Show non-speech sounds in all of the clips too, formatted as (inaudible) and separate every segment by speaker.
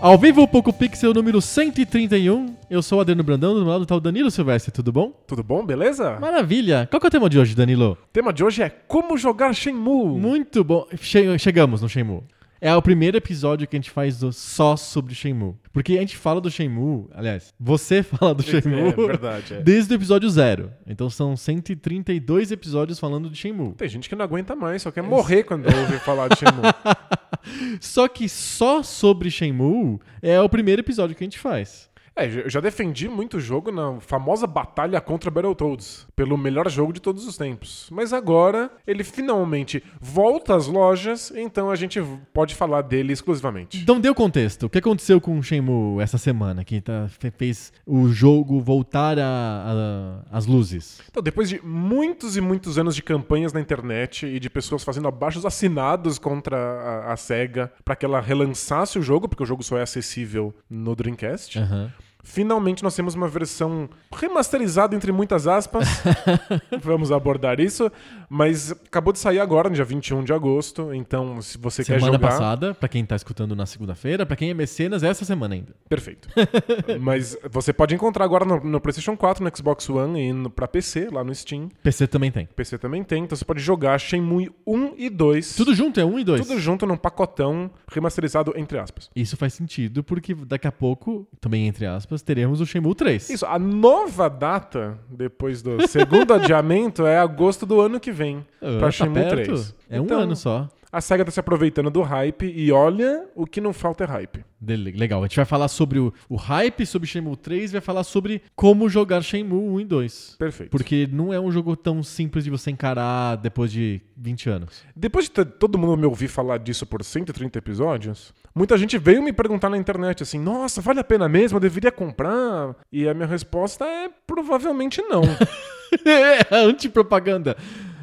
Speaker 1: Ao vivo, Poco Pixel número 131. Eu sou o Adriano Brandão, do meu lado tá o Danilo Silvestre, tudo bom?
Speaker 2: Tudo bom, beleza?
Speaker 1: Maravilha! Qual que é o tema de hoje, Danilo?
Speaker 2: O tema de hoje é como jogar Shenmue.
Speaker 1: Muito bom. Che- chegamos no Shenmue. É o primeiro episódio que a gente faz do- só sobre Shenmue. Porque a gente fala do Shenmue, aliás, você (laughs) fala do Shenmue
Speaker 2: É verdade, é.
Speaker 1: desde o episódio zero. Então são 132 episódios falando de Shenmue.
Speaker 2: Tem gente que não aguenta mais, só quer morrer quando ouve falar de Shenmue.
Speaker 1: Só que só sobre Shenmue é o primeiro episódio que a gente faz.
Speaker 2: É, eu já defendi muito o jogo na famosa batalha contra Battletoads, pelo melhor jogo de todos os tempos. Mas agora ele finalmente volta às lojas, então a gente pode falar dele exclusivamente.
Speaker 1: Então dê o contexto. O que aconteceu com o Shenmue essa semana que tá- fe- fez o jogo voltar a- a- às luzes?
Speaker 2: Então, depois de muitos e muitos anos de campanhas na internet e de pessoas fazendo abaixos assinados contra a, a SEGA para que ela relançasse o jogo, porque o jogo só é acessível no Dreamcast. Finalmente nós temos uma versão remasterizada entre
Speaker 1: (laughs)
Speaker 2: muitas aspas. Vamos abordar isso, mas acabou de sair agora, no dia 21 de agosto, então se você quer
Speaker 1: Semana
Speaker 2: jogar,
Speaker 1: passada, pra quem tá escutando na segunda-feira, pra quem é mecenas, é essa semana ainda.
Speaker 2: perfeito. mas você pode encontrar agora no, no PlayStation 4, no Xbox One e no, pra PC, lá no Steam.
Speaker 1: PC também tem.
Speaker 2: PC também tem, então você pode jogar Shenmue 1 e 2.
Speaker 1: Tudo junto, é um e dois.
Speaker 2: tudo junto num pacotão remasterizado entre aspas.
Speaker 1: Isso faz sentido, porque daqui a pouco, também entre aspas, teremos o Shenmue 3.
Speaker 2: Isso, a nova data
Speaker 1: (laughs)
Speaker 2: depois do segundo adiamento é agosto do ano que vem
Speaker 1: Ah,
Speaker 2: pra
Speaker 1: tá
Speaker 2: Shenmue
Speaker 1: perto.
Speaker 2: 3.
Speaker 1: É um
Speaker 2: Então,
Speaker 1: ano só.
Speaker 2: A SEGA tá se aproveitando do hype e olha, o que não falta é hype.
Speaker 1: Dele- Legal, a gente vai falar sobre o, o hype sobre Shenmue 3 e vai falar sobre como jogar Shenmue 1 e 2.
Speaker 2: Perfeito.
Speaker 1: Porque não é um jogo tão simples de você encarar depois de 20
Speaker 2: (laughs)
Speaker 1: anos.
Speaker 2: Depois de ter- todo mundo me ouvir falar disso por 130 episódios, muita gente veio me perguntar na internet assim: nossa, vale a pena mesmo? Eu deveria comprar? E a minha resposta é: provavelmente não.
Speaker 1: (laughs) é, antipropaganda.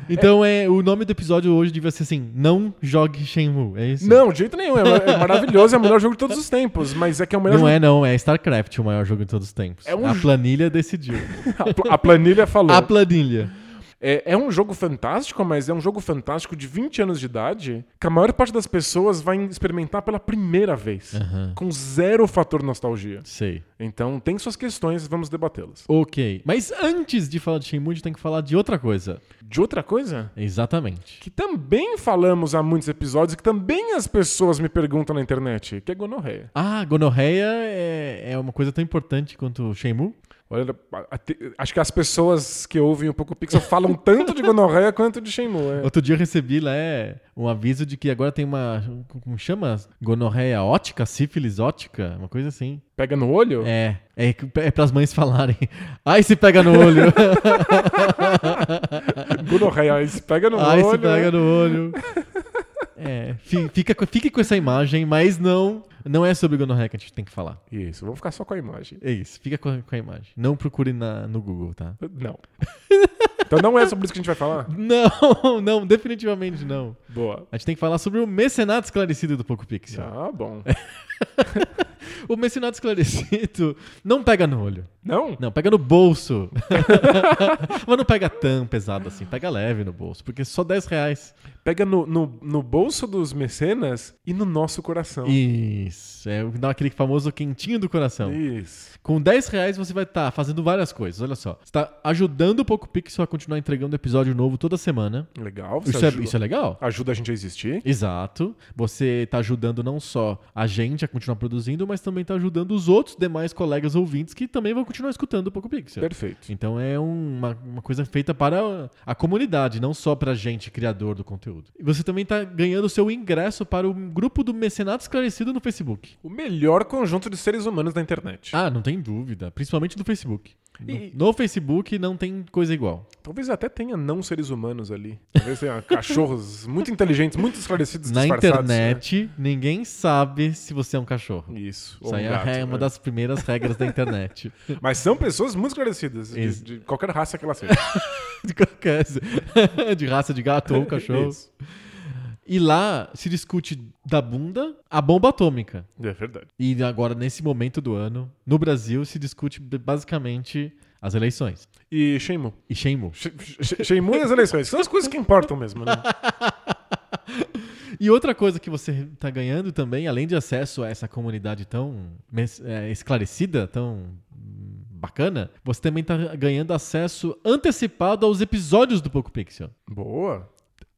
Speaker 1: Então é. o nome do episódio hoje devia ser assim: Não jogue Shenmue, é isso?
Speaker 2: não, de jeito nenhum. É, é maravilhoso, é o melhor jogo de todos os tempos. Mas é que é o melhor
Speaker 1: Não
Speaker 2: jogo.
Speaker 1: é não, é StarCraft o maior jogo de todos os tempos.
Speaker 2: É um
Speaker 1: a
Speaker 2: jo-
Speaker 1: planilha
Speaker 2: (laughs)
Speaker 1: decidiu.
Speaker 2: A pla- A planilha falou.
Speaker 1: a planilha.
Speaker 2: É, é um jogo fantástico, mas é um jogo fantástico de 20 anos de idade que a maior parte das pessoas vai experimentar pela primeira vez. Com zero fator nostalgia.
Speaker 1: Sei.
Speaker 2: Então tem suas questões, vamos debatê-las.
Speaker 1: Ok. Mas antes de falar de Shenmue, a gente tem que falar de outra coisa.
Speaker 2: De outra coisa,
Speaker 1: Exatamente.
Speaker 2: que também falamos há muitos episódios, que também as pessoas me perguntam na internet, que é gonorreia.
Speaker 1: Ah, gonorreia é, é uma coisa tão importante quanto Shenmue?
Speaker 2: Olha, a- a- acho que as pessoas que ouvem um o Poco Pixel falam tanto de gonorreia quanto de Shenmue. é.
Speaker 1: (laughs) Outro dia eu recebi lá é, um aviso de que agora tem uma. Como chama? Gonorreia ótica? Sífilis ótica? Uma coisa assim.
Speaker 2: Pega no olho? (laughs)
Speaker 1: É. É, que- é pras mães falarem. (laughs) Ai, se pega no olho.
Speaker 2: Gonorreia, isso pega (laughs)
Speaker 1: (laughs)
Speaker 2: no
Speaker 1: Ai,
Speaker 2: olho.
Speaker 1: se pega
Speaker 2: é.
Speaker 1: no
Speaker 2: (laughs)
Speaker 1: olho. É. fi- Fica, com- fique com essa imagem, mas não. Não é sobre gonorreia que a gente tem que falar.
Speaker 2: né? Isso, vamos ficar só com a imagem.
Speaker 1: É isso. Fica com a, com a imagem. Não procure na, no Google, tá? (laughs)
Speaker 2: Não. (laughs) então não é sobre isso que a gente vai falar?
Speaker 1: Não, não, definitivamente não.
Speaker 2: Boa.
Speaker 1: A gente tem que falar sobre o mecenato esclarecido do Poco Pixel.
Speaker 2: Ah, bom.
Speaker 1: O mecenato esclarecido não pega no olho.
Speaker 2: Não?
Speaker 1: Não, pega no bolso. (laughs) Mas não pega tão pesado assim, pega leve no bolso, porque só 10 reais.
Speaker 2: Pega no, no, no bolso dos mecenas e no nosso coração.
Speaker 1: Isso, é o- dá aquele famoso quentinho do coração.
Speaker 2: Isso.
Speaker 1: Com 10 reais você vai estar fazendo várias coisas, olha só. Você tá ajudando o Poco Pixel a continuar entregando episódio novo toda semana.
Speaker 2: Legal. Você
Speaker 1: Isso é,
Speaker 2: ajuda,
Speaker 1: isso é legal.
Speaker 2: ajuda a gente a existir.
Speaker 1: Exato. Você tá ajudando não só a gente a continuar produzindo, mas também tá ajudando os outros demais colegas ouvintes que também vão continuar escutando o Poco Pixel.
Speaker 2: Perfeito.
Speaker 1: Então é uma, uma coisa feita para a comunidade, não só para gente criador do conteúdo. E você também está ganhando o seu ingresso para o grupo do Mecenato Esclarecido no Facebook.
Speaker 2: O melhor conjunto de seres humanos da internet.
Speaker 1: Ah, não tem dúvida, principalmente do Facebook. No,
Speaker 2: E-
Speaker 1: no Facebook não tem coisa igual.
Speaker 2: Talvez até tenha não seres humanos ali. Talvez tenha cachorros (laughs) muito inteligentes, muito esclarecidos,
Speaker 1: Na
Speaker 2: disfarçados,
Speaker 1: internet, ninguém sabe se você é um cachorro.
Speaker 2: né? Isso. ou
Speaker 1: Isso
Speaker 2: um
Speaker 1: aí é
Speaker 2: gato,
Speaker 1: uma
Speaker 2: né?
Speaker 1: das primeiras regras da
Speaker 2: (laughs)
Speaker 1: internet.
Speaker 2: Mas são pessoas muito esclarecidas, de,
Speaker 1: Isso.
Speaker 2: de qualquer raça que
Speaker 1: (laughs)
Speaker 2: ela seja.
Speaker 1: De qualquer- (laughs) de raça de gato ou Um cachorro.
Speaker 2: Isso.
Speaker 1: E lá se discute da bunda a bomba atômica.
Speaker 2: É verdade.
Speaker 1: E agora, nesse momento do ano, no Brasil, se discute b- basicamente as eleições.
Speaker 2: E Sheimu.
Speaker 1: E Shenmue.
Speaker 2: She- She- Sheimu e as eleições. São as coisas que importam
Speaker 1: (laughs)
Speaker 2: mesmo, né?
Speaker 1: E outra coisa que você está ganhando também, além de acesso a essa comunidade tão mes- é, esclarecida, tão hum, bacana, você também está ganhando acesso antecipado aos episódios do Poco Pixel.
Speaker 2: Boa.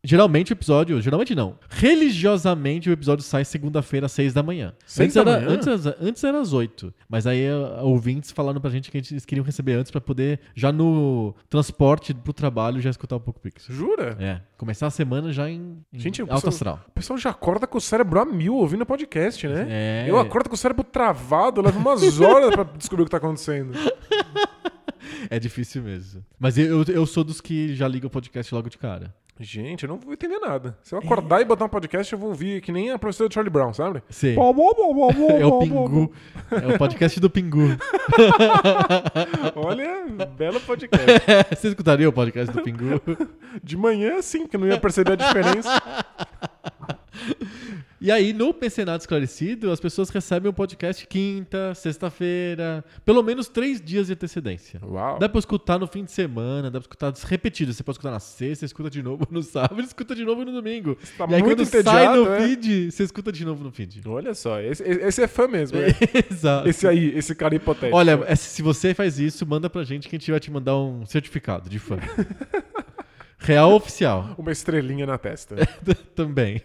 Speaker 1: Geralmente o episódio, geralmente não. Religiosamente o episódio sai segunda-feira às seis da manhã. antes,
Speaker 2: Seis da
Speaker 1: era,
Speaker 2: manhã?
Speaker 1: Antes, era- antes era às oito. Mas aí ah, ouvintes falaram pra gente que eles queriam receber antes pra poder, já no transporte pro trabalho, já escutar um pouco o Pix.
Speaker 2: Jura?
Speaker 1: É, começar a semana já em, em
Speaker 2: Gente, eu
Speaker 1: alto
Speaker 2: preciso-
Speaker 1: astral.
Speaker 2: O pessoal já acorda com o cérebro a mil ouvindo podcast, né?
Speaker 1: É.
Speaker 2: Eu acordo com o cérebro travado, eu levo umas horas pra descobrir o que tá acontecendo.
Speaker 1: É difícil mesmo. Mas eu, eu, eu sou dos que já liga o podcast logo de cara.
Speaker 2: Gente, eu não vou entender nada. Se eu acordar e botar um podcast, eu vou ouvir que nem a professora do Charlie Brown, sabe?
Speaker 1: Sim.
Speaker 2: Bom, bom, bom, bom, bom,
Speaker 1: É o
Speaker 2: bom, bom.
Speaker 1: Pingu. É o podcast do Pingu. (laughs)
Speaker 2: Olha, belo podcast.
Speaker 1: Você escutaria o podcast do Pingu?
Speaker 2: (laughs) De manhã, sim, que eu não ia perceber a diferença.
Speaker 1: E aí, no Pensenado Esclarecido, as pessoas recebem o podcast quinta, sexta-feira, pelo menos três dias de antecedência.
Speaker 2: Uau.
Speaker 1: Dá pra escutar no fim de semana, dá pra escutar repetido. Você pode escutar na sexta, escuta de novo (laughs) no sábado, escuta de novo no domingo.
Speaker 2: tá
Speaker 1: e aí,
Speaker 2: muito
Speaker 1: quando sai
Speaker 2: entediado,
Speaker 1: no
Speaker 2: é?
Speaker 1: feed, você escuta de novo no feed.
Speaker 2: Olha só, esse, esse é fã
Speaker 1: (laughs)
Speaker 2: mesmo. né?
Speaker 1: Exato.
Speaker 2: Esse aí, esse cara hipotético.
Speaker 1: Olha, é, se você faz isso, manda pra gente que a gente vai te mandar um certificado de
Speaker 2: (laughs)
Speaker 1: fã. Real oficial (laughs)
Speaker 2: Uma estrelinha na testa.
Speaker 1: também.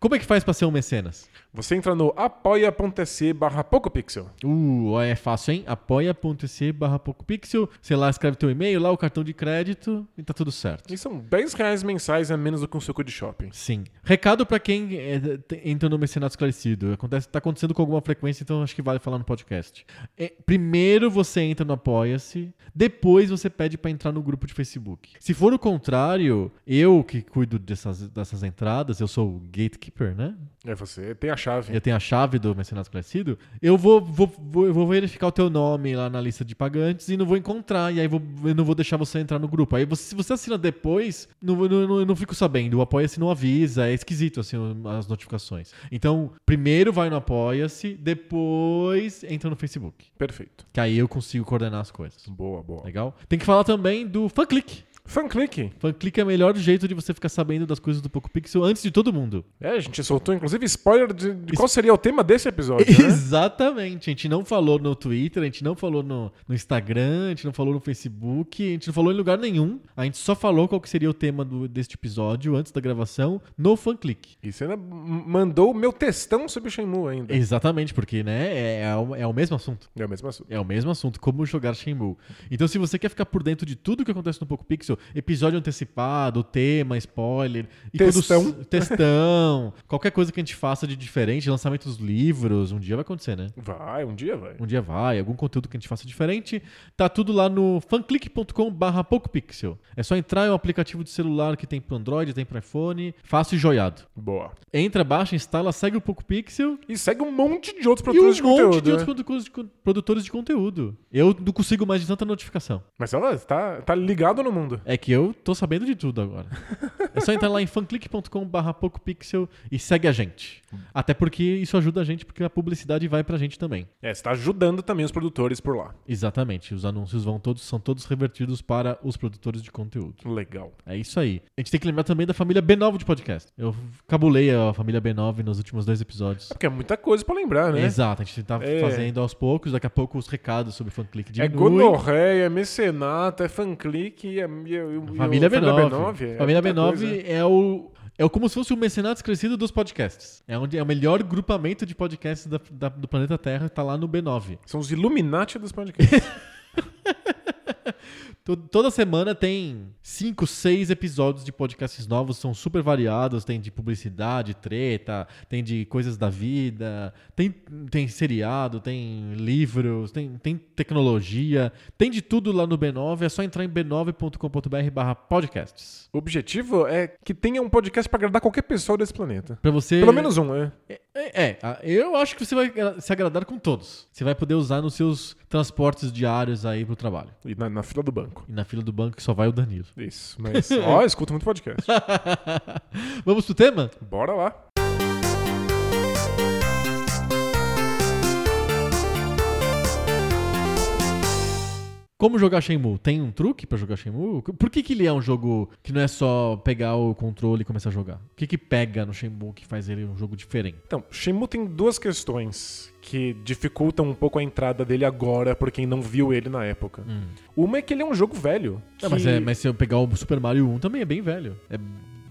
Speaker 1: Como é que faz pra ser um mecenas?
Speaker 2: Você entra no apoia.se barra PocoPixel.
Speaker 1: Uh, é fácil, hein? apoia.se barra PocoPixel. Sei lá, escreve teu e-mail lá, o cartão de crédito e tá tudo certo.
Speaker 2: E são 10 reais mensais a menos do que um suco de shopping.
Speaker 1: Sim. Recado pra quem é, te- entra no Mercenário Esclarecido. Acontece, tá acontecendo com alguma frequência, então acho que vale falar no podcast. É, primeiro você entra no Apoia-se, depois você pede pra entrar no grupo de Facebook. Se for o contrário, eu que cuido dessas, dessas entradas, eu sou o gatekeeper, né?
Speaker 2: É você, tem a chave.
Speaker 1: eu tenho a chave do Mercenário Esclarecido, eu vou, vou, vou- eu vou verificar o teu nome lá na lista de pagantes e não vou encontrar, e aí vou- eu não vou deixar você entrar no grupo. Aí você- se você assina depois, não, vou- não, não, eu não fico sabendo. O Apoia-se não avisa, é esquisito assim o- as notificações. Então, primeiro vai no Apoia-se, depois entra no Facebook.
Speaker 2: Perfeito.
Speaker 1: Que aí eu consigo coordenar as coisas.
Speaker 2: Boa, boa.
Speaker 1: Legal? Tem que falar também do FanClick.
Speaker 2: Fanclick.
Speaker 1: FanClick é o melhor jeito de você ficar sabendo das coisas do Poco Pixel antes de todo mundo.
Speaker 2: É, a gente soltou inclusive spoiler de, de qual seria o tema desse episódio, né?
Speaker 1: Exatamente. A gente não falou no Twitter, a gente não falou no, no Instagram, a gente não falou no Facebook, a gente não falou em lugar nenhum. A gente só falou qual que seria o tema do, deste episódio antes da gravação no FanClick.
Speaker 2: E você ainda m- mandou o meu textão sobre Shenmue ainda.
Speaker 1: Exatamente, porque né, é, é, o, é o mesmo assunto.
Speaker 2: É o mesmo assunto.
Speaker 1: É o mesmo assunto, como jogar Shenmue. Então, se você quer ficar por dentro de tudo que acontece no Poco Pixel, episódio antecipado, tema, spoiler, e quando-
Speaker 2: Textão.
Speaker 1: textão, qualquer coisa que a gente faça de diferente, lançamento dos livros, um dia vai acontecer, né?
Speaker 2: Vai, um dia vai.
Speaker 1: um dia vai, algum conteúdo que a gente faça diferente, tá tudo lá no fanclick.com/barra PocoPixel. É só entrar, é um aplicativo de celular que tem pro Android, tem pro iPhone, fácil e joiado.
Speaker 2: Boa.
Speaker 1: Entra, baixa, instala, segue o PocoPixel
Speaker 2: E segue um monte de outros
Speaker 1: e um
Speaker 2: produtores
Speaker 1: monte
Speaker 2: de conteúdo.
Speaker 1: de
Speaker 2: né?
Speaker 1: outros produtores de con- produtores de conteúdo. Eu não consigo mais de tanta notificação.
Speaker 2: Mas ela tá, tá ligado no mundo.
Speaker 1: É que eu tô sabendo de tudo agora. É só entrar lá em fanclick.com/barra PocoPixel e segue a gente. Até porque isso ajuda a gente, porque a publicidade vai pra gente também.
Speaker 2: É, você tá ajudando também os produtores por lá.
Speaker 1: Exatamente, os anúncios vão todos, são todos revertidos para os produtores de conteúdo.
Speaker 2: Legal.
Speaker 1: É isso aí. A gente tem que lembrar também da família B9 de podcast. Eu cabulei a família B9 nos últimos dois episóos.
Speaker 2: Porque é muita coisa pra lembrar, né?
Speaker 1: Exato, a gente tá
Speaker 2: É.
Speaker 1: fazendo aos poucos, daqui a pouco os recados sobre fan click
Speaker 2: É
Speaker 1: diminuem.
Speaker 2: gonorreia, é mecenato, é fanclick e é... e- e- e-
Speaker 1: família
Speaker 2: o-
Speaker 1: B9.
Speaker 2: é
Speaker 1: família
Speaker 2: muita
Speaker 1: B9
Speaker 2: coisa.
Speaker 1: é o É como se fosse o mecenato crescido dos podcasts. É onde é o melhor grupamento de podcasts da- da- do planeta Terra, tá lá no B9.
Speaker 2: São os Illuminati dos podcasts.
Speaker 1: To- Toda semana tem cinco, seis episódios de podcasts novos, são super variados, tem de publicidade, treta, tem de coisas da vida, tem, tem seriado, tem livros, tem, tem tecnologia, tem de tudo lá no B9, é só entrar em b9.com.br barra podcasts.
Speaker 2: o objetivo é que tenha um podcast pra agradar qualquer pessoa desse planeta.
Speaker 1: Pra você...
Speaker 2: Pelo menos um, é.
Speaker 1: É, é, a- eu acho que você vai gra- se agradar com todos. Você vai poder usar nos seus transportes diários aí pro trabalho.
Speaker 2: E na, na fila do banco.
Speaker 1: E na fila do banco que só vai o Danilo. (laughs)
Speaker 2: Isso, mas. Ó, eu escuto muito podcast.
Speaker 1: Vamos pro tema?
Speaker 2: Bora lá.
Speaker 1: Como jogar Shenmue? Tem um truque pra jogar Shenmue? Por que, que ele é um jogo que não é só pegar o controle e começar a jogar? O que que pega no Shenmue que faz ele um jogo diferente?
Speaker 2: Então, Shenmue tem duas questões que dificultam um pouco a entrada dele agora por quem não viu ele na época. Uma é que ele é um jogo velho.
Speaker 1: Hum. Não,
Speaker 2: que-
Speaker 1: mas, é- mas se eu pegar o Super Mario 1 também é bem velho. É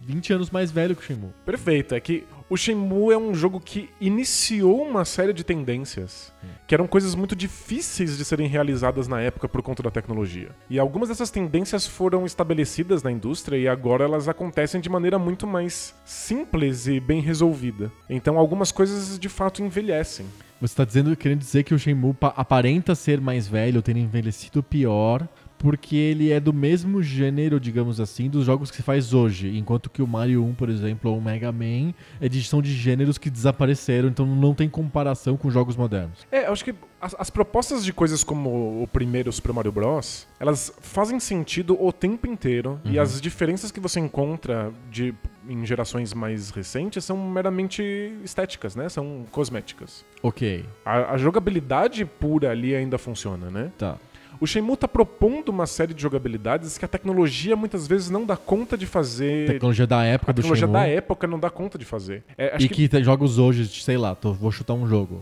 Speaker 1: 20 anos mais velho que o Shenmue.
Speaker 2: Perfeito, é que o Shenmue é um jogo que iniciou uma série de tendências
Speaker 1: Hum.
Speaker 2: que eram coisas muito difíceis de serem realizadas na época por conta da tecnologia. E algumas dessas tendências foram estabelecidas na indústria e agora elas acontecem de maneira muito mais simples e bem resolvida. Então algumas coisas de fato envelhecem.
Speaker 1: Você tá dizendo, querendo dizer que o Shenmue pa- aparenta ser mais velho, ter envelhecido pior, porque ele é do mesmo gênero, digamos assim, dos jogos que se faz hoje. Enquanto que o Mario 1, por exemplo, ou o Mega Man, é de- são de gêneros que desapareceram, então não tem comparação com jogos modernos.
Speaker 2: É, eu acho que as, as propostas de coisas como o primeiro Super Mario Bros, elas fazem sentido o tempo inteiro.
Speaker 1: Uhum.
Speaker 2: E as diferenças que você encontra de, em gerações mais recentes são meramente estéticas, né? São cosméticas.
Speaker 1: Ok,
Speaker 2: A, a jogabilidade pura ali ainda funciona, né?
Speaker 1: tá.
Speaker 2: O Shenmue tá propondo uma série de jogabilidades que a tecnologia muitas vezes não dá conta de fazer.
Speaker 1: Tecnologia da
Speaker 2: A
Speaker 1: época do
Speaker 2: tecnologia
Speaker 1: Shenmue.
Speaker 2: da época não dá conta de fazer. É, acho
Speaker 1: e que, tem jogos hoje, sei lá, tô- vou chutar um jogo.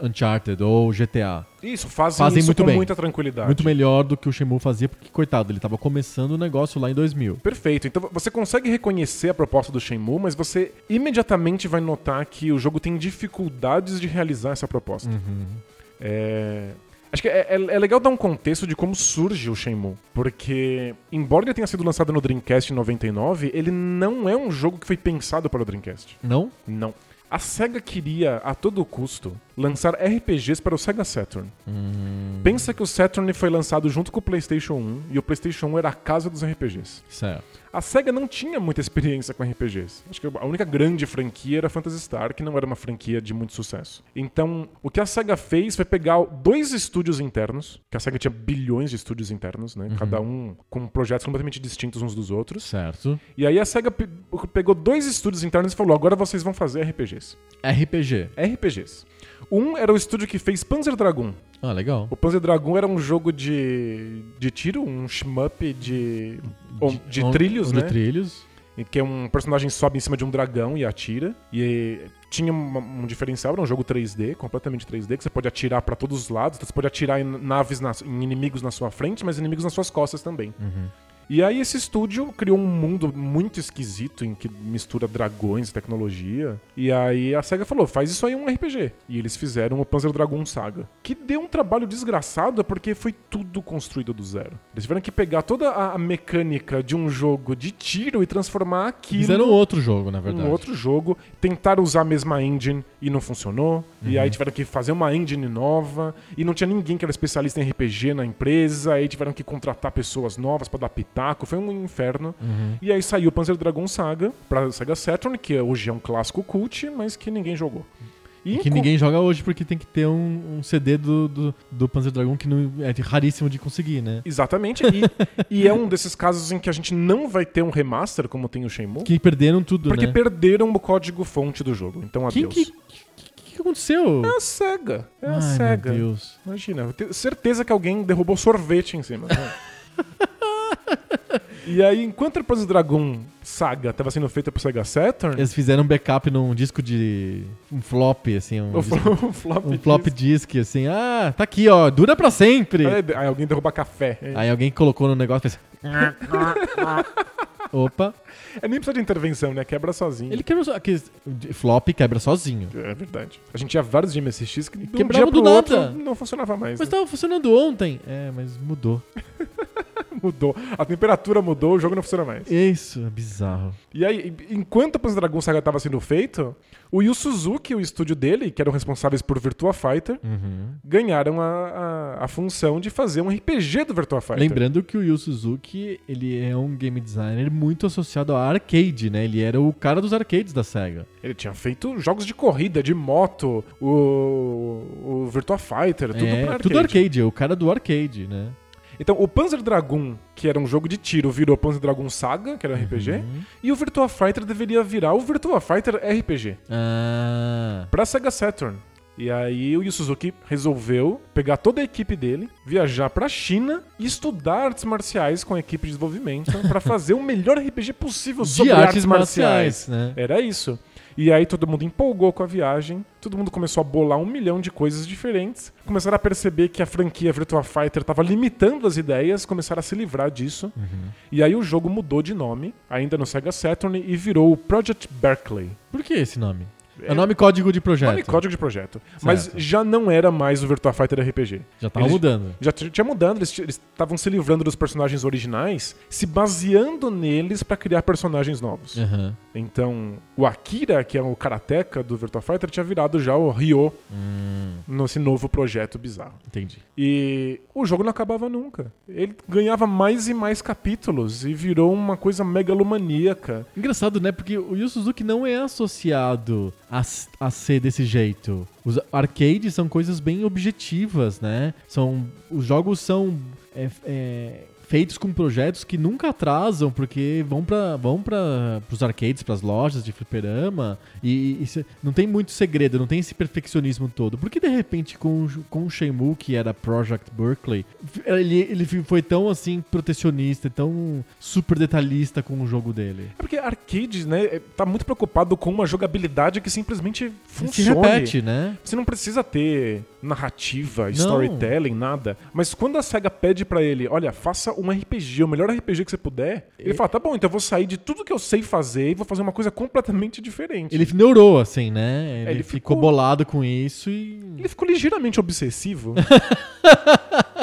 Speaker 1: Uncharted ou GTA.
Speaker 2: isso, fazem,
Speaker 1: fazem
Speaker 2: isso
Speaker 1: muito
Speaker 2: com
Speaker 1: bem.
Speaker 2: muita tranquilidade.
Speaker 1: Muito melhor do que o Shenmue fazia, porque, coitado, ele tava começando o negócio lá em 2000.
Speaker 2: Perfeito. Então você consegue reconhecer a proposta do Shenmue, mas você imediatamente vai notar que o jogo tem dificuldades de realizar essa proposta. É, Acho que é, é- é legal dar um contexto de como surge o Shenmue, porque embora ele tenha sido lançado no Dreamcast em 99, ele não é um jogo que foi pensado para o Dreamcast.
Speaker 1: Não?
Speaker 2: Não. A SEGA queria, a todo custo, lançar RPGs para o Sega Saturn. Pensa que o Saturn foi lançado junto com o PlayStation 1 e o PlayStation 1 era a casa dos RPGs.
Speaker 1: Certo.
Speaker 2: A SEGA não tinha muita experiência com RPGs. Acho que a única grande franquia era Phantasy Star, que não era uma franquia de muito sucesso. Então, o que a SEGA fez foi pegar dois estúdios internos, que a SEGA tinha bilhões de estúdios internos,
Speaker 1: Uhum.
Speaker 2: né? Cada um com projetos completamente distintos uns dos outros.
Speaker 1: Certo.
Speaker 2: E aí a SEGA pe- pegou dois estúdios internos e falou: agora vocês vão fazer RPGs.
Speaker 1: RPG.
Speaker 2: RPGs. Um era o estúdio que fez Panzer Dragoon.
Speaker 1: Ah, legal.
Speaker 2: O Panzer Dragoon era um jogo de, de tiro, um shmup de, de,
Speaker 1: On-
Speaker 2: trilhos,
Speaker 1: de
Speaker 2: né?
Speaker 1: trilhos.
Speaker 2: em que um personagem sobe em cima de um dragão e atira. E tinha uma- um diferencial, era um jogo 3D, completamente 3D, que você pode atirar pra todos os lados. Então você pode atirar em naves, na- em inimigos na sua frente, mas inimigos nas suas costas também. E aí esse estúdio criou um mundo muito esquisito em que mistura dragões e tecnologia. E aí a SEGA falou, faz isso aí um RPG. E eles fizeram o Panzer Dragoon Saga. Que deu um trabalho desgraçado porque foi tudo construído do zero. Eles tiveram que pegar toda a a mecânica de um jogo de tiro e transformar aquilo
Speaker 1: Fizeram outro jogo, na verdade.
Speaker 2: um outro jogo, tentaram usar a mesma engine e não funcionou. E
Speaker 1: Uhum.
Speaker 2: aí tiveram que fazer uma engine nova. E não tinha ninguém que era especialista em RPG na empresa. Aí tiveram que contratar pessoas novas pra dar pitaco. Foi um inferno.
Speaker 1: Uhum.
Speaker 2: E aí saiu Panzer Dragon Saga pra Sega Saturn, que hoje é um clássico cult, mas que ninguém jogou.
Speaker 1: E que
Speaker 2: enco-
Speaker 1: ninguém joga hoje porque tem que ter um, um CD do, do, do Panzer Dragon que não, é raríssimo de conseguir, né?
Speaker 2: Exatamente. E, e é um desses casos em que a gente não vai ter um remaster, como tem o Shenmue.
Speaker 1: Que perderam tudo,
Speaker 2: porque
Speaker 1: né?
Speaker 2: perderam o código fonte do jogo. Então,
Speaker 1: Quem
Speaker 2: adeus.
Speaker 1: que, é que, que aconteceu?
Speaker 2: É a SEGA. É a
Speaker 1: Ai,
Speaker 2: SEGA.
Speaker 1: meu Deus.
Speaker 2: Imagina, eu tenho certeza que alguém derrubou sorvete em cima. né?
Speaker 1: (laughs)
Speaker 2: e aí, enquanto a Panzer Dragon Saga estava sendo feita pro Sega Saturn,
Speaker 1: Eles fizeram um backup num disco de... Um flop, assim. Um,
Speaker 2: o,
Speaker 1: disco-
Speaker 2: (laughs) flo- o flop,
Speaker 1: um flop
Speaker 2: disc-
Speaker 1: disc, assim. Ah, tá aqui, ó. Dura pra sempre. Ah.
Speaker 2: Aí, aí alguém derruba café.
Speaker 1: Aí alguém colocou no negócio e fez... assim, (laughs) Opa.
Speaker 2: É nem precisa de intervenção, né? Quebra sozinho.
Speaker 1: Ele quebra so... aqueles- de- Flop quebra sozinho.
Speaker 2: É verdade. A gente tinha vários MSX que de um
Speaker 1: Quebrava
Speaker 2: dia pro
Speaker 1: do
Speaker 2: outro
Speaker 1: nada.
Speaker 2: não funcionava mais.
Speaker 1: Mas
Speaker 2: né?
Speaker 1: tava funcionando ontem. É, mas mudou. tá-
Speaker 2: Mudou. A temperatura mudou, o jogo não funciona mais.
Speaker 1: Isso, é bizarro.
Speaker 2: E aí, enquanto a Panzer Dragon Saga estava sendo feito, o Yu Suzuki e o estúdio dele, que eram responsáveis por Virtua Fighter,
Speaker 1: Uhum.
Speaker 2: ganharam a, a, a função de fazer um RPG do Virtua
Speaker 1: então.
Speaker 2: Fighter.
Speaker 1: Lembrando que o Yu Suzuki, ele é um game designer muito associado a arcade, né? Ele era o cara dos arcades da SEGA.
Speaker 2: Ele tinha feito jogos de corrida, de moto, o, o Virtua Fighter, tudo
Speaker 1: é,
Speaker 2: pra arcade.
Speaker 1: Tudo arcade, é o cara do arcade, né?
Speaker 2: Então, o Panzer Dragoon, que era um jogo de tiro, virou Panzer Dragoon Saga, que era um RPG,
Speaker 1: Uhum.
Speaker 2: e o Virtua Fighter deveria virar o Virtua Fighter RPG.
Speaker 1: Ah.
Speaker 2: pra Sega Saturn. E aí o Yu Suzuki resolveu pegar toda a equipe dele, viajar pra China e estudar artes marciais com a equipe de desenvolvimento (laughs) pra fazer o melhor
Speaker 1: (laughs)
Speaker 2: RPG possível sobre
Speaker 1: De artes marciais, né?
Speaker 2: Era isso. E aí todo mundo empolgou com a viagem, todo mundo começou a bolar um milhão de coisas diferentes, começaram a perceber que a franquia Virtua Fighter tava limitando as ideias, começaram a se livrar disso.
Speaker 1: Uhum.
Speaker 2: E aí o jogo mudou de nome, ainda no Sega Saturn, e virou o Project Berkeley.
Speaker 1: Por que esse nome? É, nome código de projeto.
Speaker 2: Nome e código de projeto. Mas
Speaker 1: Certo.
Speaker 2: já não era mais o Virtua Fighter RPG.
Speaker 1: Já tava
Speaker 2: Eles-
Speaker 1: mudando.
Speaker 2: Já t- tinha mudando, eles t- eles estavam se livrando dos personagens originais, se baseando neles pra criar personagens novos.
Speaker 1: Aham.
Speaker 2: Então, o Akira, que é o karateka do Virtua Fighter, tinha virado já o Ryo
Speaker 1: Hum.
Speaker 2: nesse novo projeto bizarro.
Speaker 1: Entendi.
Speaker 2: E o jogo não acabava nunca. Ele ganhava mais e mais capítulos e virou uma coisa megalomaníaca.
Speaker 1: Engraçado, né? Porque o Yu Suzuki não é associado a, s- a ser desse jeito. Os arcades são coisas bem objetivas, né? São, os jogos são é, é, feitos com projetos que nunca atrasam, porque vão para vão para os arcades, para as lojas de fliperama, e, e se- não tem muito segredo, não tem esse perfeccionismo todo. Por que de repente com, o Ju- com o Shenmue, que era Project Berkeley, ele, ele foi tão assim protecionista, tão super detalhista com o jogo dele?
Speaker 2: É porque arcade, né, é- tá muito preocupado com uma jogabilidade que simplesmente
Speaker 1: se
Speaker 2: funcione.
Speaker 1: repete, né?
Speaker 2: Você não precisa ter narrativa,
Speaker 1: Não.
Speaker 2: storytelling, nada. Mas quando a SEGA pede pra ele, olha, faça um RPG, o melhor RPG que você puder, ele fala, tá bom, então eu vou sair de tudo que eu sei fazer e vou fazer uma coisa completamente diferente.
Speaker 1: Ele neurou, assim, né? Ele,
Speaker 2: ele
Speaker 1: ficou...
Speaker 2: ficou-
Speaker 1: bolado com isso e.
Speaker 2: Ele ficou
Speaker 1: (laughs)
Speaker 2: ligeiramente obsessivo.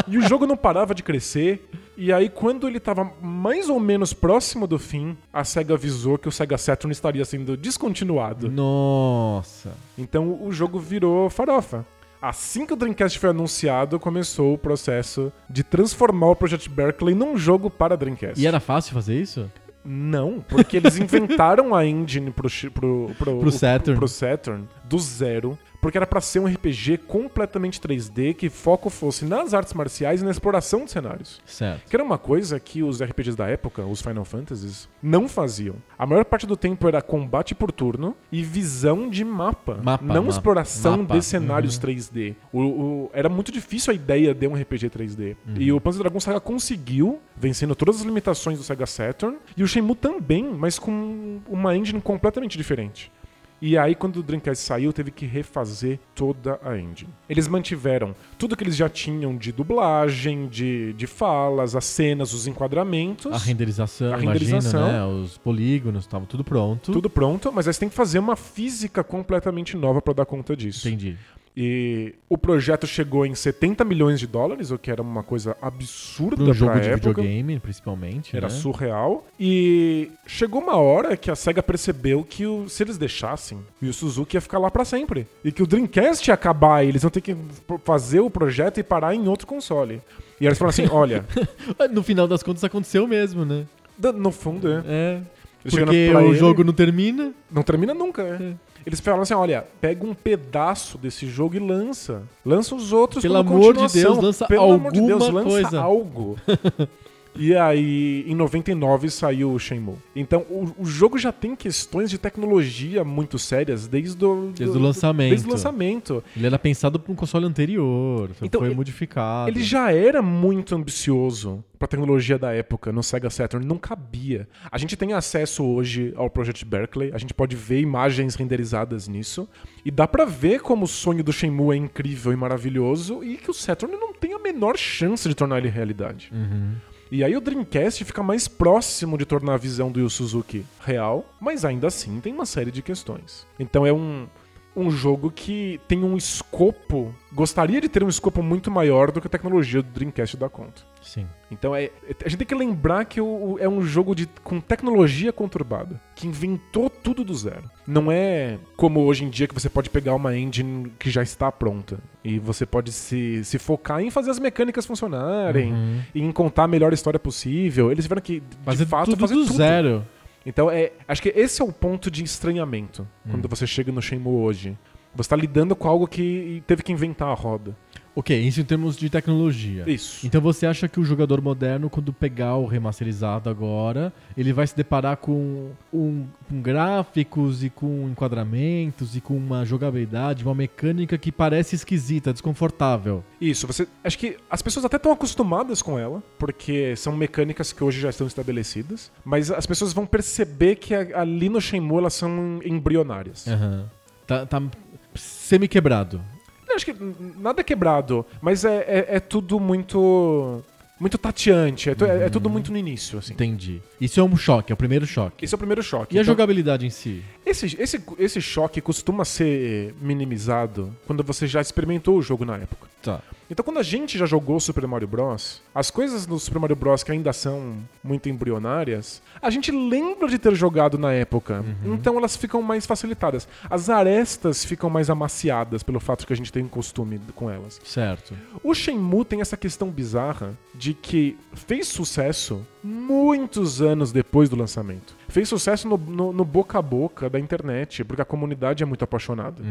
Speaker 2: e o jogo não parava de crescer. E aí, quando ele tava mais ou menos próximo do fim, a SEGA avisou que o SEGA Saturn estaria sendo descontinuado.
Speaker 1: Nossa.
Speaker 2: Então o jogo virou farofa. Assim que o Dreamcast foi anunciado, começou o processo de transformar o Project Berkeley num jogo para Dreamcast.
Speaker 1: E era fácil fazer isso?
Speaker 2: Não, porque eles inventaram a engine pro, chi- pro, pro,
Speaker 1: Pro Saturn.
Speaker 2: pro Saturn do zero. Porque era pra ser um RPG completamente 3D, que foco fosse nas artes marciais e na exploração de cenários.
Speaker 1: Certo.
Speaker 2: Que era uma coisa que os RPGs da época, os Final Fantasies, não faziam. A maior parte do tempo era combate por turno e visão de mapa.
Speaker 1: Mapa,
Speaker 2: não
Speaker 1: mapa,
Speaker 2: exploração
Speaker 1: mapa.
Speaker 2: de cenários
Speaker 1: Uhum.
Speaker 2: 3D. O- o- era muito difícil a ideia de um RPG 3D.
Speaker 1: Uhum.
Speaker 2: E o Panzer Dragon Saga conseguiu, vencendo todas as limitações do Sega Saturn. E o Shenmue também, mas com uma engine completamente diferente. E aí, quando o Dreamcast saiu, teve que refazer toda a engine. Eles mantiveram tudo que eles já tinham de dublagem, de, de falas, as cenas, os enquadramentos.
Speaker 1: A renderização,
Speaker 2: A
Speaker 1: imagino,
Speaker 2: renderização.
Speaker 1: né? Os polígonos, tava tudo pronto.
Speaker 2: Tudo pronto, mas aí você tem que fazer uma física completamente nova pra dar conta disso.
Speaker 1: Entendi.
Speaker 2: E o projeto chegou em 70 milhões de dólares, o que era uma coisa absurda
Speaker 1: Pra um jogo
Speaker 2: pra
Speaker 1: de
Speaker 2: época.
Speaker 1: videogame, principalmente.
Speaker 2: Era
Speaker 1: né?
Speaker 2: surreal. E chegou uma hora que a SEGA percebeu que o- se eles deixassem, o Yu Suzuki ia ficar lá pra sempre. E que o Dreamcast ia acabar, e eles iam ter que f- fazer o projeto e parar em outro console. E aí eles falaram assim:
Speaker 1: (laughs)
Speaker 2: olha,
Speaker 1: Ah, No final das contas aconteceu mesmo, né?
Speaker 2: da- no fundo, é.
Speaker 1: É.
Speaker 2: Eles chegaram
Speaker 1: Porque
Speaker 2: pra
Speaker 1: o
Speaker 2: ele-
Speaker 1: jogo não termina.
Speaker 2: Não termina nunca, é. Eles falaram assim: olha, pega um pedaço desse jogo e lança. Lança os outros
Speaker 1: Pelo
Speaker 2: como
Speaker 1: amor de
Speaker 2: continuação.
Speaker 1: Deus, lança
Speaker 2: Pelo amor de Deus,
Speaker 1: alguma
Speaker 2: lança
Speaker 1: coisa. (laughs)
Speaker 2: algo. E aí, em 99 saiu o Shenmue. Então, o, o jogo já tem questões de tecnologia muito sérias desde o,
Speaker 1: Desde o lançamento.
Speaker 2: Desde o lançamento.
Speaker 1: Ele era pensado pra um console anterior.
Speaker 2: Então,
Speaker 1: foi
Speaker 2: ele-
Speaker 1: modificado.
Speaker 2: Ele já era muito ambicioso pra tecnologia da época no Sega Saturn, não cabia. A gente tem acesso hoje ao Project Berkeley, a gente pode ver imagens renderizadas nisso e dá pra ver como o sonho do Shenmue é incrível e maravilhoso e que o Saturn não tem a menor chance de tornar ele realidade. E aí o Dreamcast fica mais próximo de tornar a visão do Yu Suzuki real, mas ainda assim tem uma série de questões. Então é um, um jogo que tem um escopo, gostaria de ter um escopo muito maior do que a tecnologia do Dreamcast dá conta.
Speaker 1: Sim.
Speaker 2: Então é, a gente tem que lembrar que o- o- é um jogo de, com tecnologia conturbada, que inventou tudo do zero. Não é como hoje em dia que você pode pegar uma engine que já está pronta e você pode se, se focar em fazer as mecânicas funcionarem, e em contar a melhor história possível. Eles tiveram que, de
Speaker 1: Uhum. Fazer
Speaker 2: fato,
Speaker 1: é tudo
Speaker 2: fazer
Speaker 1: do
Speaker 2: tudo.
Speaker 1: zero.
Speaker 2: Então, é, acho que esse é o ponto de estranhamento
Speaker 1: Hum.
Speaker 2: quando você chega no Shenmue hoje. Você tá lidando com algo que teve que inventar a roda.
Speaker 1: Ok, isso em termos de tecnologia.
Speaker 2: Isso.
Speaker 1: Então você acha que o jogador moderno, quando pegar o remasterizado agora, ele vai se deparar com, um, com gráficos e com enquadramentos e com uma jogabilidade, uma mecânica que parece esquisita, desconfortável.
Speaker 2: Isso, você. Acho que as pessoas até estão acostumadas com ela, porque são mecânicas que hoje já estão estabelecidas, mas as pessoas vão perceber que a- ali no Shenmue elas são embrionárias.
Speaker 1: Tá, tá semi-quebrado.
Speaker 2: Eu Acho que n- nada é quebrado, mas é, é- é tudo muito. muito tateante, é, tu- é- é tudo muito no início, assim.
Speaker 1: Uhum. Entendi. Isso é um choque, é o primeiro choque.
Speaker 2: Esse é o primeiro choque.
Speaker 1: E a
Speaker 2: Então,
Speaker 1: jogabilidade em si?
Speaker 2: Esse, esse, esse choque costuma ser minimizado quando você já experimentou o jogo na época.
Speaker 1: Tá.
Speaker 2: Então, quando a gente já jogou Super Mario Bros., as coisas do Super Mario Bros. que ainda são muito embrionárias, a gente lembra de ter jogado na época. Então, elas ficam mais facilitadas. As arestas ficam mais amaciadas pelo fato que a gente tem costume com elas.
Speaker 1: Certo.
Speaker 2: O Shenmue tem essa questão bizarra de que fez sucesso muitos anos depois do lançamento. Fez sucesso no, no- no boca a boca da internet, porque a comunidade é muito apaixonada.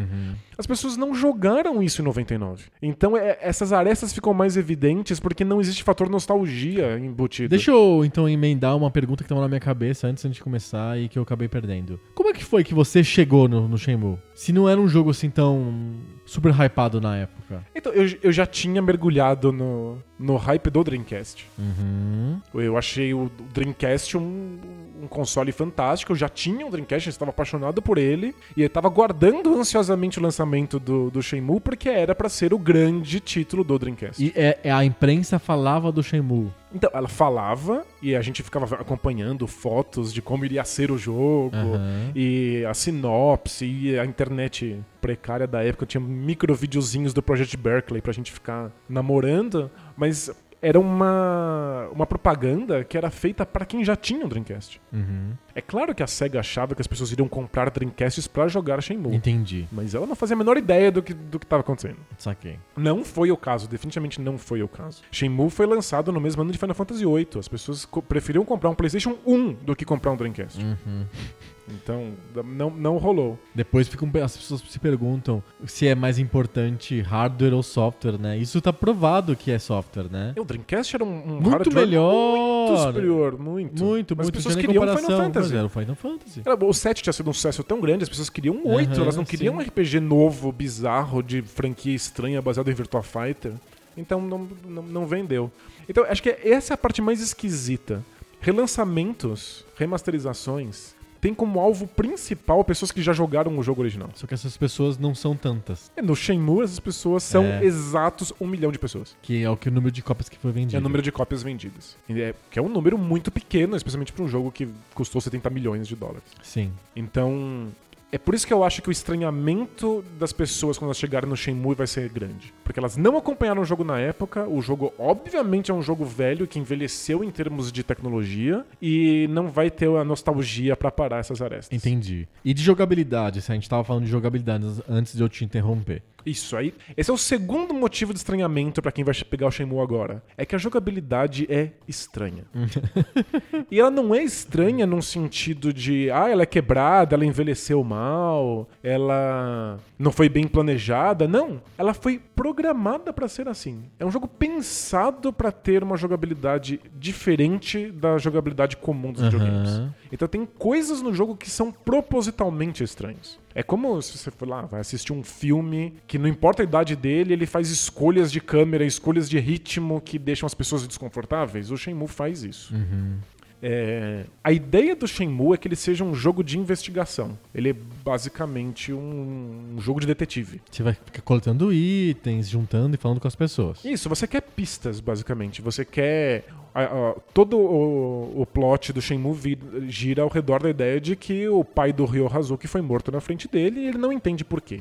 Speaker 2: As pessoas não jogaram isso em 99. Então é- essas arestas ficam mais evidentes porque não existe fator nostalgia embutido.
Speaker 1: Deixa eu então emendar uma pergunta que tava na minha cabeça antes de a gente começar e que eu acabei perdendo. Como é que foi que você chegou no, no Shenmue? Se não era um jogo assim tão super hypado na época.
Speaker 2: Então, eu, eu já tinha mergulhado no, no hype do Dreamcast.
Speaker 1: Uhum.
Speaker 2: Eu achei o Dreamcast um, um console fantástico. Eu já tinha um Dreamcast, eu estava apaixonado por ele. E eu estava guardando ansiosamente o lançamento do, do Shenmue, porque era para ser o grande título do Dreamcast.
Speaker 1: E é, é a imprensa falava do Shenmue.
Speaker 2: Então, ela falava e a gente ficava acompanhando fotos de como iria ser o jogo,
Speaker 1: Aham.
Speaker 2: e a sinopse, e a internet precária da época. Tinha micro videozinhos do Project Berkeley pra gente ficar namorando, mas era uma, uma propaganda que era feita pra quem já tinha um Dreamcast. É claro que a SEGA achava que as pessoas iriam comprar Dreamcasts pra jogar Shenmue.
Speaker 1: Entendi.
Speaker 2: Mas ela não fazia a menor ideia do que, do que tava acontecendo.
Speaker 1: Saquei.
Speaker 2: Não foi o caso, definitivamente não foi o caso. Shenmue foi lançado no mesmo ano de Final Fantasy VIII. As pessoas co- preferiam comprar um PlayStation 1 do que comprar um Dreamcast.
Speaker 1: Uhum.
Speaker 2: Então, da- não, não rolou.
Speaker 1: Depois ficam, as pessoas se perguntam se é mais importante hardware ou software, né? Isso tá provado que é software, né?
Speaker 2: E O Dreamcast era um, um
Speaker 1: Muito
Speaker 2: hardware
Speaker 1: melhor.
Speaker 2: muito superior, muito.
Speaker 1: Muito,
Speaker 2: Mas
Speaker 1: muito.
Speaker 2: As pessoas
Speaker 1: tinha nem
Speaker 2: queriam um
Speaker 1: comparação, é.
Speaker 2: Final Fantasy.
Speaker 1: Mas era o Final Fantasy.
Speaker 2: Era- O 7 tinha sido um sucesso tão grande, as pessoas queriam um 8,
Speaker 1: Aham,
Speaker 2: elas não queriam
Speaker 1: sim.
Speaker 2: um RPG novo, bizarro, de franquia estranha, baseado em Virtua Fighter. Então não, não, não vendeu. Então acho que essa é a parte mais esquisita. Relançamentos, remasterizações, tem como alvo principal pessoas que já jogaram o jogo original. É,
Speaker 1: Só que essas pessoas não são tantas,
Speaker 2: No Shenmue, essas pessoas são
Speaker 1: É.
Speaker 2: exatos um milhão de pessoas.
Speaker 1: que é o que o número de cópias que foi vendido.
Speaker 2: É o número de cópias vendidas. E é- que é um número muito pequeno, especialmente para um jogo que custou 70 milhões de dólares.
Speaker 1: Sim.
Speaker 2: Então, é por isso que eu acho que o estranhamento das pessoas quando elas chegarem no Shenmue vai ser grande. Porque elas não acompanharam o jogo na época, o jogo obviamente é um jogo velho que envelheceu em termos de tecnologia e não vai ter a nostalgia pra parar essas arestas.
Speaker 1: Entendi. E de jogabilidade, se a gente tava falando de jogabilidade antes de eu te interromper.
Speaker 2: Isso aí. Esse é o segundo motivo de estranhamento pra quem vai pegar o Shenmue agora. É que a jogabilidade é estranha. e ela não é estranha num sentido de, ah, ela é quebrada, ela envelheceu mal, ela não foi bem planejada. Não, ela foi programada pra ser assim. É um jogo pensado pra ter uma jogabilidade diferente da jogabilidade comum dos
Speaker 1: Aham.
Speaker 2: videogames. Então tem coisas no jogo que são propositalmente estranhas. É como se você for lá, vai assistir um filme que não importa a idade dele, ele faz escolhas de câmera, escolhas de ritmo que deixam as pessoas desconfortáveis. O Shenmue faz isso. É, a ideia do Shenmue é que ele seja um jogo de investigação. Ele é basicamente um- um jogo de detetive.
Speaker 1: Você vai ficar coletando itens, juntando e falando com as pessoas.
Speaker 2: Isso, você quer pistas, basicamente. Você quer A- a- todo o, o plot do Shenmue vi- gira ao redor da ideia de que o pai do Ryo Hazuki foi morto na frente dele e ele não entende por quê.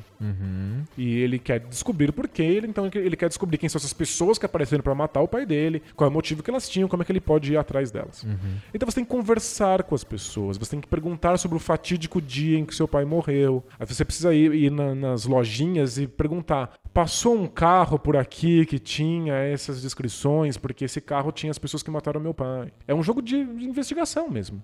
Speaker 2: E ele quer descobrir por quê, ele, então ele quer descobrir quem são essas pessoas que apareceram pra matar o pai dele, qual é o motivo que elas tinham, como é que ele pode ir atrás delas. Então você tem que conversar com as pessoas, você tem que perguntar sobre o fatídico dia em que seu pai morreu. Aí você precisa ir, ir na- nas lojinhas e perguntar: passou um carro por aqui que tinha essas descrições, porque esse carro tinha as pessoas que mataram meu pai. É um jogo de de investigação mesmo.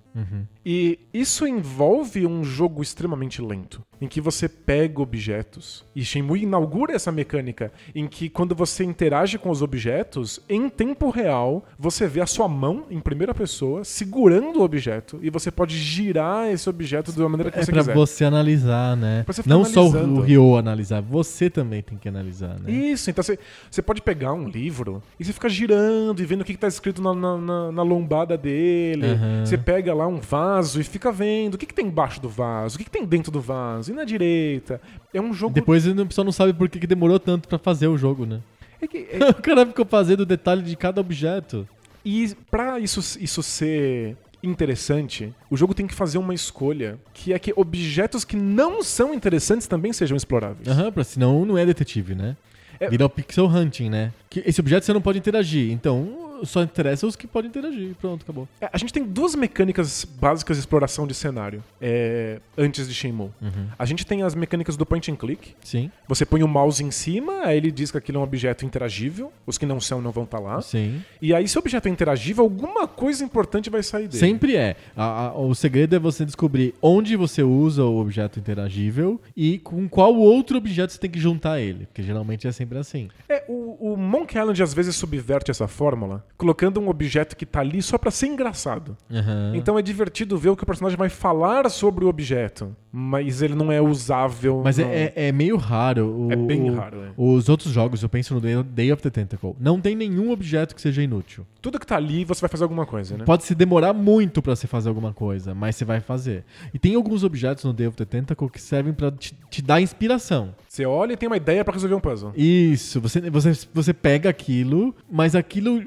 Speaker 2: E isso envolve um jogo extremamente lento, em que você pega objetos. E Shenmue inaugura essa mecânica, em que quando você interage com os objetos, em tempo real, você vê a sua mão em primeira pessoa segurando o objeto e você pode girar esse objeto da maneira que
Speaker 1: É
Speaker 2: você
Speaker 1: pra
Speaker 2: quiser.
Speaker 1: você analisar, né?
Speaker 2: Pra você ficar
Speaker 1: Não só o
Speaker 2: analisando.
Speaker 1: o Ryo analisar, você também tem que analisar, né?
Speaker 2: Isso, então você, você pode pegar um livro e você fica girando e vendo o que, que tá escrito na, na- na- na lombada dele.
Speaker 1: Aham.
Speaker 2: Você pega lá um vaso e fica vendo o que, que tem embaixo do vaso, o que, que tem dentro do vaso, e na direita. É um jogo.
Speaker 1: Depois o pessoal não sabe por que, que demorou tanto pra fazer o jogo, né?
Speaker 2: É que- é-
Speaker 1: (laughs) O cara ficou fazendo o detalhe de cada objeto.
Speaker 2: e pra isso, isso ser interessante, o jogo tem que fazer uma escolha que é que objetos que não são interessantes também sejam exploráveis.
Speaker 1: Aham, pra senão não é detetive, né?
Speaker 2: É-
Speaker 1: Vira o pixel hunting, né? Que esse objeto você não pode interagir, então só interessa os que podem interagir. Pronto, acabou.
Speaker 2: É, A gente tem duas mecânicas básicas de exploração de cenário é, antes de Shenmue.
Speaker 1: Uhum.
Speaker 2: A gente tem as mecânicas do point and click.
Speaker 1: Sim,
Speaker 2: Você põe o mouse em cima, aí ele diz que aquilo é um objeto interagível. Os que não são não vão estar lá.
Speaker 1: sim.
Speaker 2: E aí, se o objeto é interagível, alguma coisa importante vai sair dele.
Speaker 1: Sempre é. A- a- o segredo é você descobrir onde você usa o objeto interagível e com qual outro objeto você tem que juntar ele. Porque geralmente é sempre assim.
Speaker 2: É, o, o Monk Island às vezes subverte essa fórmula, colocando um objeto que tá ali só pra ser engraçado.
Speaker 1: Aham.
Speaker 2: Então é divertido ver o que o personagem vai falar sobre o objeto, mas ele não é usável.
Speaker 1: Mas é,
Speaker 2: não-
Speaker 1: é- é meio raro. O,
Speaker 2: Uhum. É bem
Speaker 1: o-
Speaker 2: raro, é.
Speaker 1: Os outros jogos, eu penso no Day- Day of the Tentacle, não tem nenhum objeto que seja inútil.
Speaker 2: Tudo que tá ali, você vai fazer alguma coisa, né?
Speaker 1: Pode se demorar muito pra você fazer alguma coisa, mas você vai fazer. E tem alguns objetos no Day of the Tentacle que servem pra te, te dar inspiração.
Speaker 2: Você olha e tem uma ideia pra resolver um puzzle.
Speaker 1: Isso, você, você, você pega aquilo, mas aquilo.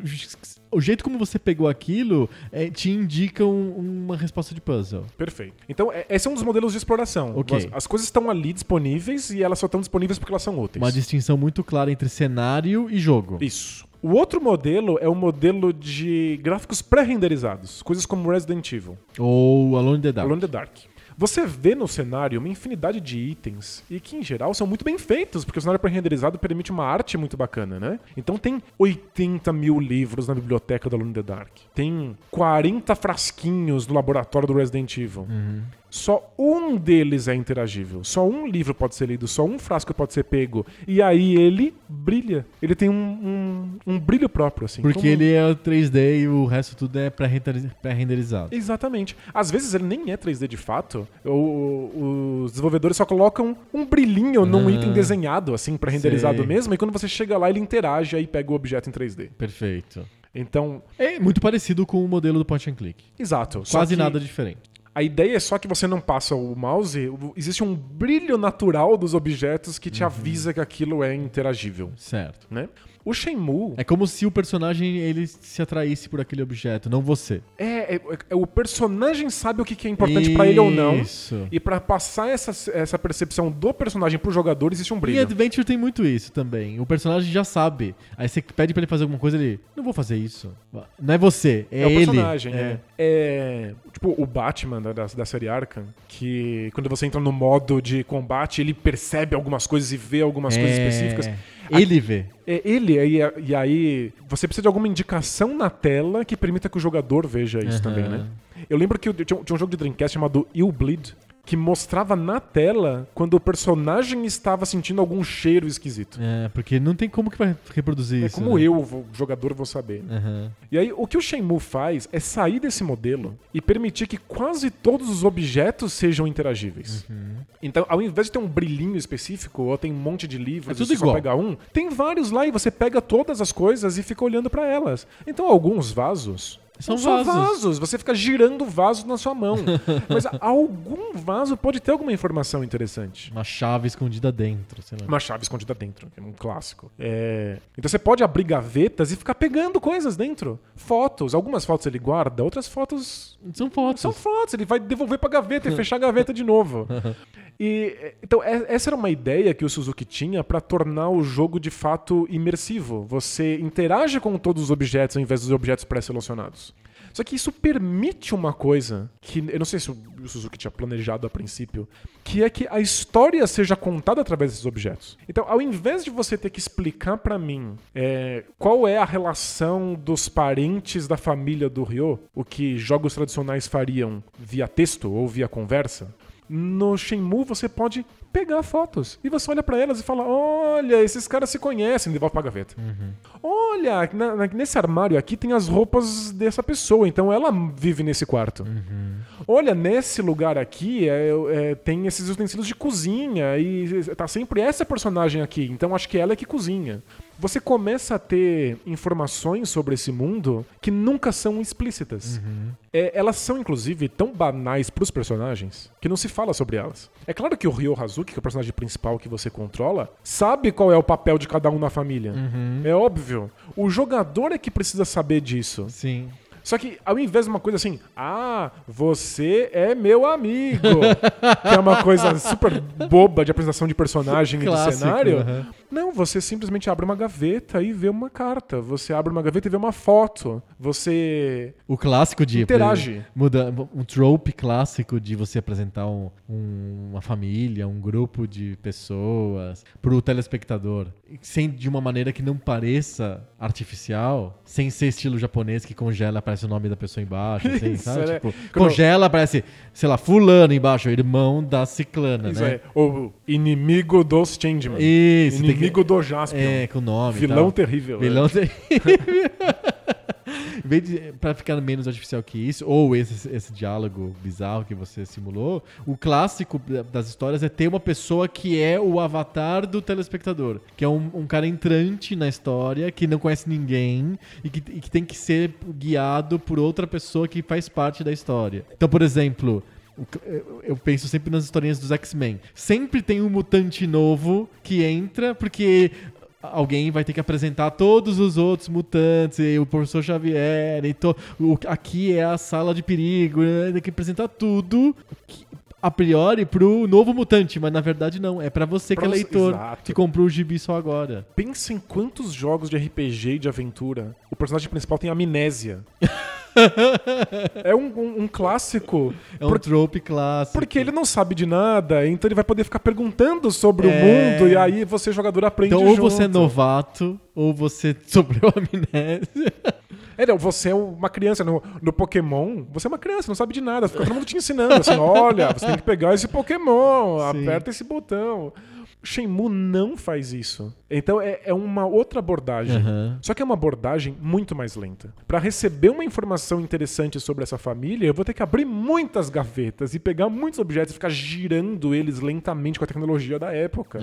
Speaker 1: O jeito como você pegou aquilo é, te indica um- uma resposta de puzzle.
Speaker 2: Perfeito. Então, é- esse é um dos modelos de exploração.
Speaker 1: Ok.
Speaker 2: As, as coisas estão ali disponíveis e elas só estão disponíveis porque elas são úteis.
Speaker 1: Uma distinção muito clara entre cenário e jogo.
Speaker 2: Isso. O outro modelo é o modelo de gráficos pré-renderizados, coisas como Resident Evil,
Speaker 1: Ou Alone in the Dark.
Speaker 2: Alone in the Dark. Você vê no cenário uma infinidade de itens e que, em geral, são muito bem feitos, porque o cenário pré-renderizado permite uma arte muito bacana, né? Então tem 80 mil livros na biblioteca do Alone in the Dark. Tem 40 frasquinhos no laboratório do Resident Evil.
Speaker 1: Uhum.
Speaker 2: Só um deles é interagível. Só um livro pode ser lido, só um frasco pode ser pego. E aí ele brilha. Ele tem um, um- um brilho próprio, assim.
Speaker 1: Porque
Speaker 2: Como-
Speaker 1: ele é o 3D e o resto tudo é pré-renderiz- pré-renderizado.
Speaker 2: Exatamente. Às vezes ele nem é 3D de fato. O- os desenvolvedores só colocam um brilhinho num
Speaker 1: Ah.
Speaker 2: item desenhado, assim, pré-renderizado
Speaker 1: Sei.
Speaker 2: mesmo. E quando você chega lá, ele interage aí pega o objeto em 3D.
Speaker 1: Perfeito.
Speaker 2: Então,
Speaker 1: É muito parecido com o modelo do point and click.
Speaker 2: exato. Só
Speaker 1: Quase
Speaker 2: que
Speaker 1: nada diferente.
Speaker 2: A ideia é só que você não passa o mouse. o- Existe um brilho natural dos objetos que te
Speaker 1: Uhum.
Speaker 2: avisa que aquilo é interagível.
Speaker 1: Certo.
Speaker 2: Né? O Shenmue
Speaker 1: É como se o personagem ele se atraísse por aquele objeto, não você.
Speaker 2: é, é- é- o personagem sabe o que, que é importante pra ele ou não.
Speaker 1: Isso.
Speaker 2: E pra passar essa, essa percepção do personagem pro jogador existe um
Speaker 1: Em
Speaker 2: brilho.
Speaker 1: Adventure tem muito isso também. O personagem já sabe. Aí você pede pra ele fazer alguma coisa, ele. Não vou fazer isso. Não é você, é,
Speaker 2: É o
Speaker 1: ele.
Speaker 2: personagem, é. É, Tipo, o Batman da, da, da série Arkham, que quando você entra no modo de combate, ele percebe algumas coisas e vê algumas coisas
Speaker 1: É.
Speaker 2: específicas.
Speaker 1: Ele vê.
Speaker 2: É ele, aí- e aí você precisa de alguma indicação na tela que permita que o jogador veja isso
Speaker 1: Aham.
Speaker 2: também, né? Eu lembro que eu- tinha um tinha um jogo de Dreamcast chamado You Bleed, que mostrava na tela quando o personagem estava sentindo algum cheiro esquisito.
Speaker 1: É, porque não tem como que vai reproduzir
Speaker 2: É
Speaker 1: isso.
Speaker 2: como
Speaker 1: né?
Speaker 2: eu, o jogador, vou saber. né?
Speaker 1: Aham.
Speaker 2: E aí, o que o Shenmue faz é sair desse modelo e permitir que quase todos os objetos sejam interagíveis.
Speaker 1: Uhum.
Speaker 2: Então, ao invés de ter um brilhinho específico, ou tem um monte de livros,
Speaker 1: É
Speaker 2: e
Speaker 1: tudo
Speaker 2: você
Speaker 1: igual.
Speaker 2: só pega um, tem vários lá e você pega todas as coisas e fica olhando pra elas. Então, alguns vasos
Speaker 1: São
Speaker 2: Não são
Speaker 1: vasos.
Speaker 2: vasos. Você fica girando o vaso na sua
Speaker 1: (laughs)
Speaker 2: mão. Mas algum vaso pode ter alguma informação interessante.
Speaker 1: Uma chave escondida dentro, sei lá.
Speaker 2: Uma chave escondida dentro, que é um clássico. É, Então você pode abrir gavetas e ficar pegando coisas dentro. Fotos. Algumas fotos ele guarda, outras fotos
Speaker 1: São fotos.
Speaker 2: são fotos. Ele vai devolver pra gaveta e fechar a gaveta de novo. E, é, então, é- essa era uma ideia que o Suzuki tinha pra tornar o jogo de fato imersivo. Você interage com todos os objetos ao invés dos objetos pré-selecionados. Só que isso permite uma coisa que eu não sei se o o Suzuki tinha planejado a princípio, que é que a história seja contada através desses objetos. Então, ao invés de você ter que explicar pra mim é, qual é a relação dos parentes da família do Ryo, o que jogos tradicionais fariam via texto ou via conversa, no Shenmue você pode pegar fotos e você olha pra elas e fala: Olha, esses caras se conhecem, devolve pra gaveta. Olha, na- na- nesse armário aqui tem as roupas dessa pessoa, então ela vive nesse quarto. Olha, nesse lugar aqui é- é, tem esses utensílios de cozinha e tá sempre essa personagem aqui, então acho que ela é que cozinha. Você começa a ter informações sobre esse mundo que nunca são explícitas. É, elas são, inclusive, tão banais pros personagens que não se fala sobre elas. É claro que o Ryo Hazuki, que é o personagem principal que você controla, sabe qual é o papel de cada um na família. É óbvio. O jogador é que precisa saber disso.
Speaker 1: Sim.
Speaker 2: Só que ao invés de uma coisa assim, ah, você é
Speaker 1: (laughs)
Speaker 2: meu amigo, que é uma coisa super boba de apresentação de personagem e de
Speaker 1: Clássico,
Speaker 2: cenário,
Speaker 1: aham.
Speaker 2: não, você simplesmente abre uma gaveta e vê uma carta. Você abre uma gaveta e vê uma foto. Você
Speaker 1: O clássico de.
Speaker 2: Interage.
Speaker 1: Muda, um trope clássico de você apresentar um- um- uma família, um grupo de pessoas pro telespectador. Sem, de uma maneira que não pareça artificial, sem ser estilo japonês que congela, aparece o nome da pessoa embaixo, assim,
Speaker 2: (laughs) Isso,
Speaker 1: sabe?
Speaker 2: né?
Speaker 1: Tipo,
Speaker 2: Quando-
Speaker 1: congela, aparece, sei lá, fulano embaixo, irmão da ciclana,
Speaker 2: Isso
Speaker 1: né?
Speaker 2: é. O inimigo dos Changeman.
Speaker 1: Isso, tem
Speaker 2: Inimigo
Speaker 1: que-
Speaker 2: do Jaspion.
Speaker 1: É, com o nome. e
Speaker 2: Vilão
Speaker 1: tal.
Speaker 2: terrível. né?
Speaker 1: Vilão terrível. (laughs) Em vez de, pra ficar menos artificial que isso, ou esse, esse diálogo bizarro que você simulou, o clássico da- das histórias é ter uma pessoa que é o avatar do telespectador, que é um, um cara entrante na história, que não conhece ninguém e que, e que tem que ser guiado por outra pessoa que faz parte da história. Então, por exemplo, o cl- eu- Eu penso sempre nas historinhas dos X-Men. Sempre tem um mutante novo que entra, porque alguém vai ter que apresentar todos os outros mutantes, e o professor Xavier, e to, o- aqui é a sala de perigo, né? tem que apresentar tudo. que- a priori pro novo mutante, mas na verdade não. É pra você que
Speaker 2: Pra
Speaker 1: é
Speaker 2: você-
Speaker 1: leitor,
Speaker 2: exato.
Speaker 1: que comprou o gibi só agora.
Speaker 2: Pensa em quantos jogos de RPG e de aventura o personagem principal
Speaker 1: (laughs)
Speaker 2: tem amnésia. é um, um- um clássico.
Speaker 1: É um
Speaker 2: Por-
Speaker 1: trope clássico.
Speaker 2: porque ele não sabe de nada, então ele vai poder ficar perguntando sobre
Speaker 1: É.
Speaker 2: o mundo e aí você, jogador, aprende
Speaker 1: Então ou
Speaker 2: junto.
Speaker 1: você é novato, ou você (laughs) sofreu amnésia.
Speaker 2: É, não, você é uma criança. No, no Pokémon, você é uma criança, não sabe de nada. Fica todo mundo te ensinando. Assim, olha, você tem que pegar esse Pokémon,
Speaker 1: Sim.
Speaker 2: aperta esse botão. Shenmue não faz isso. Então é, é uma outra abordagem.
Speaker 1: Aham.
Speaker 2: Só que é uma abordagem muito mais lenta. Pra receber uma informação interessante sobre essa família, eu vou ter que abrir muitas gavetas e pegar muitos objetos e ficar girando eles lentamente com a tecnologia da época.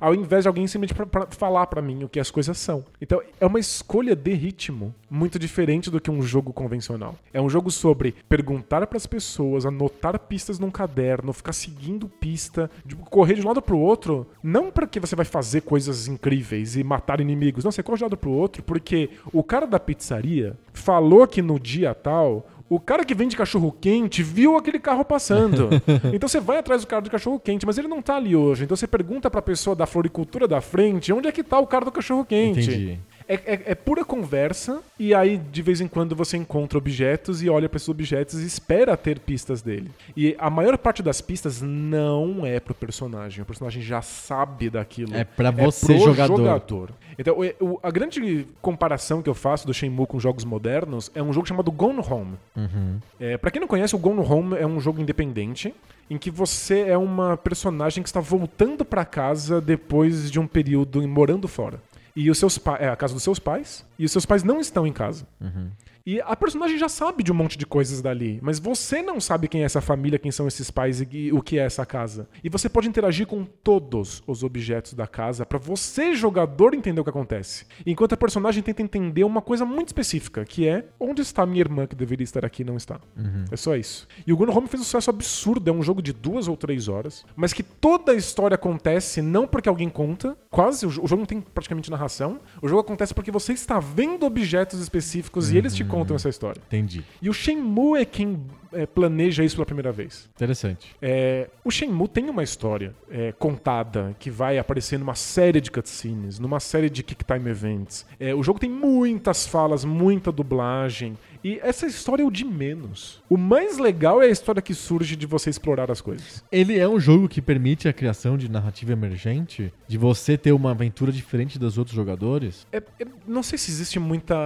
Speaker 2: Ao invés de alguém simplesmente pra, pra falar pra mim o que as coisas são. Então é uma escolha de ritmo muito diferente do que um jogo convencional. É um jogo sobre perguntar pras pessoas, anotar pistas num caderno, ficar seguindo pista, de- correr de um lado pro outro, não pra que você vai fazer coisas incríveis e matar inimigos. Não, você corre de um lado pro outro porque o cara da pizzaria falou que no dia tal o cara que vende cachorro quente viu aquele carro passando. então você vai atrás do cara do cachorro quente, mas ele não tá ali hoje. Então você pergunta pra pessoa da floricultura da frente onde é que tá o cara do cachorro quente.
Speaker 1: Entendi.
Speaker 2: É, é- é pura conversa, e aí de vez em quando você encontra objetos e olha pra esses objetos e espera ter pistas dele. E a maior parte das pistas não é pro personagem. O personagem já sabe daquilo.
Speaker 1: É pra você,
Speaker 2: pro
Speaker 1: jogador.
Speaker 2: jogador. Então, o- o- a grande comparação que eu faço do Shenmue com jogos modernos é um jogo chamado Gone Home. É, para quem não conhece, o Gone Home é um jogo independente em que você é uma personagem que está voltando para casa depois de um período em- morando fora. E os seus pais, é a casa dos seus pais, e os seus pais não estão em casa. E a personagem já sabe de um monte de coisas dali, mas você não sabe quem é essa família, quem são esses pais e o que é essa casa. E você pode interagir com todos os objetos da casa para você, jogador, entender o que acontece. Enquanto a personagem tenta entender uma coisa muito específica, que é onde está minha irmã que deveria estar aqui e não está. Uhum. É só isso. E o Gone Home fez um sucesso absurdo, é um jogo de duas ou três horas, mas que toda a história acontece não porque alguém conta, quase, o jogo não tem praticamente narração, o jogo acontece porque você está vendo objetos específicos uhum. e eles te contam essa história.
Speaker 1: Entendi.
Speaker 2: E o Shenmue é quem é, planeja isso pela primeira vez.
Speaker 1: Interessante.
Speaker 2: É, o Shenmue tem uma história é, contada que vai aparecer numa série de cutscenes, numa série de kick time events. É, o jogo tem muitas falas, muita dublagem. E essa história é o de menos. O mais legal é a história que surge de você explorar as coisas.
Speaker 1: Ele é um jogo que permite a criação de narrativa emergente, de você ter uma aventura diferente dos outros jogadores.
Speaker 2: É, é, não sei se existe muita,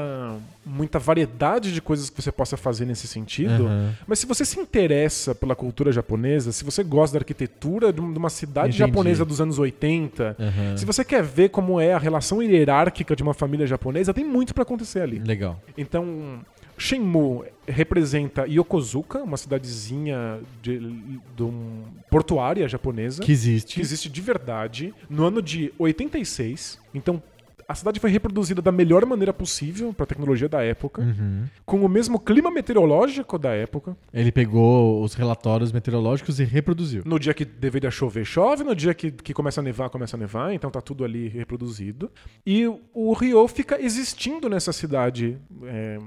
Speaker 2: muita variedade de coisas que você possa fazer nesse sentido, uhum. mas se você se interessa pela cultura japonesa, se você gosta da arquitetura de uma cidade Entendi. japonesa dos anos 80, uhum. se você quer ver como é a relação hierárquica de uma família japonesa, tem muito para acontecer ali.
Speaker 1: Legal.
Speaker 2: Então, Shenmue representa Yokozuka, uma cidadezinha de, de um, portuária japonesa.
Speaker 1: Que existe.
Speaker 2: Que existe de verdade. No ano de 86. Então, a cidade foi reproduzida da melhor maneira possível para a tecnologia da época, uhum. com o mesmo clima meteorológico da época.
Speaker 1: Ele pegou os relatórios meteorológicos e reproduziu.
Speaker 2: No dia que deveria chover, chove, no dia que, que começa a nevar, começa a nevar, então tá tudo ali reproduzido. E o Rio fica existindo nessa cidade é,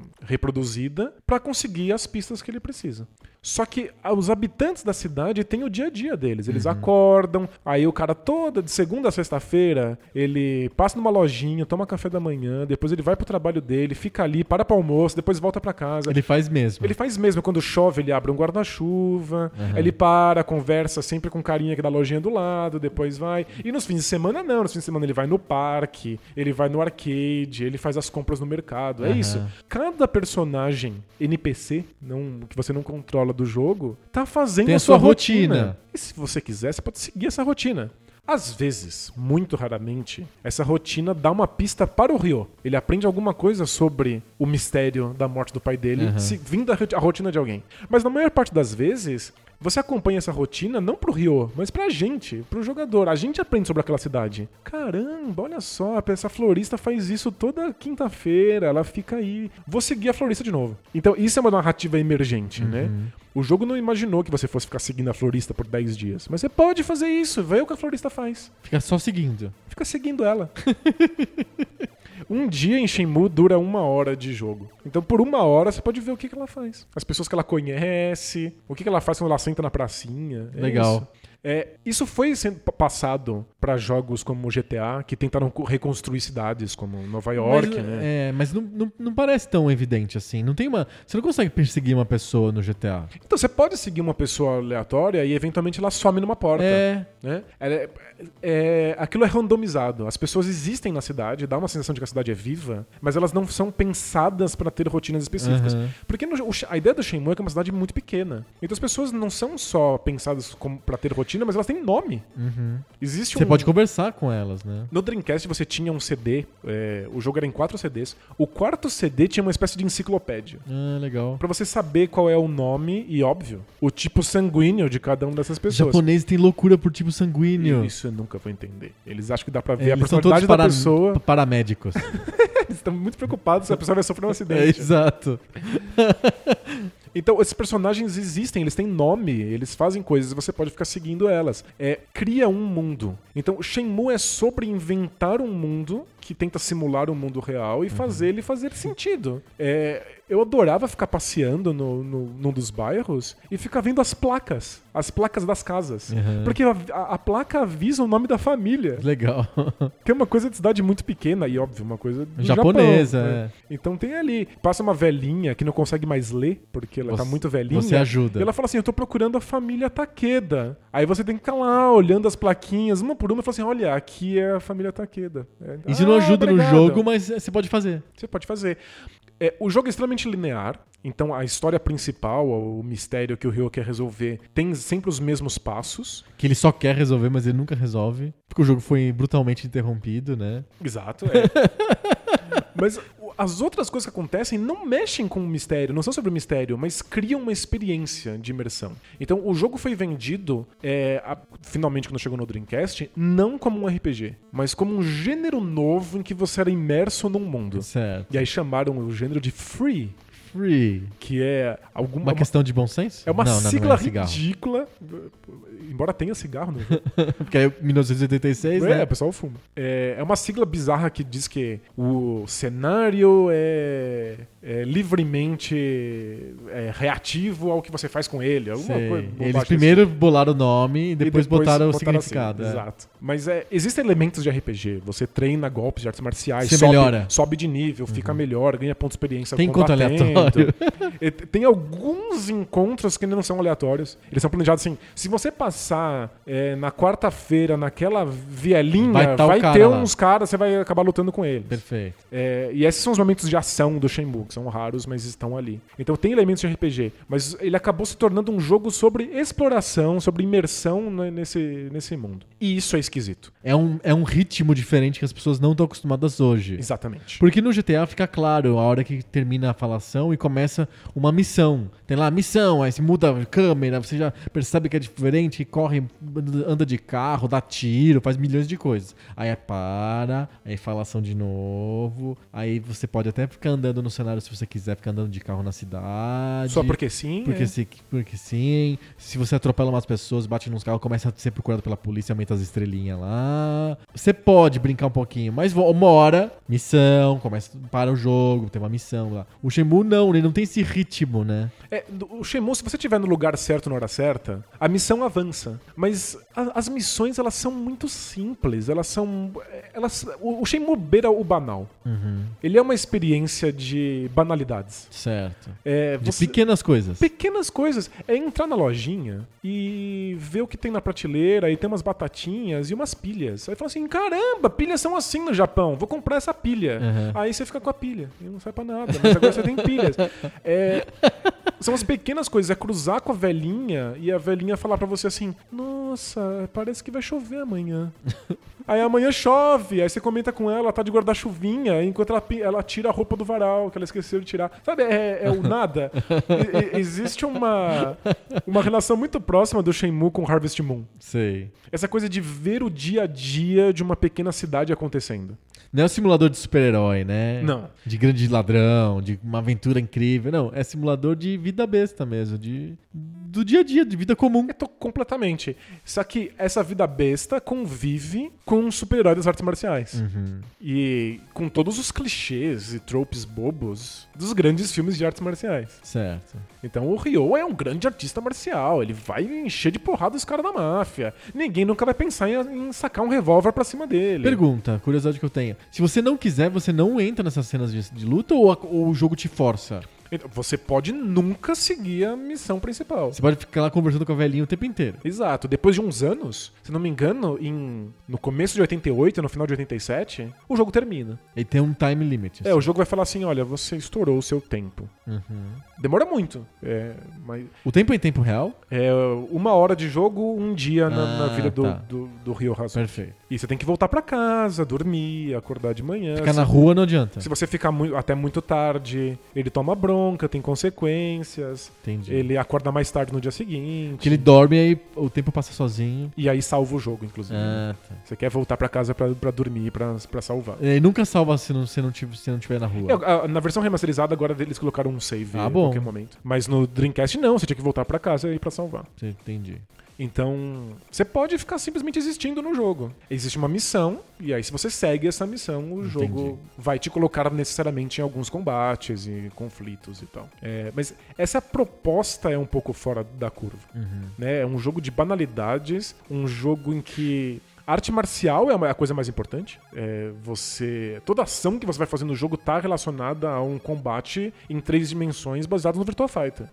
Speaker 2: reproduzida para conseguir as pistas que ele precisa. Só que os habitantes da cidade têm o dia a dia deles. Eles uhum. acordam, aí o cara toda, de segunda a sexta-feira, ele passa numa lojinha, toma café da manhã, depois ele vai pro trabalho dele, fica ali, para pro almoço, depois volta para casa.
Speaker 1: Ele faz mesmo.
Speaker 2: Ele faz mesmo. Quando chove, ele abre um guarda-chuva, uhum. ele para, conversa sempre com o carinha aqui da lojinha do lado, depois vai. E nos fins de semana, não. Nos fins de semana ele vai no parque, ele vai no arcade, ele faz as compras no mercado. É uhum. isso. Cada personagem NPC, não, que você não controla, do jogo tá fazendo Tem a sua, sua rotina. rotina. E se você quiser, você pode seguir essa rotina. Às vezes, muito raramente, essa rotina dá uma pista para o Ryo. Ele aprende alguma coisa sobre o mistério da morte do pai dele, uhum. se, vindo a rotina de alguém. Mas na maior parte das vezes, você acompanha essa rotina não pro Rio, mas pra gente, pro jogador. A gente aprende sobre aquela cidade. Caramba, olha só, essa florista faz isso toda quinta-feira, ela fica aí. Vou seguir a florista de novo. Então, isso é uma narrativa emergente, uhum. né? O jogo não imaginou que você fosse ficar seguindo a florista por 10 dias. Mas você pode fazer isso, vê o que a florista faz.
Speaker 1: Fica só seguindo.
Speaker 2: Fica seguindo ela. (laughs) Um dia em Shenmue dura uma hora de jogo. Então, por uma hora, você pode ver o que, que ela faz. As pessoas que ela conhece, o que, que ela faz quando ela senta na pracinha. É
Speaker 1: Legal.
Speaker 2: Isso. É, isso foi sendo passado para jogos como GTA, que tentaram reconstruir cidades como Nova York,
Speaker 1: mas,
Speaker 2: né?
Speaker 1: É, mas não, não, não, parece tão evidente assim. Não tem uma. Você não consegue perseguir uma pessoa no GTA.
Speaker 2: Então você pode seguir uma pessoa aleatória e eventualmente ela some numa porta.
Speaker 1: É.
Speaker 2: Né? É, é, aquilo é randomizado. As pessoas existem na cidade, dá uma sensação de que a cidade é viva, mas elas não são pensadas para ter rotinas específicas. Uhum. Porque no, a ideia do Shenmue é que é uma cidade muito pequena. Então as pessoas não são só pensadas para ter rotinas mas elas têm nome.
Speaker 1: Uhum.
Speaker 2: Existe
Speaker 1: Você
Speaker 2: um...
Speaker 1: pode conversar com elas, né?
Speaker 2: No Dreamcast você tinha um CD, é... o jogo era em quatro CDs. O quarto CD tinha uma espécie de enciclopédia.
Speaker 1: Ah, legal.
Speaker 2: Pra você saber qual é o nome e, óbvio, o tipo sanguíneo de cada uma dessas pessoas.
Speaker 1: Os japoneses têm loucura por tipo sanguíneo.
Speaker 2: Isso eu nunca vou entender. Eles acham que dá pra ver Eles a personalidade da para... (laughs) pessoa.
Speaker 1: paramédicos.
Speaker 2: Eles estão muito preocupados se a pessoa vai sofrer um acidente.
Speaker 1: É, exato.
Speaker 2: Então, esses personagens existem, eles têm nome, eles fazem coisas e você pode ficar seguindo elas. É, cria um mundo. Então, Shenmue é sobre inventar um mundo que tenta simular o um mundo real e uhum. fazer ele fazer sentido. É, eu adorava ficar passeando no, no, num dos bairros e ficar vendo as placas. As placas das casas. Uhum. Porque a, a, a, placa avisa o nome da família.
Speaker 1: Legal.
Speaker 2: que é uma coisa de cidade muito pequena e, óbvio, uma coisa
Speaker 1: japonesa. Japão, né?
Speaker 2: é. Então tem ali. Passa uma velhinha que não consegue mais ler, porque ela você, tá muito velhinha.
Speaker 1: Você ajuda.
Speaker 2: E ela fala assim: Eu tô procurando a família Takeda. Aí você tem que ficar lá olhando as plaquinhas, uma por uma, e fala assim: Olha, aqui é a família Takeda. É,
Speaker 1: Isso ah, não ajuda obrigado. no jogo, mas você pode fazer.
Speaker 2: Você pode fazer. É, o jogo é extremamente linear, então a história principal, o mistério que o Ryo quer resolver, tem sempre os mesmos passos.
Speaker 1: Que ele só quer resolver, mas ele nunca resolve. Porque o jogo foi brutalmente interrompido, né? (laughs)
Speaker 2: Exato, é. mas as outras coisas que acontecem não mexem com o mistério, não são sobre o mistério, mas criam uma experiência de imersão. Então o jogo foi vendido, é, a- finalmente quando chegou no Dreamcast, não como um RPG, mas como um gênero novo em que você era imerso num mundo.
Speaker 1: Certo.
Speaker 2: E aí chamaram o gênero de Free,
Speaker 1: Free.
Speaker 2: que é alguma.
Speaker 1: Uma questão de bom senso?
Speaker 2: É uma
Speaker 1: não, não,
Speaker 2: sigla
Speaker 1: não é cigarro.
Speaker 2: ridícula, embora tenha cigarro no jogo.
Speaker 1: Porque aí 1986,
Speaker 2: É,
Speaker 1: né?
Speaker 2: o pessoal fuma. É, é uma sigla bizarra que diz que o cenário é, é livremente é, reativo ao que você faz com ele. Alguma
Speaker 1: Sei.
Speaker 2: coisa assim. bobagem
Speaker 1: Eles
Speaker 2: desse
Speaker 1: primeiro bolaram o nome e
Speaker 2: e
Speaker 1: depois, botaram, o
Speaker 2: assim,
Speaker 1: significado. é.
Speaker 2: Exato. Mas é, existem elementos de RPG. Você treina golpes de artes marciais,
Speaker 1: Você
Speaker 2: sobe,
Speaker 1: melhora. Uhum.
Speaker 2: sobe de nível, fica melhor, ganha ponto de experiência.
Speaker 1: Tem encontro
Speaker 2: combatendo.
Speaker 1: aleatório.
Speaker 2: E t- Tem alguns encontros que não são aleatórios. Eles são planejados assim. Se você passar é, na quarta-feira naquela vielinha,
Speaker 1: Vai
Speaker 2: vai,
Speaker 1: tá o cara
Speaker 2: ter
Speaker 1: lá.
Speaker 2: uns caras, você vai acabar lutando com eles.
Speaker 1: Perfeito.
Speaker 2: É, e esses são os momentos de ação do Shenmue, que são raros, mas estão ali. Então tem elementos de RPG, mas ele acabou se tornando um jogo sobre exploração, sobre imersão né, nesse, nesse mundo. E isso é esquisito.
Speaker 1: É um, é um ritmo diferente que as pessoas não estão acostumadas hoje.
Speaker 2: Exatamente.
Speaker 1: Porque no GTA fica claro a hora que termina a falação e começa uma missão. Tem lá missão, aí se muda a câmera, você já percebe que é diferente, corre, anda de carro, dá tiro, faz milhões de coisas. Aí é para, aí falação de novo, aí você pode até ficar andando no cenário se você quiser, ficar andando de carro na cidade.
Speaker 2: Só porque sim.
Speaker 1: Porque,
Speaker 2: é.
Speaker 1: se, porque sim, se você atropela umas pessoas, bate nos carros, começa a ser procurado pela polícia, aumenta as estrelinhas lá. Você pode brincar um pouquinho, mas vo- uma hora, missão, começa, para o jogo, tem uma missão lá. O Shenmue não, ele não tem esse ritmo, né?
Speaker 2: É, do- o Shenmue, se você estiver no lugar certo na hora certa, a missão avança. Mas a- as missões, elas são muito simples. Elas são... Elas, o, o Shenmue beira o banal.
Speaker 1: Uhum.
Speaker 2: Ele é uma experiência de banalidades.
Speaker 1: Certo.
Speaker 2: É,
Speaker 1: De
Speaker 2: você-
Speaker 1: pequenas coisas.
Speaker 2: Pequenas coisas. É entrar na lojinha e ver o que tem na prateleira, e tem umas batatinhas e umas pilhas. Aí fala assim: caramba, pilhas são assim no Japão, vou comprar essa pilha.
Speaker 1: Uhum.
Speaker 2: Aí você fica com a pilha e não sai pra nada, mas agora você tem pilhas. É, são as pequenas coisas, é cruzar com a velhinha e a velhinha falar pra você assim: nossa, parece que vai chover amanhã. Aí amanhã chove, aí você comenta com ela, ela tá de guarda-chuvinha, enquanto ela, pi- ela tira a roupa do varal, que ela esqueceu de tirar. Sabe, é, é o nada. E- e- existe uma, uma relação muito próxima do Shenmue com Harvest Moon.
Speaker 1: Sei.
Speaker 2: Essa coisa de ver o dia a dia de uma pequena cidade acontecendo.
Speaker 1: Não é um simulador de super-herói, né?
Speaker 2: Não.
Speaker 1: De grande ladrão, de uma aventura incrível. Não, é simulador de vida besta mesmo, de do dia a dia, de vida comum.
Speaker 2: Eu tô completamente. Só que essa vida besta convive com o super-herói das artes marciais. E com todos os clichês e tropes bobos dos grandes filmes de artes marciais.
Speaker 1: Certo.
Speaker 2: Então o Ryo é um grande artista marcial, ele vai encher de porrada os caras da máfia. Ninguém nunca vai pensar em, em sacar um revólver pra cima dele.
Speaker 1: Pergunta, curiosidade que eu tenho. Se você não quiser, você não entra nessas cenas de, de luta ou, a- ou o jogo te força?
Speaker 2: Então, Você pode nunca seguir a missão principal.
Speaker 1: Você pode ficar lá conversando com a velhinha o tempo inteiro.
Speaker 2: Exato. Depois de uns anos, se não me engano, em, no começo de 88, no final de 87, o jogo termina.
Speaker 1: E tem um time limit.
Speaker 2: É, o jogo vai falar assim, olha, você estourou o seu tempo.
Speaker 1: Uhum.
Speaker 2: Demora muito. É, mas
Speaker 1: O tempo é em tempo real?
Speaker 2: é uma hora de jogo, um dia na, na
Speaker 1: Ah,
Speaker 2: vida do,
Speaker 1: tá.
Speaker 2: do, do Ryo Hazuki.
Speaker 1: Perfeito.
Speaker 2: E você tem que voltar pra casa, dormir, acordar de manhã.
Speaker 1: Ficar
Speaker 2: se-
Speaker 1: na rua não adianta.
Speaker 2: É, Se você ficar mui- até muito tarde, ele toma bronca, tem consequências.
Speaker 1: Entendi.
Speaker 2: Ele acorda mais tarde no dia
Speaker 1: Porque
Speaker 2: seguinte.
Speaker 1: ele dorme e aí o tempo passa sozinho.
Speaker 2: E aí salva o jogo, inclusive.
Speaker 1: Ah, tá.
Speaker 2: Você quer voltar pra casa pra, pra dormir, pra, pra salvar.
Speaker 1: Ele É, nunca salva se não, se não, tiv- se não tiver na rua.
Speaker 2: Eu- a- na versão remasterizada, agora eles colocaram um save
Speaker 1: Ah,
Speaker 2: a
Speaker 1: bom.
Speaker 2: qualquer momento. Mas no Dreamcast, não. Você tinha que voltar pra casa e ir pra salvar.
Speaker 1: Entendi.
Speaker 2: Então, você pode ficar simplesmente existindo no jogo. Existe uma missão, e aí se você segue essa missão, o jogo vai te colocar necessariamente em alguns combates e conflitos e tal. É, mas essa proposta é um pouco fora da curva. Né? É um jogo de banalidades, um jogo em que arte marcial é a coisa mais importante. É, você Toda ação que você vai fazer no jogo tá relacionada a um combate em três dimensões baseado no Virtua Fighter.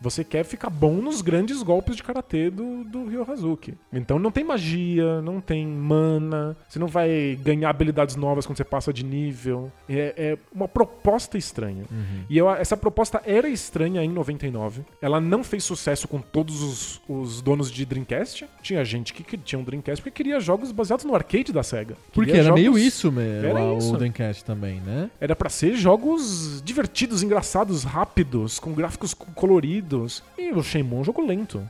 Speaker 2: Você quer ficar bom nos grandes golpes de karatê do, do Ryo Hazuki. Então não tem magia, não tem mana, você não vai ganhar habilidades novas quando você passa de nível. É, é uma proposta estranha.
Speaker 1: Uhum.
Speaker 2: E eu- essa proposta era estranha em 99. Ela não fez sucesso com todos os, os donos de Dreamcast. Tinha gente que, que tinha um Dreamcast porque queria queria jogos baseados no arcade da SEGA.
Speaker 1: Porque
Speaker 2: Queria
Speaker 1: era
Speaker 2: jogos-
Speaker 1: meio isso, meu,
Speaker 2: Era
Speaker 1: a-
Speaker 2: isso.
Speaker 1: o Dreamcast também, né?
Speaker 2: Era pra ser jogos divertidos, engraçados, rápidos, com gráficos co- coloridos. E o Shenmue é um jogo lento.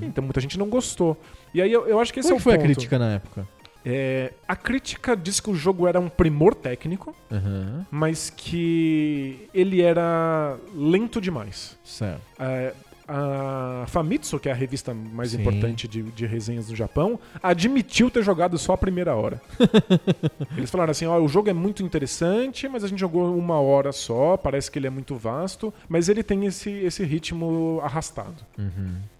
Speaker 2: Então muita gente não gostou. E aí eu, eu acho que esse
Speaker 1: Uhum. Qual
Speaker 2: é o
Speaker 1: que foi
Speaker 2: ponto.
Speaker 1: a crítica na época?
Speaker 2: É, a crítica diz que o jogo era um primor técnico,
Speaker 1: Aham,
Speaker 2: mas que ele era lento demais.
Speaker 1: certo.
Speaker 2: É, a Famitsu, que é a revista mais
Speaker 1: Sim.
Speaker 2: importante de, de resenhas no Japão, admitiu ter jogado só a primeira hora.
Speaker 1: (laughs)
Speaker 2: Eles falaram assim: ó, o jogo é muito interessante, mas a gente jogou uma hora só, parece que ele é muito vasto, mas ele tem esse, esse ritmo arrastado.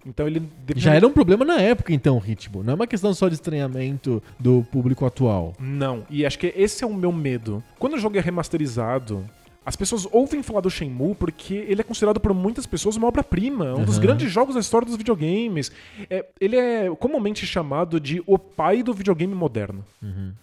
Speaker 2: Então ele.
Speaker 1: Uhum. Já era um problema na época, então, o ritmo. Não é uma questão só de estranhamento do público atual.
Speaker 2: Não, e acho que esse é o meu medo. Quando o jogo é remasterizado, as pessoas ouvem falar do Shenmue porque ele é considerado por muitas pessoas uma obra-prima, um dos grandes jogos da história dos videogames. É, ele é comumente chamado de o pai do videogame moderno.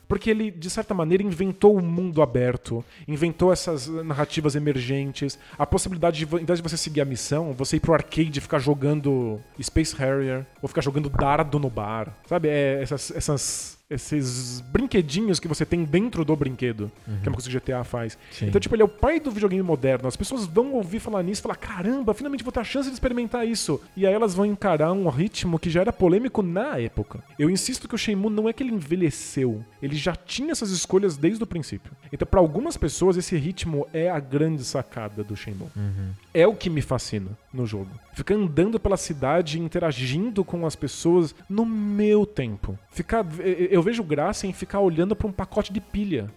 Speaker 2: Porque ele, de certa maneira, inventou o mundo aberto, inventou essas narrativas emergentes, a possibilidade de, vo- ao invés de você seguir a missão, você ir pro arcade e ficar jogando Space Harrier, ou ficar jogando dardo no bar. Sabe? É, essas- essas- esses brinquedinhos que você tem dentro do brinquedo, que é uma coisa que o GTA faz.
Speaker 1: Sim.
Speaker 2: Então, tipo, ele é o pai do videogame moderno. As pessoas vão ouvir falar nisso e falar: caramba, finalmente vou ter a chance de experimentar isso. E aí elas vão encarar um ritmo que já era polêmico na época. Eu insisto que o Shenmue não é que ele envelheceu, ele já tinha essas escolhas desde o princípio. Então, pra algumas pessoas, esse ritmo é a grande sacada do Shenmue. É o que me fascina no jogo. Ficar andando pela cidade, interagindo com as pessoas no meu tempo. Ficar, eh, eu- eu vejo graça em ficar olhando pra um pacote
Speaker 1: (laughs)
Speaker 2: de pilha.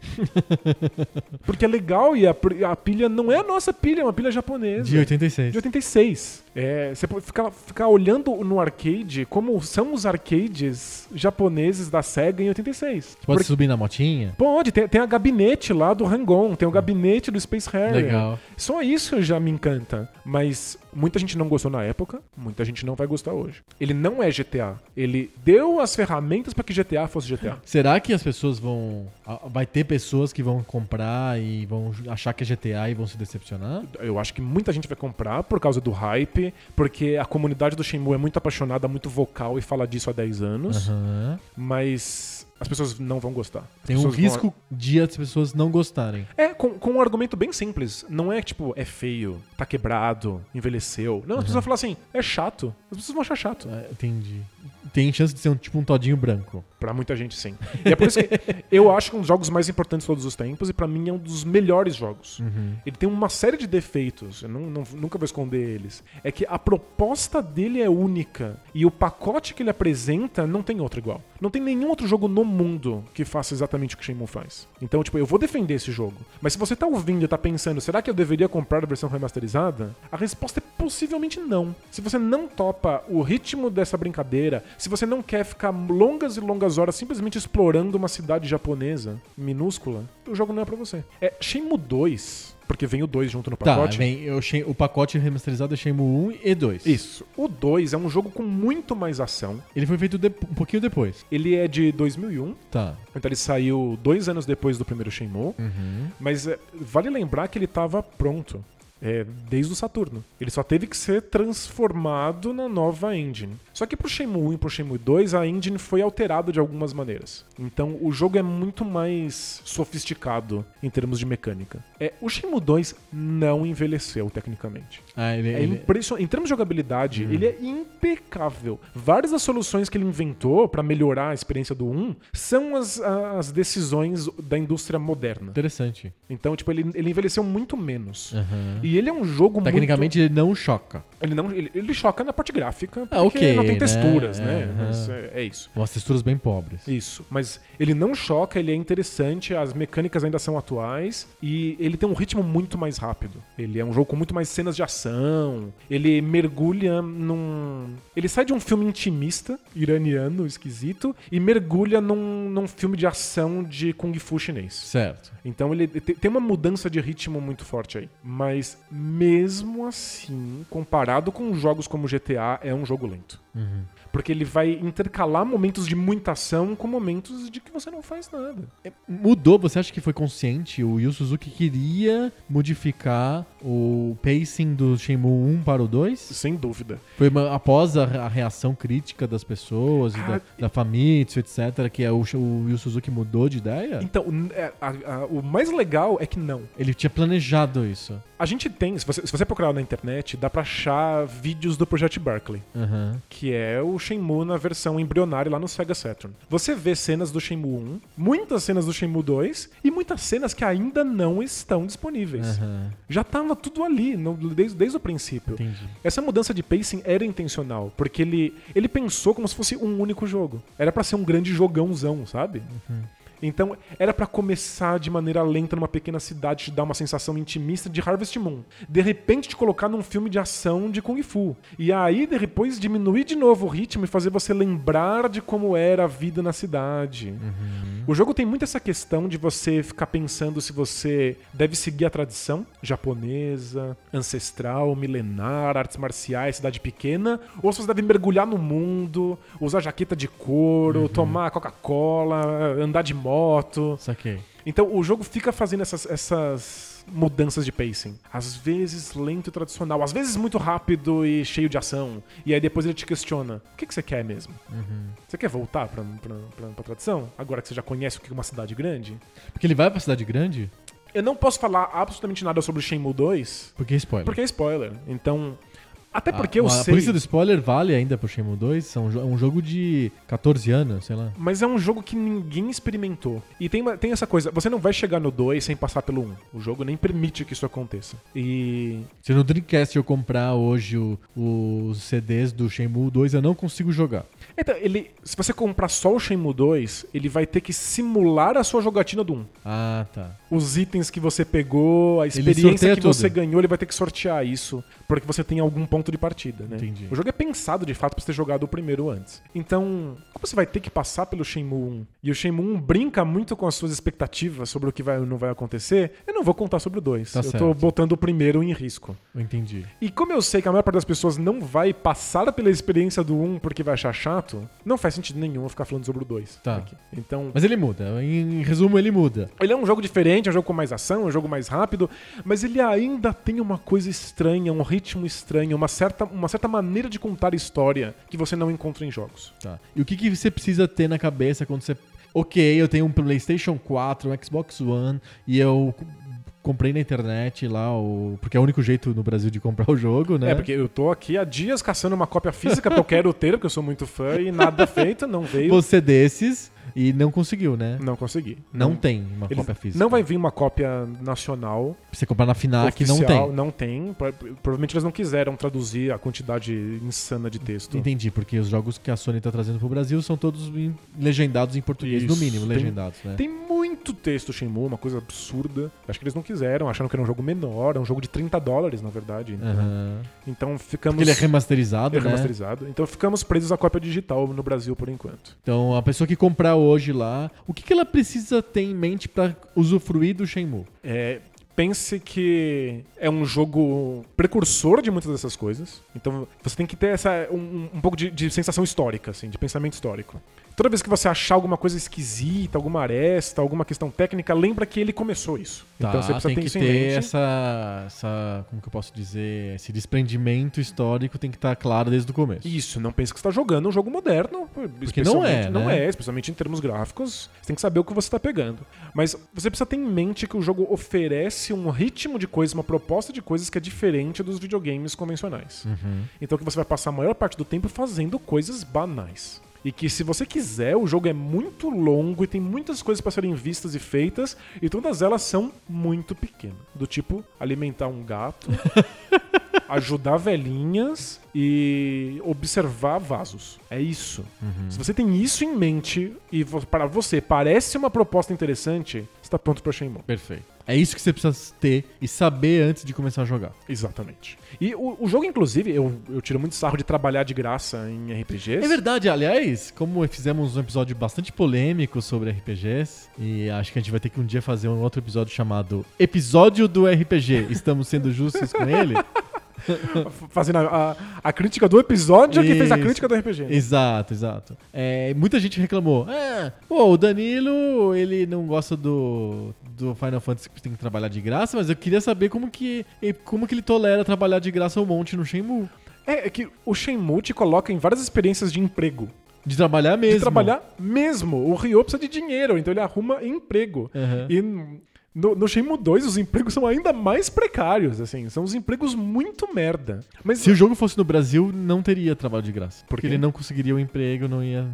Speaker 2: Porque é legal e a, pr- a pilha não é a nossa pilha, é uma pilha japonesa.
Speaker 1: De 86.
Speaker 2: De 86. É, você pode ficar, ficar olhando no arcade como são os arcades japoneses da SEGA em 86.
Speaker 1: Pode
Speaker 2: Porque-
Speaker 1: subir na motinha?
Speaker 2: Pode, tem, tem a gabinete lá do Rangon, tem o gabinete do Space Harrier.
Speaker 1: Legal.
Speaker 2: Só isso já me encanta. Mas muita gente não gostou na época, muita gente não vai gostar hoje. Ele não é GTA. Ele deu as ferramentas pra que GTA fosse GTA.
Speaker 1: Será que as pessoas vão. a- Vai ter pessoas que vão comprar e vão ju- achar que é GTA e vão se decepcionar?
Speaker 2: Eu acho que muita gente vai comprar por causa do hype, porque a comunidade do Shenmue é muito apaixonada, muito vocal e fala disso há 10 anos,
Speaker 1: Aham.
Speaker 2: mas as pessoas não vão gostar. As
Speaker 1: Tem um
Speaker 2: pessoas vão-
Speaker 1: risco de as pessoas não gostarem.
Speaker 2: É, com, com um argumento bem simples. Não é tipo, é feio, tá quebrado, envelheceu. Não, as pessoas vão falar assim, é chato. As pessoas vão achar chato.
Speaker 1: Ah, Entendi. Tem chance de ser um tipo um todinho branco.
Speaker 2: Pra muita gente, sim. E é por isso que (laughs) eu acho que é um dos jogos mais importantes de todos os tempos e pra mim é um dos melhores jogos. Ele tem uma série de defeitos, eu não- não- nunca vou esconder eles. É que a proposta dele é única e o pacote que ele apresenta não tem outro igual. Não tem nenhum outro jogo no mundo que faça exatamente o que Shenmue faz. Então, tipo, eu vou defender esse jogo. Mas se você tá ouvindo e tá pensando, será que eu deveria comprar a versão remasterizada? A resposta é possivelmente não. Se você não topa o ritmo dessa brincadeira, se você não quer ficar longas e longas horas simplesmente explorando uma cidade japonesa minúscula, o jogo não é pra você. É Shenmue 2, porque vem o 2 junto no pacote.
Speaker 1: Tá, vem eu che- o pacote remasterizado é Shenmue 1 e 2.
Speaker 2: Isso. O 2 é um jogo com muito mais ação.
Speaker 1: Ele foi feito depo- um pouquinho depois.
Speaker 2: Ele é de 2001,
Speaker 1: Tá.
Speaker 2: Então ele saiu dois anos depois do primeiro Shenmue, mas é, vale lembrar que ele estava pronto é, desde o Saturno. Ele só teve que ser transformado na nova engine. Só que pro Shenmue 1 e pro Shenmue 2 a engine foi alterada de algumas maneiras. Então o jogo é muito mais sofisticado em termos de mecânica. É, o Shenmue 2 não envelheceu tecnicamente.
Speaker 1: Ah, ele,
Speaker 2: É
Speaker 1: ele- Hum.
Speaker 2: impressionante. Em termos de jogabilidade, ele é impecável. Várias das soluções que ele inventou pra melhorar a experiência do 1 são as, as decisões da indústria moderna.
Speaker 1: Interessante.
Speaker 2: Então, tipo, ele, ele envelheceu muito menos. E ele é um jogo muito-
Speaker 1: Tecnicamente ele não choca.
Speaker 2: Ele, não, ele, ele choca na parte gráfica, porque
Speaker 1: Ah, ok,
Speaker 2: não tem
Speaker 1: né?
Speaker 2: texturas, né?
Speaker 1: Aham.
Speaker 2: Mas é- é isso.
Speaker 1: Umas texturas bem pobres.
Speaker 2: Isso. Mas ele não choca, ele é interessante, as mecânicas ainda são atuais e ele tem um ritmo muito mais rápido. Ele é um jogo com muito mais cenas de ação. Ele mergulha num. Ele sai de um filme intimista, iraniano, esquisito, e mergulha num, num filme de ação de Kung Fu chinês.
Speaker 1: Certo.
Speaker 2: Então ele te- tem uma mudança de ritmo muito forte aí. Mas mesmo assim, comparado com jogos como GTA, é um jogo lento. Porque ele vai intercalar momentos de muita ação com momentos de que você não faz nada.
Speaker 1: Mudou, você acha que foi consciente? O Yu Suzuki queria modificar o pacing do Shenmue 1 para o 2?
Speaker 2: Sem dúvida.
Speaker 1: Foi uma- após a, a reação crítica das pessoas, e da,
Speaker 2: Ah,
Speaker 1: da Famitsu, etc., que é o, Sh- o Yu Suzuki mudou de ideia?
Speaker 2: Então, n- é, a- a- o mais legal é que não.
Speaker 1: Ele tinha planejado isso.
Speaker 2: A gente tem, se você, se você procurar na internet, dá pra achar vídeos do Project Barkley,
Speaker 1: Aham.
Speaker 2: que é o Shenmue na versão embrionária lá no Sega Saturn. Você vê cenas do Shenmue 1, muitas cenas do Shenmue 2 e muitas cenas que ainda não estão disponíveis.
Speaker 1: aham.
Speaker 2: Já tava tudo ali, no- desde, desde o princípio.
Speaker 1: Entendi.
Speaker 2: Essa mudança de pacing era intencional, porque ele, ele pensou como se fosse um único jogo. Era pra ser um grande jogãozão, sabe?
Speaker 1: Uhum.
Speaker 2: Então, era pra começar de maneira lenta numa pequena cidade, te dar uma sensação intimista de Harvest Moon. De repente, te colocar num filme de ação de Kung Fu. E aí, de- depois, diminuir de novo o ritmo e fazer você lembrar de como era a vida na cidade. O jogo tem muito essa questão de você ficar pensando se você deve seguir a tradição japonesa, ancestral, milenar, artes marciais, cidade pequena, ou se você deve mergulhar no mundo, usar jaqueta de couro, tomar Coca-Cola, andar de moto.
Speaker 1: Saquei.
Speaker 2: Então o jogo fica fazendo essas, essas mudanças de pacing. Às vezes lento e tradicional, às vezes muito rápido e cheio de ação. E aí depois ele te questiona: o que, que você quer mesmo?
Speaker 1: Uhum.
Speaker 2: Você quer voltar pra, pra, pra, pra tradição? Agora que você já conhece o que é uma cidade grande?
Speaker 1: Porque ele vai pra cidade grande?
Speaker 2: Eu não posso falar absolutamente nada sobre Shenmue 2,
Speaker 1: Porque é spoiler.
Speaker 2: porque é spoiler. Então. Até
Speaker 1: Ah,
Speaker 2: porque eu
Speaker 1: a, A
Speaker 2: sei.
Speaker 1: polícia do spoiler vale ainda pro Shenmue 2? São jo- É um jogo de 14 anos, sei lá.
Speaker 2: Mas é um jogo que ninguém experimentou. E tem, uma- tem essa coisa, você não vai chegar no 2 sem passar pelo 1. O jogo nem permite que isso aconteça. E
Speaker 1: Se no Dreamcast eu comprar hoje o- os CDs do Shenmue 2, eu não consigo jogar.
Speaker 2: Então, ele, se você comprar só o Shenmue 2, ele vai ter que simular a sua jogatina do 1.
Speaker 1: Ah, tá.
Speaker 2: Os itens que você pegou, a
Speaker 1: sorteia
Speaker 2: experiência que
Speaker 1: tudo.
Speaker 2: você ganhou, ele vai ter que sortear isso para que você tenha algum ponto de partida, né?
Speaker 1: Entendi.
Speaker 2: O jogo é pensado, de fato, pra você ter jogado o primeiro antes. Então, como você vai ter que passar pelo Shenmue 1? E o Shenmue 1 brinca muito com as suas expectativas sobre o que vai ou não vai acontecer, eu não vou contar sobre o 2.
Speaker 1: Tá
Speaker 2: eu tô
Speaker 1: certo.
Speaker 2: botando o primeiro em risco.
Speaker 1: Eu entendi.
Speaker 2: E como eu sei que a maior parte das pessoas não vai passar pela experiência do 1 porque vai achar chato, não faz sentido nenhum eu ficar falando sobre o 2.
Speaker 1: Tá.
Speaker 2: Então,
Speaker 1: Mas ele muda. Em, em resumo, ele muda.
Speaker 2: ele é um jogo diferente, é um jogo com mais ação, é um jogo mais rápido, mas ele ainda tem uma coisa estranha, um ritmo estranho, uma certa, uma certa maneira de contar história que você não encontra em jogos.
Speaker 1: Tá. E o que, que você precisa ter na cabeça quando você. Ok, eu tenho um PlayStation 4, um Xbox One e eu c- comprei na internet lá o. Porque é o único jeito no Brasil de comprar o jogo, né?
Speaker 2: É, porque eu tô aqui há dias caçando uma cópia física que eu quero ter, porque eu sou muito fã e nada (laughs) feito, não veio,
Speaker 1: Você desses e não conseguiu, né?
Speaker 2: não consegui.
Speaker 1: Não, tem uma
Speaker 2: Eles-
Speaker 1: cópia física.
Speaker 2: não vai vir uma cópia nacional,
Speaker 1: Você comprar na FNAC, Ah, não
Speaker 2: oficial,
Speaker 1: tem.
Speaker 2: não tem. Pro- Provavelmente eles não quiseram traduzir a quantidade insana de texto.
Speaker 1: Entendi, porque os jogos que a Sony tá trazendo pro Brasil são todos em- legendados em português, no
Speaker 2: Isso.
Speaker 1: mínimo,
Speaker 2: Tem-
Speaker 1: legendados, né?
Speaker 2: Tem muito texto Shenmue, uma coisa absurda. Acho que eles não quiseram, acharam que era um jogo menor, é um jogo de 30 dólares, na verdade.
Speaker 1: Aham.
Speaker 2: Então ficamos.
Speaker 1: Porque ele é remasterizado,
Speaker 2: é
Speaker 1: né?
Speaker 2: remasterizado. Então ficamos presos à cópia digital no Brasil por enquanto.
Speaker 1: Então, a pessoa que comprar hoje lá, o que, que ela precisa ter em mente pra usufruir do Shenmue?
Speaker 2: É, pense que é um jogo precursor de muitas dessas coisas. Então você tem que ter essa, um, um pouco de, de sensação histórica, assim, de pensamento histórico. Toda vez que você achar alguma coisa esquisita, alguma aresta, alguma questão técnica, lembra que ele começou isso.
Speaker 1: Tá,
Speaker 2: então você precisa
Speaker 1: tem
Speaker 2: ter
Speaker 1: que
Speaker 2: isso em
Speaker 1: ter
Speaker 2: mente.
Speaker 1: essa, essa, como que eu posso dizer, esse desprendimento histórico tem que estar claro desde o começo.
Speaker 2: Isso, não pense que você está jogando um jogo moderno. especialmente-
Speaker 1: não é,
Speaker 2: Não
Speaker 1: né?
Speaker 2: é, especialmente em termos gráficos. Você tem que saber o que você está pegando. Mas você precisa ter em mente que o jogo oferece um ritmo de coisas, uma proposta de coisas que é diferente dos videogames convencionais.
Speaker 1: Uhum.
Speaker 2: Então que você vai passar a maior parte do tempo fazendo coisas banais. E que se você quiser, o jogo é muito longo e tem muitas coisas para serem vistas e feitas, e todas elas são muito pequenas. Do tipo alimentar um gato, ajudar velhinhas e observar vasos. É isso.
Speaker 1: Uhum.
Speaker 2: Se você tem isso em mente e vo- para você parece uma proposta interessante, você tá pronto para Shenmue.
Speaker 1: Perfeito. É isso que você precisa ter e saber antes de começar a jogar.
Speaker 2: Exatamente. E o, o jogo, inclusive, eu, eu tiro muito sarro de trabalhar de graça em RPGs.
Speaker 1: É verdade, aliás, como fizemos um episódio bastante polêmico sobre RPGs, e acho que a gente vai ter que um dia
Speaker 2: (laughs)
Speaker 1: fazer um outro episódio chamado Episódio do RPG, estamos sendo justos com ele.
Speaker 2: Fazendo a, a, a crítica do episódio que fez a crítica do RPG. né?
Speaker 1: Exato, exato. É, muita gente reclamou. Ah, pô, o Danilo, ele não gosta do, do Final Fantasy que tem que trabalhar de graça, mas eu queria saber como que, como que ele tolera trabalhar de graça um monte no Shenmue.
Speaker 2: É, é que o Shenmue te coloca em várias experiências de emprego.
Speaker 1: De trabalhar mesmo.
Speaker 2: De trabalhar mesmo. O Ryo precisa de dinheiro, então ele arruma emprego.
Speaker 1: Uhum.
Speaker 2: E no, no Shenmue 2 os empregos são ainda mais precários, assim. São uns empregos muito merda. Mas
Speaker 1: Se o jogo fosse no Brasil, não teria trabalho de graça.
Speaker 2: Por
Speaker 1: Porque
Speaker 2: quê?
Speaker 1: ele não conseguiria o emprego, não ia,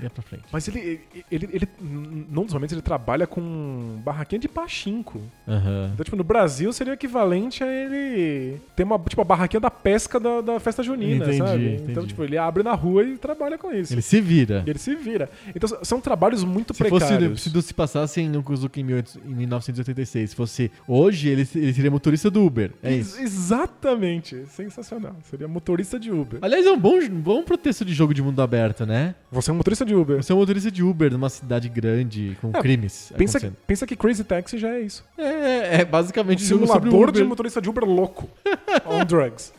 Speaker 1: ia pra frente.
Speaker 2: Mas ele, ele, ele, ele- num dos momentos, ele trabalha com barraquinha de pachinko.
Speaker 1: Aham.
Speaker 2: Então, tipo, no Brasil seria o equivalente a ele ter uma, tipo, a barraquinha da pesca da, da festa junina,
Speaker 1: Entendi,
Speaker 2: sabe? Então,
Speaker 1: entendi.
Speaker 2: tipo, ele abre na rua e trabalha com isso.
Speaker 1: Ele se vira.
Speaker 2: E ele se vira. Então, s- são trabalhos muito
Speaker 1: Se fosse
Speaker 2: precários.
Speaker 1: se, do- se passasse em Yokosuka em 1800 em 1986, se fosse hoje, ele, se- ele seria motorista do Uber. É
Speaker 2: Ex-
Speaker 1: isso.
Speaker 2: Exatamente. Sensacional. Seria motorista de Uber.
Speaker 1: Aliás, é um bom, bom pretexto de jogo de mundo aberto, né?
Speaker 2: Você é um motorista de Uber.
Speaker 1: Você é um motorista de Uber numa cidade grande com
Speaker 2: É,
Speaker 1: crimes
Speaker 2: Pensa,
Speaker 1: acontecendo.
Speaker 2: pensa que Crazy Taxi já é isso.
Speaker 1: É, é
Speaker 2: Um
Speaker 1: basicamente jogo sobre
Speaker 2: simulador de
Speaker 1: Uber.
Speaker 2: motorista de
Speaker 1: (laughs)
Speaker 2: Uber louco. on drugs.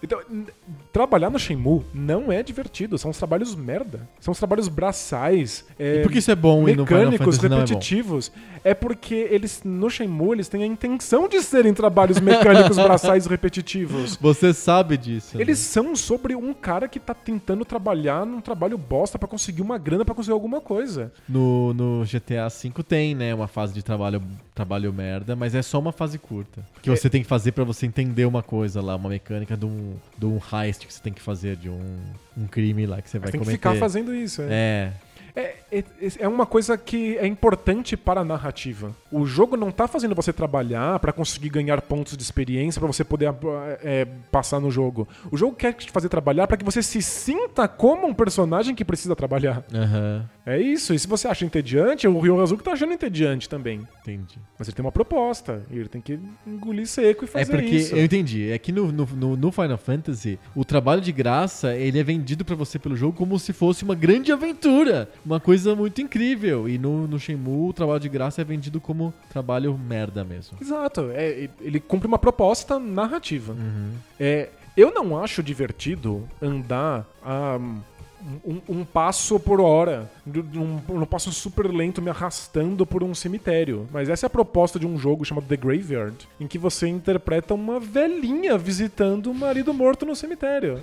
Speaker 2: Então, n- trabalhar no Shenmue não é divertido. São os trabalhos merda. São os trabalhos braçais. é,
Speaker 1: E por que isso é bom e no Final
Speaker 2: mecânicos,
Speaker 1: Fantasy não é bom?
Speaker 2: repetitivos. É porque eles no Shenmue eles têm a intenção de serem trabalhos
Speaker 1: (laughs)
Speaker 2: mecânicos, braçais repetitivos.
Speaker 1: Você sabe disso. né?
Speaker 2: Eles são sobre um cara que tá tentando trabalhar num trabalho bosta pra conseguir uma grana pra conseguir alguma coisa.
Speaker 1: No, no GTA V tem, né, uma fase de trabalho, trabalho merda, mas é só uma fase curta.
Speaker 2: É.
Speaker 1: Que você tem que fazer pra você entender uma coisa lá, uma mecânica de um, de um heist que você tem que fazer, de um, um crime lá que você vai
Speaker 2: Mas tem que
Speaker 1: cometer.
Speaker 2: ficar fazendo isso. É.
Speaker 1: É.
Speaker 2: É, é, é uma coisa que é importante para a narrativa. O jogo não tá fazendo você trabalhar pra conseguir ganhar pontos de experiência, pra você poder ah, é, passar no jogo. O jogo quer te fazer trabalhar pra que você se sinta como um personagem que precisa trabalhar.
Speaker 1: Aham.
Speaker 2: É isso. E se você acha entediante, o Rio Azul que tá achando entediante também.
Speaker 1: Entendi.
Speaker 2: Mas ele tem uma proposta. E ele tem que engolir seco e
Speaker 1: É
Speaker 2: fazer
Speaker 1: porque,
Speaker 2: isso.
Speaker 1: eu entendi, é que no, no, no- no Final Fantasy, o trabalho de graça, ele é vendido pra você pelo jogo como se fosse uma grande aventura, uma coisa muito incrível. E no, no Shenmue, o trabalho de graça é vendido como trabalho merda mesmo.
Speaker 2: Exato. É, ele cumpre uma proposta narrativa. É, eu não acho divertido andar a. um- Um, um passo por hora, de- de um, um passo super lento me arrastando por um cemitério. Mas essa é a proposta de um jogo chamado The Graveyard, em que você interpreta uma velhinha visitando o marido morto no
Speaker 1: (laughs)
Speaker 2: cemitério.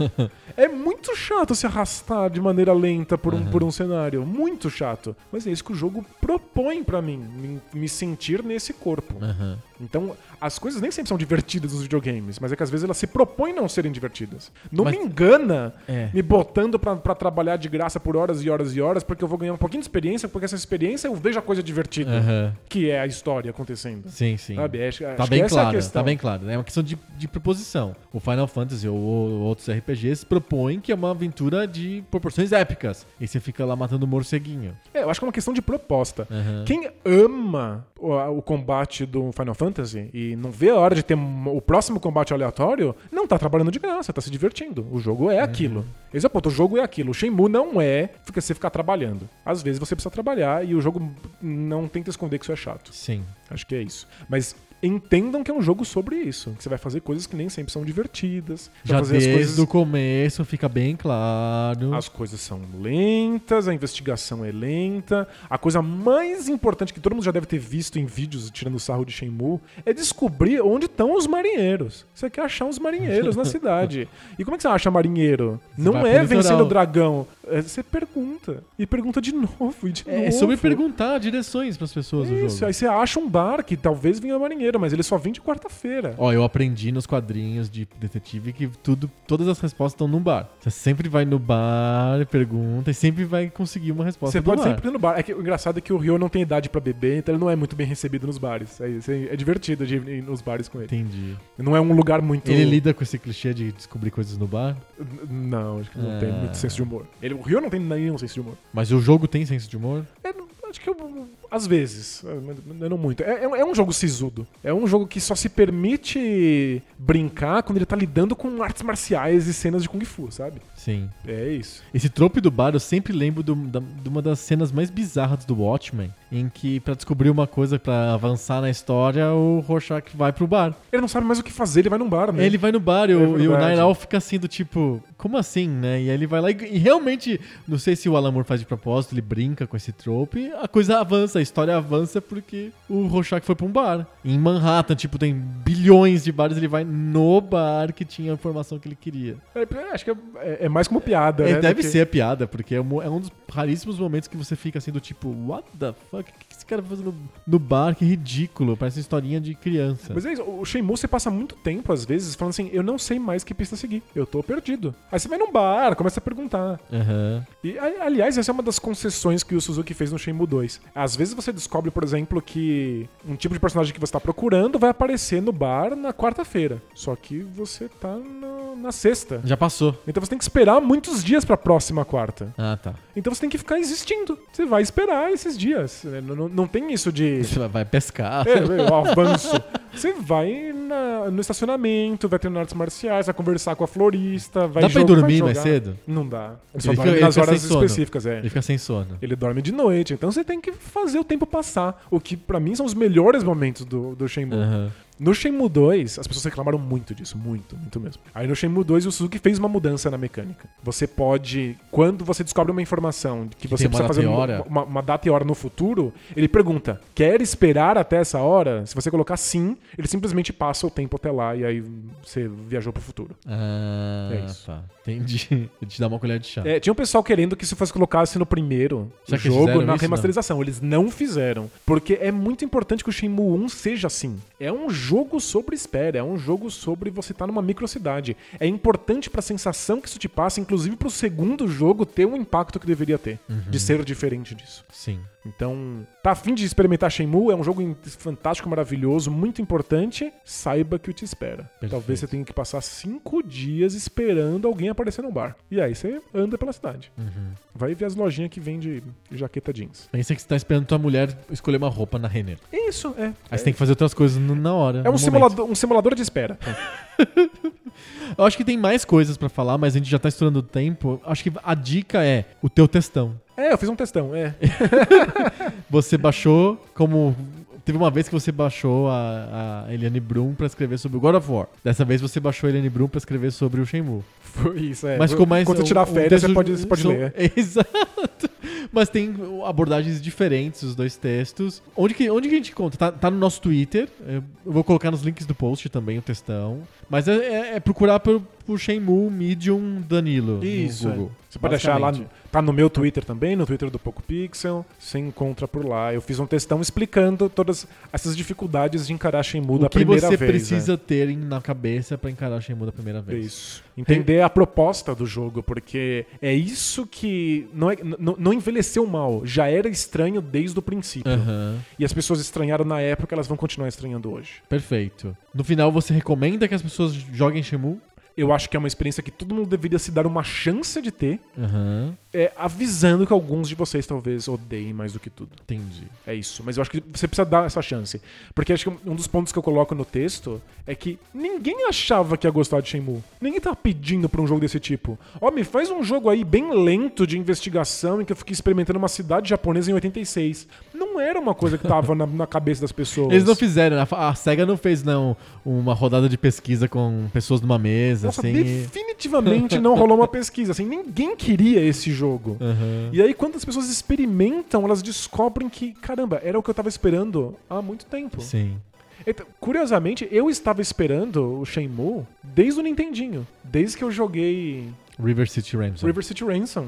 Speaker 2: é muito chato se arrastar de maneira lenta por,
Speaker 1: Uhum.
Speaker 2: um, por um cenário, muito chato. Mas é isso que o jogo propõe pra mim, me, me sentir nesse corpo.
Speaker 1: Aham.
Speaker 2: Então, as coisas nem sempre são divertidas nos videogames, mas é que às vezes elas se propõem não serem divertidas. Não
Speaker 1: Mas-
Speaker 2: me engana
Speaker 1: É.
Speaker 2: me botando pra, pra trabalhar de graça por horas e horas e horas, porque eu vou ganhar um pouquinho de experiência, porque essa experiência eu vejo a coisa divertida,
Speaker 1: Aham.
Speaker 2: que é a história acontecendo.
Speaker 1: Uhum. Sim, sim.
Speaker 2: Sabe? Acho, acho
Speaker 1: Tá
Speaker 2: que
Speaker 1: bem,
Speaker 2: essa é a
Speaker 1: claro,
Speaker 2: questão.
Speaker 1: tá bem claro, É uma questão de, de proposição. O Final Fantasy ou, ou outros RPGs propõem que é uma aventura de proporções épicas. E você fica lá matando morceguinho.
Speaker 2: É, eu acho que é uma questão de proposta.
Speaker 1: Aham.
Speaker 2: Quem ama o, a- o combate do Final Fantasy e não vê a hora de ter um- o próximo combate aleatório, não tá trabalhando de graça, tá se divertindo. O jogo é aquilo. Esse é o ponto, o jogo é aquilo. O Shenmue não é fica- você ficar trabalhando. Às vezes você precisa trabalhar e o jogo não tenta esconder que isso é chato.
Speaker 1: Sim.
Speaker 2: Acho que é isso. Mas entendam que é um jogo sobre isso. Que você vai fazer coisas que nem sempre são divertidas. vai
Speaker 1: Já
Speaker 2: fazer as
Speaker 1: desde
Speaker 2: coisas
Speaker 1: o começo fica bem claro.
Speaker 2: as coisas são lentas, a investigação é lenta. A coisa mais importante que todo mundo já deve ter visto em vídeos tirando sarro de Shenmue é descobrir onde estão os marinheiros. Você quer achar os
Speaker 1: (laughs)
Speaker 2: marinheiros na cidade. E como é que você acha marinheiro?
Speaker 1: Você vai
Speaker 2: Não
Speaker 1: pro
Speaker 2: é
Speaker 1: litoral.
Speaker 2: vencendo o dragão. É, Você pergunta. E pergunta de (laughs) novo e de novo.
Speaker 1: É sobre perguntar direções pras pessoas do
Speaker 2: Isso,
Speaker 1: jogo.
Speaker 2: aí você acha um bar que talvez venha marinheiro, mas ele só vem de quarta-feira.
Speaker 1: Ó, eu aprendi nos quadrinhos de detetive que tudo, todas as respostas estão num bar. Você sempre vai no bar, pergunta e sempre vai conseguir uma resposta
Speaker 2: Você
Speaker 1: do
Speaker 2: pode
Speaker 1: bar.
Speaker 2: sempre ir no bar. É que o engraçado é que o Rio não tem idade pra beber, então ele não é muito bem recebido nos bares. É, isso, é divertido de ir nos bares com ele.
Speaker 1: Entendi.
Speaker 2: Não é um lugar muito.
Speaker 1: Ele lida com esse clichê de descobrir coisas no bar,
Speaker 2: N- Não, acho que não
Speaker 1: Ah.
Speaker 2: tem muito senso de humor. Ele, o Rio não tem nenhum senso de humor.
Speaker 1: mas o jogo tem senso de humor?
Speaker 2: É, não- acho Acho que eu, às vezes, eu não muito. É, é um jogo sisudo. É um jogo que só se permite brincar quando ele tá lidando com artes marciais e cenas de Kung Fu, sabe?
Speaker 1: Sim.
Speaker 2: É isso.
Speaker 1: Esse trope do bar, eu sempre lembro do- da- de uma das cenas mais bizarras do Watchmen, em que pra descobrir uma coisa, pra avançar na história, o Rorschach vai pro bar.
Speaker 2: Ele não sabe mais o que fazer, ele vai num bar, né?
Speaker 1: Ele vai no bar e, o,
Speaker 2: É
Speaker 1: e o
Speaker 2: verdade.
Speaker 1: Night Owl fica assim do tipo, como assim, né? E aí ele vai lá e, e realmente, não sei se o Alan Moore faz de propósito, ele brinca com esse trope, a coisa avança, a história avança porque o Rorschach foi pra um bar. Em Manhattan, tipo, tem bilhões de bares, ele vai no bar que tinha a informação que ele queria.
Speaker 2: É, acho que é, é mais como piada,
Speaker 1: É,
Speaker 2: né?
Speaker 1: deve
Speaker 2: do que-
Speaker 1: ser a piada, porque é um, é um dos raríssimos momentos que você fica assim do tipo, what the fuck? O que que esse cara tá fazendo no, no bar? Que ridículo, parece uma historinha de criança.
Speaker 2: Mas é isso, o Shenmue você passa muito tempo, às vezes, falando assim, eu não sei mais que pista seguir, eu tô perdido. Aí você vai num bar, começa a perguntar.
Speaker 1: Aham.
Speaker 2: E, a- aliás, essa é uma das concessões que o Suzuki fez no Shenmue 2. Às vezes você descobre, por exemplo, que um tipo de personagem que você tá procurando vai aparecer no bar na quarta-feira. Só que você tá na, na sexta.
Speaker 1: Já passou.
Speaker 2: Então você tem que esperar muitos dias pra próxima quarta.
Speaker 1: Ah,
Speaker 2: (laughs)
Speaker 1: tá.
Speaker 2: Então você tem que ficar existindo. Você vai esperar esses dias. né? Não, não- não tem isso de.
Speaker 1: Você vai- vai pescar.
Speaker 2: É, é, o avanço. Você vai na- no estacionamento, vai treinar artes marciais, vai conversar com a florista, vai
Speaker 1: Dá pra ir
Speaker 2: jogar- vai
Speaker 1: dormir mais
Speaker 2: jogar.
Speaker 1: cedo?
Speaker 2: Não dá. Ele só
Speaker 1: Ele fica-
Speaker 2: dorme
Speaker 1: ele
Speaker 2: nas
Speaker 1: fica sem
Speaker 2: horas
Speaker 1: sono.
Speaker 2: específicas, é.
Speaker 1: Ele fica sem sono.
Speaker 2: Ele dorme de noite, então você tem que fazer o tempo passar. O que pra mim são os melhores momentos do, do Shenmue.
Speaker 1: Aham.
Speaker 2: No Shenmue 2, as pessoas reclamaram muito disso, muito, muito mesmo. Aí no Shenmue 2, o Suzuki fez uma mudança na mecânica. Você pode, quando você descobre uma informação que você
Speaker 1: tem uma
Speaker 2: precisa
Speaker 1: data
Speaker 2: fazer
Speaker 1: e
Speaker 2: uma-
Speaker 1: hora.
Speaker 2: Uma, uma data e hora no futuro, ele pergunta, quer esperar até essa hora? Se você colocar sim, ele simplesmente passa o tempo até lá e aí você viajou pro futuro.
Speaker 1: Ah,
Speaker 2: É isso.
Speaker 1: tá. Entendi. (laughs) Ele te dá uma colher de chá.
Speaker 2: É, tinha um pessoal querendo que isso fosse colocasse no primeiro
Speaker 1: Será que eles
Speaker 2: jogo
Speaker 1: fizeram
Speaker 2: na
Speaker 1: isso,
Speaker 2: remasterização. Eles não fizeram. Porque é muito importante que o Shenmue 1 seja assim. É um jogo sobre espera, é um jogo sobre você estar numa microcidade. É importante pra sensação que isso te passa, inclusive pro segundo jogo ter o impacto que deveria ter,
Speaker 1: Uhum.
Speaker 2: de ser diferente disso.
Speaker 1: Sim.
Speaker 2: Então, tá afim de experimentar Shenmue? É um jogo in- fantástico, maravilhoso, muito importante. Saiba que o te espera.
Speaker 1: Perfeito.
Speaker 2: Talvez você tenha que passar cinco dias esperando alguém aparecer no bar. E aí você anda pela cidade. Vai ver as lojinhas que vende jaqueta jeans.
Speaker 1: Pensa que você tá esperando tua mulher escolher uma roupa na Renner.
Speaker 2: É Isso, é.
Speaker 1: Aí você tem que fazer outras coisas no- na hora.
Speaker 2: É
Speaker 1: no
Speaker 2: um
Speaker 1: momento.
Speaker 2: simulador, um simulador de espera.
Speaker 1: Eu acho que tem mais coisas pra falar, mas a gente já tá estourando o tempo. Acho que a dica é o teu textão.
Speaker 2: É, eu fiz um testão, é.
Speaker 1: Você baixou como. Teve uma vez que você baixou a, a Eliane Brum pra escrever sobre o God of War. Dessa vez você baixou a Eliane Brum pra escrever sobre o Shenmue.
Speaker 2: (laughs) Foi isso, é.
Speaker 1: Mas ficou mais.
Speaker 2: Quando eu tirar
Speaker 1: o- o
Speaker 2: férias, você
Speaker 1: texto
Speaker 2: pode, você pode
Speaker 1: são-
Speaker 2: ler. é.
Speaker 1: (laughs) Exato. Mas tem abordagens diferentes, os dois textos. Onde que, onde que a gente conta? Tá, tá no nosso Twitter. Eu vou colocar nos links do post também o textão. Mas é, é- é procurar por, por Shenmue Medium Danilo.
Speaker 2: Isso.
Speaker 1: No
Speaker 2: é.
Speaker 1: Google.
Speaker 2: Você pode achar lá.
Speaker 1: Basicamente.
Speaker 2: Tá no meu Twitter também, no Twitter do Poco Pixel. Você encontra por lá. Eu fiz um textão explicando todas essas dificuldades de encarar Shenmue da
Speaker 1: O que
Speaker 2: primeira
Speaker 1: você
Speaker 2: vez.
Speaker 1: precisa ter em- na cabeça pra encarar Shenmue da primeira
Speaker 2: é. É
Speaker 1: vez.
Speaker 2: isso. Entender a proposta do jogo, porque é isso que não, é- n- não- não envelheceu mal. Já era estranho desde o princípio.
Speaker 1: Aham.
Speaker 2: E as pessoas estranharam na época, elas vão continuar estranhando hoje.
Speaker 1: Perfeito. No final, você recomenda que as pessoas joguem Shenmue?
Speaker 2: Eu acho que é uma experiência que todo mundo deveria se dar uma chance de ter,
Speaker 1: Aham.
Speaker 2: é, avisando que alguns de vocês talvez odeiem mais do que tudo.
Speaker 1: Entendi.
Speaker 2: É isso. Mas eu acho que você precisa dar essa chance. Porque acho que um dos pontos que eu coloco no texto é que ninguém achava que ia gostar de Shenmue. Ninguém tava pedindo pra um jogo desse tipo. Ó, me faz um jogo aí bem lento de investigação em que eu fiquei experimentando uma cidade japonesa em 86. Não era uma coisa que tava na, na cabeça das pessoas.
Speaker 1: Eles não fizeram, a- a SEGA não fez, não, uma rodada de pesquisa com pessoas numa mesa,
Speaker 2: Nossa,
Speaker 1: assim. e-
Speaker 2: definitivamente não rolou uma pesquisa. Assim, ninguém queria esse jogo.
Speaker 1: Aham.
Speaker 2: E aí, quando as pessoas experimentam, elas descobrem que, caramba, era o que eu tava esperando há muito tempo.
Speaker 1: Sim.
Speaker 2: Então, curiosamente, eu estava esperando o Shenmue desde o Nintendinho. Desde que eu joguei
Speaker 1: River City Ransom.
Speaker 2: River City Ransom.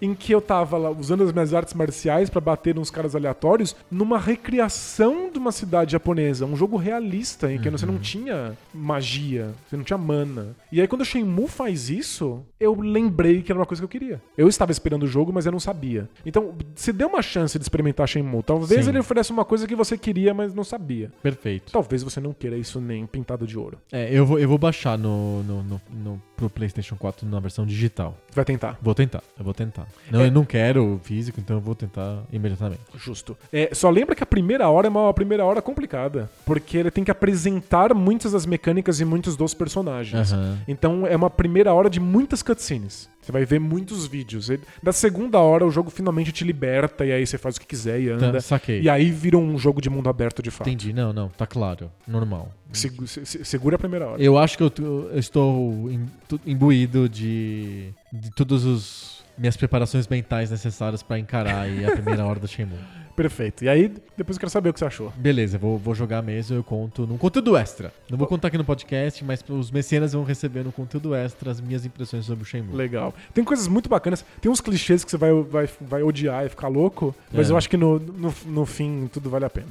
Speaker 2: Em que eu tava lá usando as minhas artes marciais pra bater uns caras aleatórios numa recriação de uma cidade japonesa. Um jogo realista, em que você não tinha magia, você não tinha mana. E aí quando o Shenmue faz isso, eu lembrei que era uma coisa que eu queria. Eu estava esperando o jogo, mas eu não sabia. Então, se deu uma chance de experimentar Shenmue. Talvez
Speaker 1: Sim.
Speaker 2: ele ofereça uma coisa que você queria, mas não sabia.
Speaker 1: Perfeito.
Speaker 2: Então- Talvez você não queira isso nem pintado de ouro.
Speaker 1: É, eu vou, eu vou baixar no, no, no, no pro PlayStation 4 na versão digital.
Speaker 2: Vai tentar.
Speaker 1: Vou tentar, eu vou tentar.
Speaker 2: É.
Speaker 1: Não, eu não quero físico, então eu vou tentar imediatamente.
Speaker 2: Justo. É, só lembra que a primeira hora é uma primeira hora complicada. Porque ele tem que apresentar muitas das mecânicas e muitos dos personagens.
Speaker 1: Aham.
Speaker 2: Então é uma primeira hora de muitas cutscenes. Você vai ver muitos vídeos. E Da segunda hora, o jogo finalmente te liberta, e aí você faz o que quiser e anda.
Speaker 1: Tá, saquei.
Speaker 2: E aí vira um jogo de mundo aberto de fato.
Speaker 1: Entendi, não, não, tá claro, normal.
Speaker 2: Segu- se- se- Segura a primeira hora.
Speaker 1: Eu acho que eu, t- eu estou im- tu- imbuído de, de todas as minhas preparações mentais necessárias pra encarar aí a primeira hora do
Speaker 2: (laughs)
Speaker 1: Shenmue.
Speaker 2: Perfeito. E aí, depois eu quero saber o que você achou.
Speaker 1: Beleza, eu vou, vou jogar mesmo, eu conto num conteúdo extra. Não vou contar aqui no podcast, mas os mecenas vão receber no conteúdo extra as minhas impressões sobre o Shenmue.
Speaker 2: Legal. Tem coisas muito bacanas. Tem uns clichês que você vai, vai, vai odiar e ficar louco, mas
Speaker 1: É.
Speaker 2: eu acho que no, no, no fim tudo vale a pena.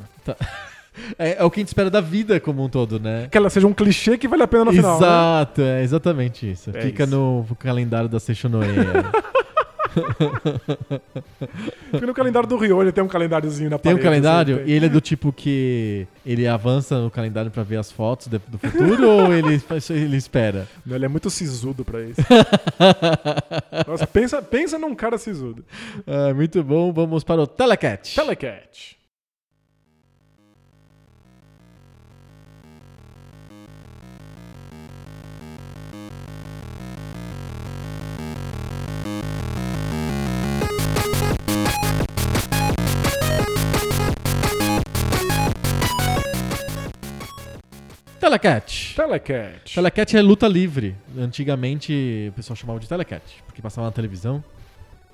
Speaker 1: É, é o que a gente espera da vida como um todo, né?
Speaker 2: Que ela seja um clichê que vale a pena no final. né?
Speaker 1: Exato, é exatamente isso.
Speaker 2: É
Speaker 1: Fica
Speaker 2: isso.
Speaker 1: no calendário da Seishonoe.
Speaker 2: Porque no calendário do Rio ele tem um calendáriozinho na
Speaker 1: Tem um
Speaker 2: parede,
Speaker 1: calendário?
Speaker 2: assim,
Speaker 1: E
Speaker 2: tem.
Speaker 1: ele é do tipo que ele avança no calendário pra ver as fotos de- do (laughs) futuro ou ele, faz- ele espera?
Speaker 2: Não, Ele é muito sisudo pra
Speaker 1: (laughs)
Speaker 2: isso. Nossa, pensa, pensa num cara sisudo.
Speaker 1: Ah, muito bom, vamos para o Telecat.
Speaker 2: Telecat.
Speaker 1: Telecat.
Speaker 2: Telecat.
Speaker 1: Telecat é luta livre. Antigamente o pessoal chamava de Telecat, porque passava na televisão.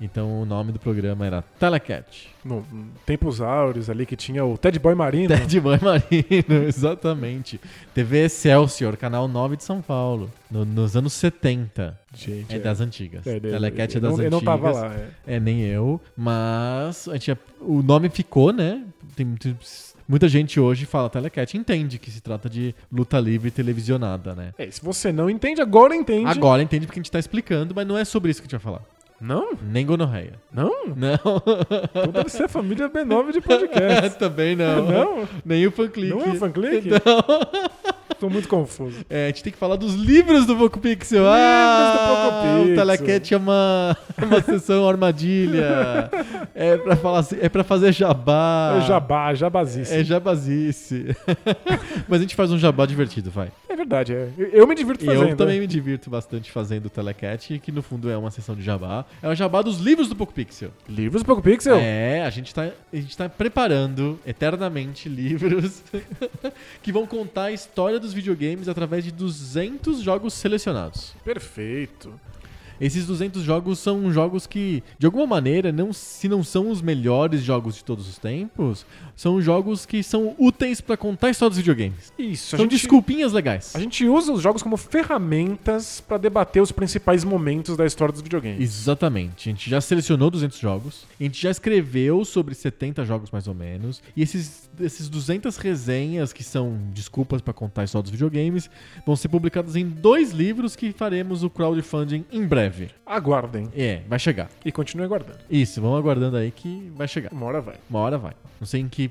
Speaker 1: Então o nome do programa era Telecat.
Speaker 2: No hum, Tempos Áureos ali que tinha o Ted Boy
Speaker 1: (laughs)
Speaker 2: Marino.
Speaker 1: Ted Mãe Marino, (laughs) exatamente. TV Excelsior, canal 9 de São Paulo, no- nos anos 70.
Speaker 2: Gente,
Speaker 1: É das antigas.
Speaker 2: é, é,
Speaker 1: Telecat é
Speaker 2: eu
Speaker 1: das
Speaker 2: não-
Speaker 1: antigas.
Speaker 2: Eu não tava lá. é.
Speaker 1: É, nem eu. Mas a gente, o nome ficou, né? Tem muito- muita gente hoje fala Telecat. Entende que se trata de luta livre televisionada, né?
Speaker 2: É, se você não entende, agora entende.
Speaker 1: Agora entende porque a gente tá explicando, mas não é sobre isso que a gente vai falar.
Speaker 2: Não?
Speaker 1: Nem gonorreia. (laughs)
Speaker 2: Não?
Speaker 1: Não.
Speaker 2: Então deve ser a família B9 de podcast.
Speaker 1: Também (laughs) não.
Speaker 2: (laughs) Não?
Speaker 1: Nem o fanclick.
Speaker 2: Não é fan click? Tô muito confuso.
Speaker 1: É, a gente tem que falar dos livros do Poco Pixel.
Speaker 2: Livros
Speaker 1: ah,
Speaker 2: do Poco Pixel.
Speaker 1: O Telecat é uma, uma sessão
Speaker 2: (laughs)
Speaker 1: armadilha. É pra, falar, assim- é pra fazer jabá.
Speaker 2: É jabá, jabazíssimo.
Speaker 1: Ah. É jabazice. (laughs) Mas a gente faz um jabá divertido, vai.
Speaker 2: É verdade, é. Eu, eu me divirto
Speaker 1: E
Speaker 2: fazendo. é.
Speaker 1: eu também me divirto bastante fazendo o Telecat, que no fundo é uma sessão de jabá. É um jabá dos livros do Poco Pixel.
Speaker 2: Livros do Poco Pixel?
Speaker 1: É, a gente, tá, a gente tá preparando eternamente livros (laughs) que vão contar a história dos videogames através de 200 jogos selecionados.
Speaker 2: Perfeito.
Speaker 1: Esses 200 jogos são jogos que, de alguma maneira, não, se não são os melhores jogos de todos os tempos, são jogos que são úteis pra contar a história dos videogames.
Speaker 2: Isso, Então a
Speaker 1: São
Speaker 2: gente,
Speaker 1: desculpinhas legais.
Speaker 2: a gente usa os jogos como ferramentas pra debater os principais momentos da história dos videogames.
Speaker 1: Exatamente. A gente já selecionou 200 jogos, a gente já escreveu sobre 70 jogos mais ou menos, e esses, esses 200 resenhas, que são desculpas pra contar só dos videogames, vão ser publicadas em dois livros que faremos o crowdfunding em breve.
Speaker 2: Aguardem
Speaker 1: É, vai chegar.
Speaker 2: e continue aguardando.
Speaker 1: Isso, vamos aguardando aí que vai chegar.
Speaker 2: Uma hora vai.
Speaker 1: Uma hora vai. Não sei em que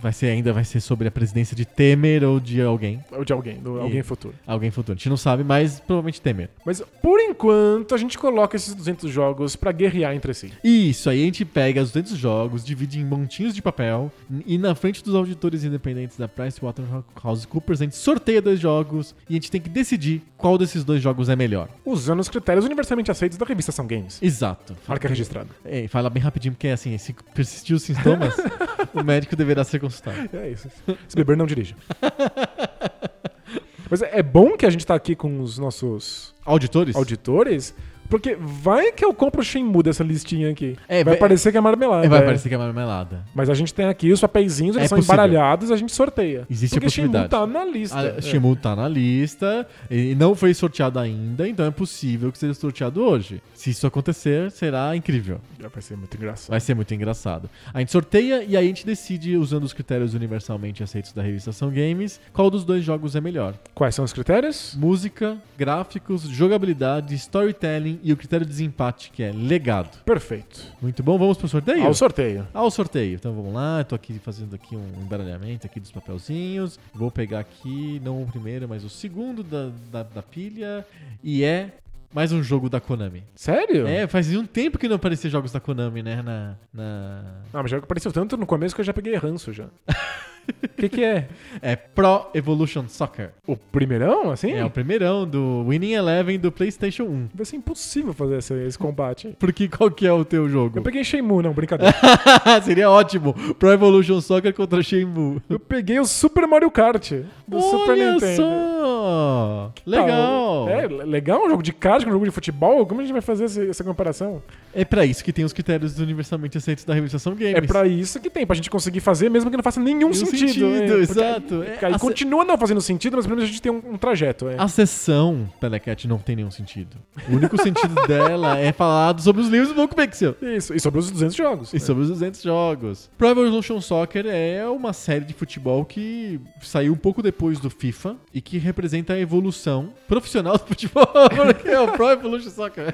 Speaker 1: vai ser ainda, vai ser sobre a presidência de Temer ou de alguém.
Speaker 2: Ou É de alguém, do
Speaker 1: E-
Speaker 2: alguém futuro.
Speaker 1: Alguém futuro. A gente não sabe, mas provavelmente Temer.
Speaker 2: Mas por enquanto a gente coloca esses 200 jogos pra guerrear entre si.
Speaker 1: Isso, aí a gente pega os 200 jogos, divide em montinhos de papel e na frente dos auditores independentes da PricewaterhouseCoopers a gente sorteia dois jogos e a gente tem que decidir qual desses dois jogos é melhor.
Speaker 2: Usando os critérios universalmente aceitos da revista São Games.
Speaker 1: Exato.
Speaker 2: Marca registrada.
Speaker 1: É, fala bem rapidinho porque é assim, se persistir os
Speaker 2: (laughs)
Speaker 1: sintomas, o médico deverá ser consultado.
Speaker 2: É isso. Se beber,
Speaker 1: (laughs)
Speaker 2: não dirija. Mas é é bom que a gente tá aqui com os nossos
Speaker 1: Auditores?
Speaker 2: auditores, porque vai que eu compro o Shenmue dessa listinha aqui.
Speaker 1: É,
Speaker 2: vai
Speaker 1: vai-
Speaker 2: parecer que é marmelada.
Speaker 1: É, vai
Speaker 2: é.
Speaker 1: parecer que é marmelada.
Speaker 2: Mas a gente tem aqui os papeizinhos, eles
Speaker 1: É
Speaker 2: são
Speaker 1: possível.
Speaker 2: embaralhados, a gente sorteia.
Speaker 1: Existe
Speaker 2: porque
Speaker 1: a possibilidade.
Speaker 2: Shenmue tá na lista.
Speaker 1: A
Speaker 2: É.
Speaker 1: Shimu tá na lista e não foi sorteado ainda, então é possível que seja sorteado hoje. Se isso acontecer, será incrível.
Speaker 2: Já Vai ser muito engraçado.
Speaker 1: Vai ser muito engraçado. A gente sorteia e aí a gente decide, usando os critérios universalmente aceitos da revista São Games, qual dos dois jogos é melhor.
Speaker 2: Quais são os critérios?
Speaker 1: Música, gráficos, jogabilidade, storytelling Steam e o critério de desempate, que é legado.
Speaker 2: Perfeito.
Speaker 1: Muito bom, vamos pro sorteio?
Speaker 2: Ao sorteio.
Speaker 1: Ao sorteio. Então vamos lá, eu tô aqui fazendo aqui um embaralhamento aqui dos papelzinhos. Vou pegar aqui, não o primeiro, mas o segundo da, da, da pilha. E é mais um jogo da Konami.
Speaker 2: Sério?
Speaker 1: É, fazia um tempo que não aparecia jogos da Konami, né? Na. na...
Speaker 2: Ah, mas já apareceu tanto no começo que eu já peguei
Speaker 1: (laughs)
Speaker 2: ranço já. O que, que é?
Speaker 1: É Pro Evolution Soccer.
Speaker 2: O primeirão, assim?
Speaker 1: É o primeirão do Winning Eleven do PlayStation 1.
Speaker 2: Vai ser impossível fazer esse, esse combate.
Speaker 1: Porque qual que é o teu jogo? Ah,
Speaker 2: Eu peguei Shenmue, não,
Speaker 1: (laughs)
Speaker 2: brincadeira.
Speaker 1: Seria ótimo. Pro Evolution Soccer contra Shenmue.
Speaker 2: Eu peguei o Super Mario Kart do Super
Speaker 1: Olha
Speaker 2: Nintendo.
Speaker 1: só! Legal!
Speaker 2: Tá, É, le- legal um jogo de kart com um jogo de futebol? Como a gente vai fazer esse- essa comparação?
Speaker 1: É, pra isso que tem os critérios universalmente aceitos da revisação Games.
Speaker 2: É pra isso que tem, pra gente conseguir fazer mesmo que não faça nenhum
Speaker 1: Tem um
Speaker 2: sentido.
Speaker 1: sentido,
Speaker 2: é, porque
Speaker 1: exato.
Speaker 2: Aí,
Speaker 1: É,
Speaker 2: aí
Speaker 1: a se-
Speaker 2: continua não fazendo sentido, mas pelo menos a gente tem um, um trajeto. É.
Speaker 1: A sessão Telecat não tem nenhum sentido. O único sentido (laughs) dela é falado sobre os livros do Boku Pixel.
Speaker 2: Isso, e sobre os 200 jogos. né?
Speaker 1: E sobre os 200 jogos. Pro Evolution Soccer é uma série de futebol que saiu um pouco depois do FIFA e que representa a evolução profissional do futebol. (laughs) Porque é o Pro Evolution Soccer.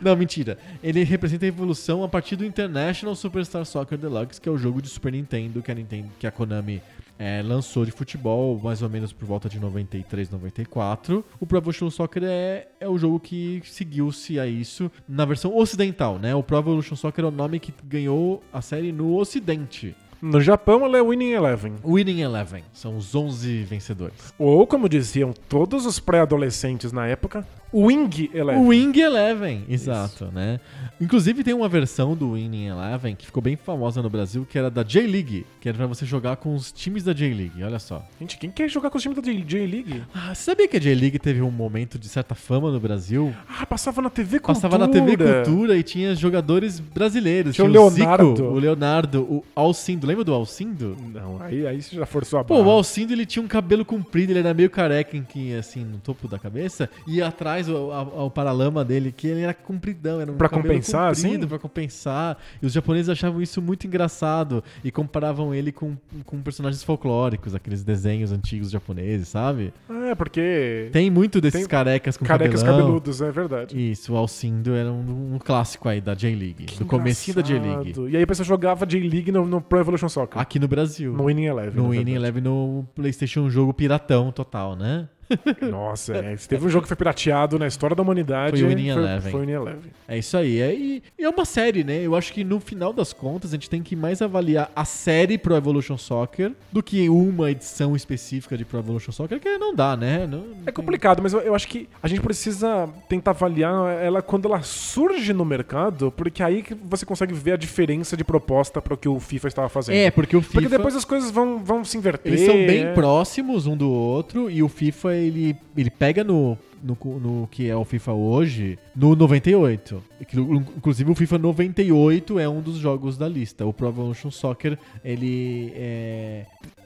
Speaker 1: Não, mentira. Ele representa a evolução a partir do International Superstar Soccer Deluxe, que é o jogo de Super Nintendo que a, Nintendo, que a Konami eh, lançou de futebol mais ou menos por volta de 93, 94. O Pro Evolution Soccer é, é o jogo que seguiu-se a isso na versão ocidental, né? O Pro Evolution Soccer é o nome que ganhou a série no ocidente.
Speaker 2: No Japão ela é Winning Eleven.
Speaker 1: Winning Eleven. São os 11 vencedores.
Speaker 2: Ou, como diziam todos os pré-adolescentes na época, Wing Eleven.
Speaker 1: Wing Eleven, exato, né? Inclusive tem uma versão do Winning Eleven que ficou bem famosa no Brasil, que era da J-League, que era pra você jogar com os times da J-League, olha só.
Speaker 2: Gente, quem quer jogar com os times da J- J-League?
Speaker 1: Ah, você sabia que a J-League teve um momento de certa fama no Brasil?
Speaker 2: Ah, passava na TV Cultura.
Speaker 1: Passava na TV Cultura e tinha jogadores brasileiros.
Speaker 2: Tinha o
Speaker 1: Zico,
Speaker 2: Leonardo.
Speaker 1: o Leonardo, o Alcindo. Lembra do Alcindo?
Speaker 2: Não, aí, aí você já forçou a barra.
Speaker 1: Pô, o Alcindo ele tinha um cabelo comprido, ele era meio careca, em que, assim, no topo da cabeça, e atrás o, a- o paralama dele, que ele era compridão, era um
Speaker 2: Pra
Speaker 1: cabelo
Speaker 2: compensar,
Speaker 1: comprido,
Speaker 2: assim?
Speaker 1: pra compensar. E os japoneses achavam isso muito engraçado e comparavam ele com, com personagens folclóricos, aqueles desenhos antigos japoneses, sabe?
Speaker 2: Ah, é porque
Speaker 1: Tem muito desses
Speaker 2: Tem
Speaker 1: carecas com
Speaker 2: carecas
Speaker 1: cabelão.
Speaker 2: cabeludos, é verdade.
Speaker 1: Isso, o Alcindo era um, um clássico aí da J-League, do comecinho da J-League.
Speaker 2: Engraçado. E aí a pessoa jogava J-League no, no Pro Evolution Soccer.
Speaker 1: Aqui no Brasil.
Speaker 2: No Winning Eleven. né?
Speaker 1: No
Speaker 2: na
Speaker 1: Winning
Speaker 2: verdade.
Speaker 1: Eleven, no Playstation, um jogo piratão total, né?
Speaker 2: Nossa, é. Se teve um jogo que foi pirateado na história da humanidade...
Speaker 1: Foi o Winning
Speaker 2: foi,
Speaker 1: Eleven.
Speaker 2: Foi o Winning Eleven.
Speaker 1: É isso aí. É, e, e é uma série, né? Eu acho que no final das contas a gente tem que mais avaliar a série Pro Evolution Soccer do que uma edição específica de Pro Evolution Soccer, que não dá, né? Não- não
Speaker 2: É
Speaker 1: tem-
Speaker 2: complicado, mas eu, eu acho que a gente precisa tentar avaliar ela quando ela surge no mercado, porque aí que você consegue ver a diferença de proposta para o que o FIFA estava fazendo.
Speaker 1: É, porque o FIFA.
Speaker 2: Porque depois as coisas vão, vão se inverter.
Speaker 1: Eles são bem
Speaker 2: é.
Speaker 1: próximos um do outro e o FIFA ele, ele pega no, no, cu- no que é o FIFA hoje no 98. Que, lu- Inclusive o FIFA 98 é um dos jogos da lista. O Pro Evolution Soccer ele é,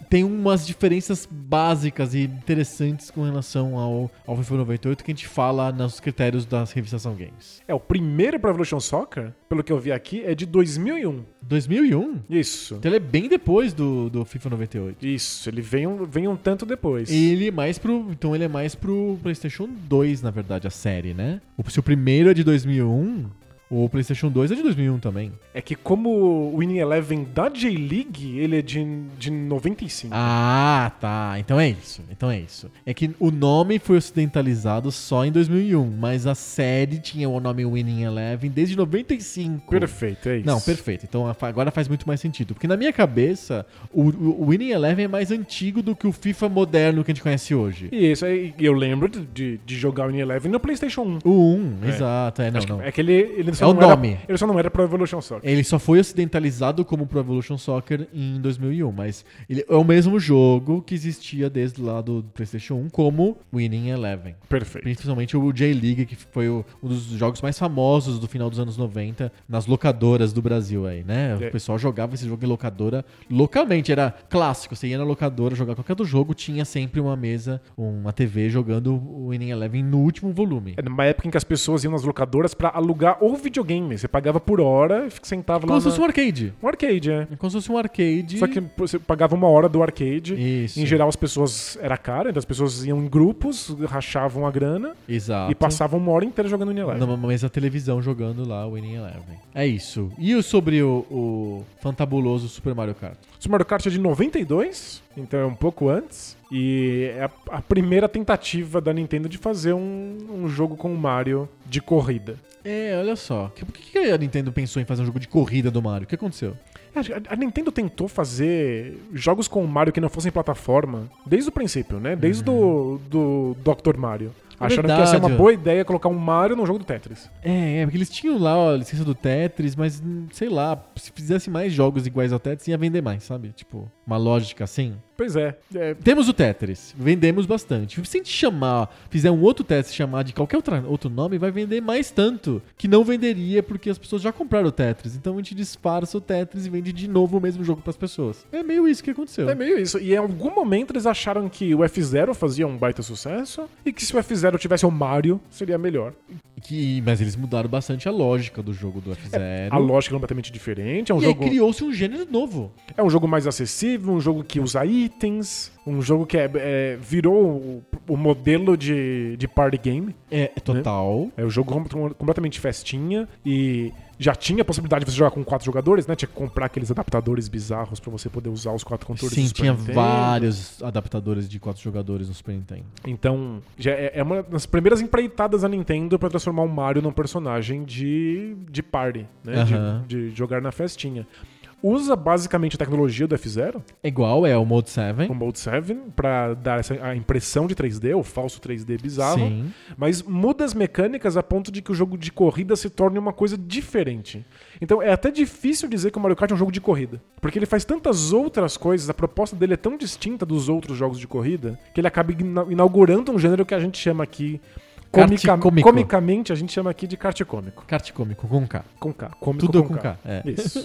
Speaker 1: tem umas diferenças básicas e interessantes com relação ao, ao FIFA 98 que a gente fala nos critérios da revistação games.
Speaker 2: É, o primeiro Pro Evolution Soccer, pelo que eu vi aqui, é de 2001.
Speaker 1: 2001?
Speaker 2: Isso.
Speaker 1: Então ele é bem depois do, do FIFA 98.
Speaker 2: Isso, ele vem um, vem um tanto depois.
Speaker 1: Ele é mais pro. Então ele é mais pro PlayStation 2, na verdade, a série, né? O, se o primeiro é de 2001, o PlayStation 2 é de 2001 também.
Speaker 2: É que como o Winning Eleven da J-League, ele é de, de 95.
Speaker 1: Ah, tá. Então é isso. Então é isso. É que o nome foi ocidentalizado só em 2001, mas a série tinha o nome Winning Eleven desde 95.
Speaker 2: Perfeito, é isso.
Speaker 1: Não, perfeito. Então a- agora faz muito mais sentido. Porque na minha cabeça, o, o o Winning Eleven é mais antigo do que o FIFA moderno que a gente conhece hoje.
Speaker 2: E isso aí, eu lembro de, de, de jogar o Winning Eleven no PlayStation 1.
Speaker 1: O 1, exato. É, não,
Speaker 2: Acho que
Speaker 1: não.
Speaker 2: É que ele, ele só
Speaker 1: É o
Speaker 2: não era-
Speaker 1: nome. É.
Speaker 2: ele só não era Pro Evolution Soccer.
Speaker 1: Ele só foi ocidentalizado como Pro Evolution Soccer em 2001, mas ele é o mesmo jogo que existia desde lá do PlayStation 1 como Winning Eleven.
Speaker 2: Perfeito.
Speaker 1: Principalmente o J-League, que foi o- um dos jogos mais famosos do final dos anos 90 nas locadoras do Brasil aí, né?
Speaker 2: É.
Speaker 1: O pessoal jogava esse jogo em locadora loucamente, era clássico. Você ia na locadora jogar qualquer outro jogo, tinha sempre uma mesa, uma TV jogando o Winning Eleven no último volume.
Speaker 2: É numa época em que as pessoas iam nas locadoras pra alugar ou videogame. Você pagava por hora e sentava
Speaker 1: Como
Speaker 2: lá.
Speaker 1: se fosse
Speaker 2: na-
Speaker 1: um arcade.
Speaker 2: um arcade, é.
Speaker 1: É Como se fosse um arcade.
Speaker 2: Só que pô, você pagava uma hora do arcade.
Speaker 1: Isso.
Speaker 2: Em geral, as pessoas. Era caro, então as pessoas iam em grupos, rachavam a grana
Speaker 1: Exato.
Speaker 2: e passavam uma hora inteira jogando Unilever.
Speaker 1: Numa mesa televisão jogando lá o Winning Eleven. É isso. E o sobre o, o fantabuloso Super Mario Kart?
Speaker 2: Super Mario Kart é de 92, então é um pouco antes. E é a, a primeira tentativa da Nintendo de fazer um, um jogo com o Mario de corrida.
Speaker 1: É, olha só. Que- Por que que a Nintendo pensou em fazer um jogo de corrida do Mario? O que aconteceu?
Speaker 2: Acho que É, A a Nintendo tentou fazer jogos com o Mario que não fossem plataforma desde o princípio, né? Desde do, do Dr. Mario. Acharam que ia ser
Speaker 1: Uhum. É
Speaker 2: uma
Speaker 1: Verdade.
Speaker 2: boa ideia colocar um Mario no jogo do Tetris.
Speaker 1: É, é, porque eles tinham lá ó, a licença do Tetris, mas hum, sei lá, se fizesse mais jogos iguais ao Tetris, ia vender mais, sabe? Tipo, uma lógica assim.
Speaker 2: Pois é. é,
Speaker 1: Temos o Tetris, vendemos bastante. Se a gente chamar, fizer um outro Tetris chamar de qualquer outra- outro nome, vai vender mais tanto que não venderia porque as pessoas já compraram o Tetris. Então a gente disfarça o Tetris e vende de novo o mesmo jogo pras pessoas. É meio isso que aconteceu.
Speaker 2: é meio isso. E em algum momento eles acharam que o F-Zero fazia um baita sucesso e que se o F-Zero tivesse o Mario, seria melhor.
Speaker 1: Que- mas eles mudaram bastante a lógica do jogo do F-Zero.
Speaker 2: A lógica é completamente diferente. É um
Speaker 1: e
Speaker 2: jogo...
Speaker 1: aí criou-se um gênero novo.
Speaker 2: É um jogo mais acessível, um jogo que usa itens, um jogo que é, é, virou o, o modelo de, de party game.
Speaker 1: É, é total.
Speaker 2: É um jogo com- com- completamente festinha e já tinha a possibilidade de você jogar com quatro jogadores, né? Tinha que comprar aqueles adaptadores bizarros pra você poder usar os quatro controles.
Speaker 1: Sim,
Speaker 2: do Super
Speaker 1: tinha
Speaker 2: Nintendo.
Speaker 1: vários adaptadores de quatro jogadores no Super Nintendo.
Speaker 2: Então, já é, é uma das primeiras empreitadas da Nintendo pra transformar o Mario num personagem de, de party, né? De-
Speaker 1: Aham.
Speaker 2: De, jogar na festinha. Usa basicamente a tecnologia do F-Zero,
Speaker 1: É igual é o Mode 7.
Speaker 2: o Mode 7 pra dar essa, a impressão de 3D, o falso 3D bizarro.
Speaker 1: Sim.
Speaker 2: Mas muda as mecânicas a ponto de que o jogo de corrida se torne uma coisa diferente. Então é até difícil dizer que o Mario Kart é um jogo de corrida. Porque ele faz tantas outras coisas, a proposta dele é tão distinta dos outros jogos de corrida, que ele acaba igna- inaugurando um gênero que a gente chama aqui.
Speaker 1: Kart
Speaker 2: comica-
Speaker 1: cômico.
Speaker 2: Comicamente, a gente chama aqui de kart cômico.
Speaker 1: Kart cômico, com K.
Speaker 2: Com K. Cômico
Speaker 1: Tudo
Speaker 2: com,
Speaker 1: com K. é. (laughs)
Speaker 2: Isso.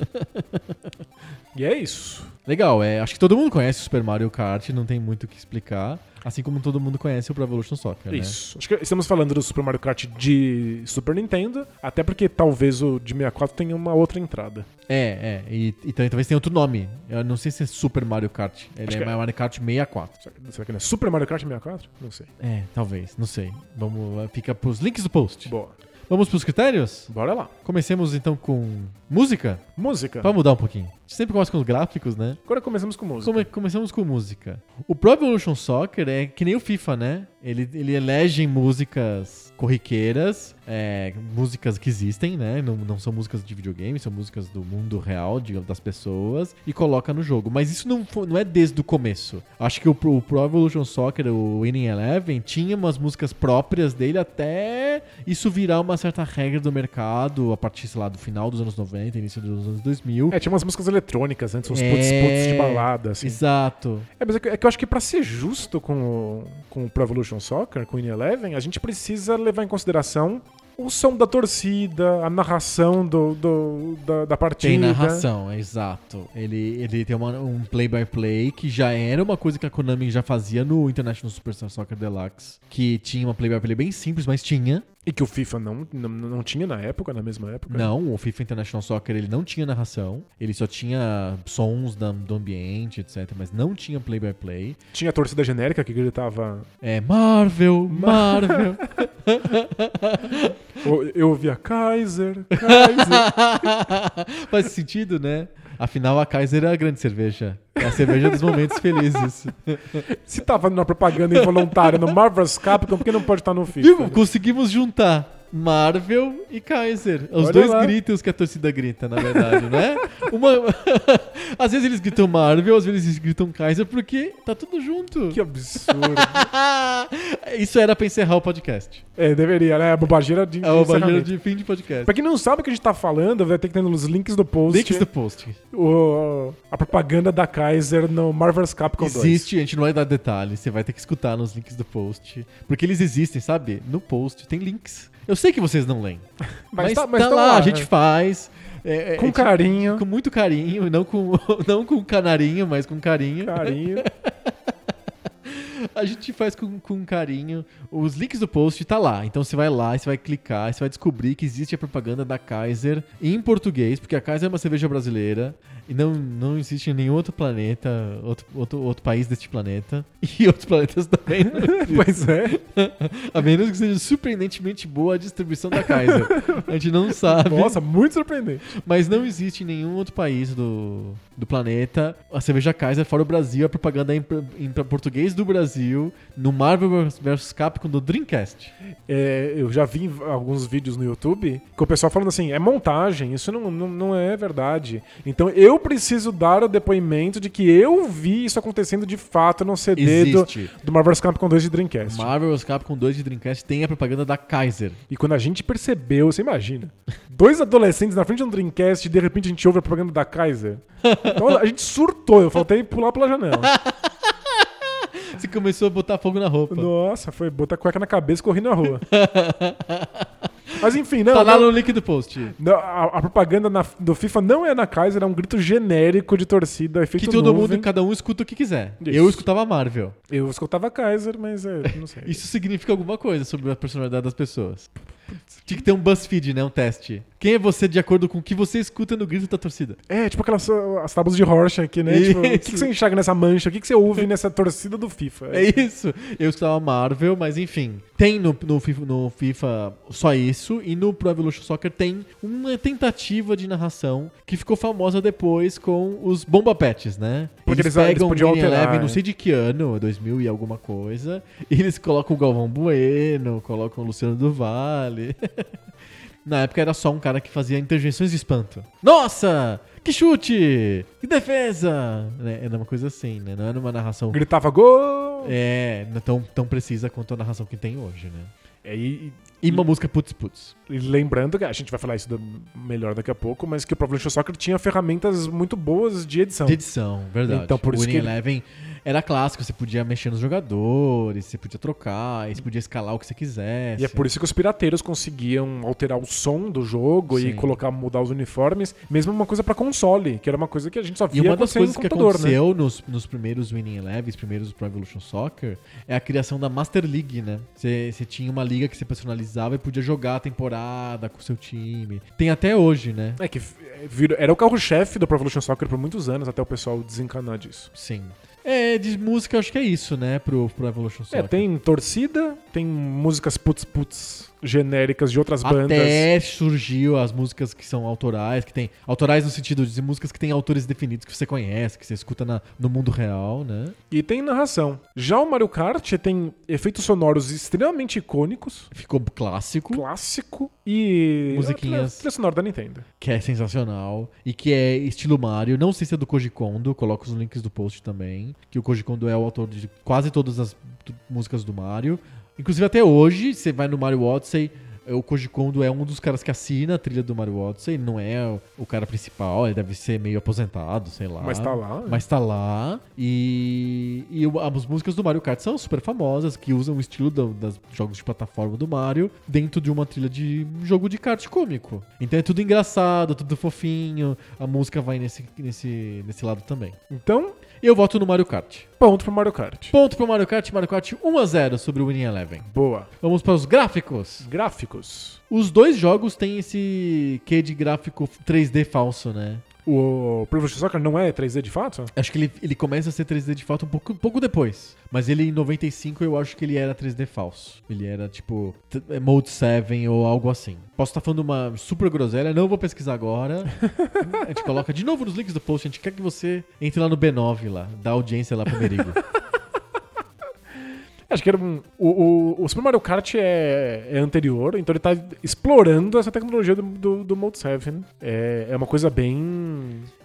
Speaker 2: e é isso.
Speaker 1: Legal, é, acho que todo mundo conhece o Super Mario Kart, não tem muito o que explicar. Assim como todo mundo conhece o Pro Evolution Soccer, né?
Speaker 2: Isso. Acho que estamos falando do Super Mario Kart de Super Nintendo, até porque talvez o de 64 tenha uma outra entrada.
Speaker 1: É, é. E, e também- talvez tenha outro nome. Eu não sei se é Super Mario Kart. Ele
Speaker 2: Acho
Speaker 1: é
Speaker 2: que é.
Speaker 1: Mario Kart 64.
Speaker 2: Será que- Será que não é Super Mario Kart 64? Não sei.
Speaker 1: É, talvez, não sei. Vamos, eh, fica pros links do post.
Speaker 2: Boa.
Speaker 1: Vamos pros critérios?
Speaker 2: Bora lá.
Speaker 1: Comecemos então com música,
Speaker 2: Música.
Speaker 1: pra mudar um pouquinho. A gente sempre começa com os gráficos, né?
Speaker 2: Agora começamos com música.
Speaker 1: Come- começamos com música. O Pro Evolution Soccer é que nem o FIFA, né? Ele, ele elege músicas corriqueiras, é, músicas que existem, né? Não, não são músicas de videogame, são músicas do mundo real, digamos, das pessoas, e coloca no jogo. Mas isso não, fo- não é desde o começo. Acho que o, Pro- o Pro Evolution Soccer, o Winning Eleven, tinha umas músicas próprias dele até isso virar uma certa regra do mercado, a partir, sei lá, do final dos anos 90, início dos anos 2000.
Speaker 2: É, tinha umas músicas eletrônicas antes, uns
Speaker 1: É.
Speaker 2: puts puts de balada, assim.
Speaker 1: Exato.
Speaker 2: É, mas é que, é que eu acho que pra ser justo com o, com o Pro Evolution Soccer, com o In Eleven, a gente precisa levar em consideração o som da torcida, a narração do, do- da, da partida.
Speaker 1: Tem narração, exato. Ele, ele tem uma- um play-by-play que já era uma coisa que a Konami já fazia no International Superstar Soccer Deluxe, que tinha uma play-by-play bem simples, mas tinha.
Speaker 2: E que o FIFA não, não, não tinha na época, na mesma época. né?
Speaker 1: Não, o FIFA International Soccer ele não tinha narração, ele só tinha sons da- do ambiente, etc, mas não tinha play-by-play.
Speaker 2: Tinha a torcida genérica que gritava.
Speaker 1: É Marvel, Marvel. (laughs)
Speaker 2: Eu, eu ouvia Kaiser, Kaiser.
Speaker 1: Faz sentido, né? Afinal, a Kaiser é a grande cerveja. É a cerveja dos momentos felizes.
Speaker 2: Se tava numa propaganda involuntária no Marvel's Capcom, por que não pode estar no FIFA?
Speaker 1: Viu? Conseguimos juntar Marvel e Kaiser. Os
Speaker 2: Olha
Speaker 1: dois
Speaker 2: lá.
Speaker 1: gritos que a torcida grita, na verdade, não
Speaker 2: (laughs)
Speaker 1: é? Uma... (laughs) às vezes eles gritam Marvel, às vezes eles gritam Kaiser, porque tá tudo junto.
Speaker 2: Que absurdo.
Speaker 1: (laughs) Isso era pra encerrar o podcast.
Speaker 2: é, deveria, né? A bobageira de.
Speaker 1: É o bagulho
Speaker 2: encerramento.
Speaker 1: de fim de podcast.
Speaker 2: Pra quem não sabe o que a gente tá falando, vai ter que ter nos links do post
Speaker 1: Links do post.
Speaker 2: o- a propaganda da Kaiser no Marvel's Capcom 2.
Speaker 1: Existe, a gente não vai dar detalhes, você vai ter que escutar nos links do post. Porque eles existem, sabe? No post tem links. Eu sei que vocês não leem. Mas, tá,
Speaker 2: (laughs) mas
Speaker 1: lá, a
Speaker 2: né?
Speaker 1: gente faz. É, é,
Speaker 2: Com
Speaker 1: é,
Speaker 2: carinho.
Speaker 1: Com muito (laughs) carinho, não com, não com canarinho, mas com carinho.
Speaker 2: Carinho.
Speaker 1: A gente faz com, com carinho. Os links do post tá lá. Então você vai lá, você vai clicar, você vai descobrir que existe a propaganda da Kaiser em português, porque a Kaiser é uma cerveja brasileira e não, não existe em nenhum outro planeta, outro, outro, outro país deste planeta. (laughs) E outros planetas também. não existe.
Speaker 2: (laughs) Pois é.
Speaker 1: (laughs) a menos que seja surpreendentemente boa a distribuição da Kaiser. A gente não sabe.
Speaker 2: Nossa, muito surpreendente.
Speaker 1: Mas não existe em nenhum outro país do, do planeta a cerveja Kaiser fora o Brasil, a propaganda em, em português do Brasil, no Marvel vs Capcom do Dreamcast.
Speaker 2: É, eu já vi alguns vídeos no YouTube com o pessoal falando assim: é montagem, isso não, não, não é verdade. Então eu preciso dar o depoimento de que eu vi isso acontecendo de fato no CD do,
Speaker 1: Existe.
Speaker 2: do Marvel vs. Capcom 2 de Dreamcast.
Speaker 1: Marvel vs Capcom 2 de Dreamcast tem a propaganda da Kaiser.
Speaker 2: E quando a gente percebeu, você imagina, dois adolescentes na frente de um Dreamcast e de repente a gente ouve a propaganda da Kaiser. Então a gente surtou, eu faltei pular pela janela.
Speaker 1: (laughs)
Speaker 2: Ah.
Speaker 1: Você começou a botar fogo na roupa.
Speaker 2: Nossa, foi botar cueca na cabeça e corri
Speaker 1: (laughs)
Speaker 2: na rua. Mas enfim, não.
Speaker 1: tá lá
Speaker 2: não-
Speaker 1: no link do post.
Speaker 2: não, a, a propaganda na- do FIFA não é na Kaiser, é um grito genérico de torcida, efeito
Speaker 1: Que todo
Speaker 2: nuvem.
Speaker 1: mundo, cada um escuta o que quiser.
Speaker 2: Isso.
Speaker 1: Eu escutava a Marvel.
Speaker 2: Eu escutava Kaiser, mas é, não sei.
Speaker 1: (laughs) Isso significa alguma coisa sobre a personalidade das pessoas. Tinha que ter um BuzzFeed, né? Um teste. Quem é você de acordo com o que você escuta no grito da torcida?
Speaker 2: É, tipo aquelas uh, as tábuas de Rorschach aqui, né? Tipo, o que,
Speaker 1: Isso.
Speaker 2: que você enxerga nessa mancha? O que, que
Speaker 1: (laughs)
Speaker 2: você ouve nessa torcida do FIFA?
Speaker 1: É isso. Eu escutava Marvel, mas enfim. Tem no, no FIFA, no FIFA só isso. E no Pro Evolution Soccer tem uma tentativa de narração que ficou famosa depois com os Bomba Pets, né?
Speaker 2: Porque
Speaker 1: eles
Speaker 2: eles- eles
Speaker 1: pegam
Speaker 2: podiam
Speaker 1: o Winning
Speaker 2: alterar,
Speaker 1: Eleven,
Speaker 2: é.
Speaker 1: não sei de que ano, 2000 e alguma coisa. (laughs) E eles colocam o Galvão Bueno, colocam o Luciano do Vale. (laughs) Na época era só um cara que fazia interjeições de espanto. Nossa! Que chute! Que defesa! Né, Era uma coisa assim, né? Não era uma narração
Speaker 2: Gritava gol!
Speaker 1: é, não tão, tão precisa quanto a narração que tem hoje, né?
Speaker 2: É, e,
Speaker 1: E uma música putz putz.
Speaker 2: e lembrando que a gente vai falar isso da- melhor daqui a pouco, mas que o Pro Evolution Soccer tinha ferramentas muito boas de edição.
Speaker 1: De edição, verdade.
Speaker 2: Então, por
Speaker 1: o
Speaker 2: isso
Speaker 1: Winning
Speaker 2: que ele-
Speaker 1: Eleven era clássico, você podia mexer nos jogadores, você podia trocar, você podia escalar o que você quisesse.
Speaker 2: Hum. E é por isso que os pirateiros conseguiam alterar o som do jogo e
Speaker 1: Sim.
Speaker 2: colocar, mudar os uniformes. Mesmo uma coisa pra console, que era uma coisa que a gente só
Speaker 1: E
Speaker 2: via
Speaker 1: uma das
Speaker 2: acontecer em
Speaker 1: coisas que
Speaker 2: computador, né?
Speaker 1: aconteceu nos, nos primeiros Winning Elevens, primeiros Pro Evolution Soccer, é a criação da Master League, né? Você você tinha uma liga que você personalizava e podia jogar a temporada com o seu time. Tem até hoje, né?
Speaker 2: É que eh, virou- era o carro-chefe do Pro Evolution Soccer por muitos anos, até o pessoal desencanar disso.
Speaker 1: Sim. É, de música, acho que é isso, né? Pro, pro Evolution
Speaker 2: É,
Speaker 1: Soccer.
Speaker 2: tem torcida, tem músicas putz-putz genéricas de outras bandas.
Speaker 1: Até surgiu as músicas que são autorais, que tem. Autorais no sentido de músicas que têm autores definidos que você conhece, que você escuta na- no mundo real, né?
Speaker 2: E tem narração. Já o Mario Kart tem efeitos sonoros extremamente icônicos,
Speaker 1: Ficou clássico,
Speaker 2: clássico e.
Speaker 1: Musiquinhas.
Speaker 2: A trilha sonora da Nintendo.
Speaker 1: que é sensacional, e que é estilo Mario. Não sei se é do Koji Kondo, coloco os links do post também. Que o Koji Kondo é o autor de quase todas as t- músicas do Mario. Inclusive até hoje, você vai no Mario Odyssey. eh, O Koji Kondo é um dos caras que assina a trilha do Mario Odyssey, não é o- o cara principal, ele deve ser meio aposentado, sei lá.
Speaker 2: Mas tá lá.
Speaker 1: Mas tá lá. E, e o- as músicas do Mario Kart são super famosas, que usam o estilo do- das jogos de plataforma do Mario dentro de uma trilha de jogo de kart cômico. Então é tudo engraçado, tudo fofinho. A música vai nesse, nesse, nesse lado também.
Speaker 2: Então,
Speaker 1: Eu voto no Mario Kart.
Speaker 2: ponto pro Mario Kart.
Speaker 1: Ponto pro Mario Kart, Mario Kart 1 a 0 sobre o Winning Eleven.
Speaker 2: Boa.
Speaker 1: Vamos para os gráficos.
Speaker 2: Gráficos.
Speaker 1: Os dois jogos têm esse quê de gráfico 3D falso, né?
Speaker 2: O Pro Evolution Soccer não é 3D de fato?
Speaker 1: Acho que ele, ele começa a ser 3D de fato um pouco, um pouco depois. Mas ele em 95 eu acho que ele era 3D falso. Ele era tipo t- é, Mode 7 ou algo assim. Posso estar falando uma super groselha, não vou pesquisar agora. a gente coloca de novo nos links do post. A gente quer que você entre lá no B9 lá, dá audiência lá pro Merigo.
Speaker 2: Acho que era um, o, o, o Super Mario Kart é, é anterior, então ele tá explorando essa tecnologia do, do, do Mode 7. É, é uma coisa bem.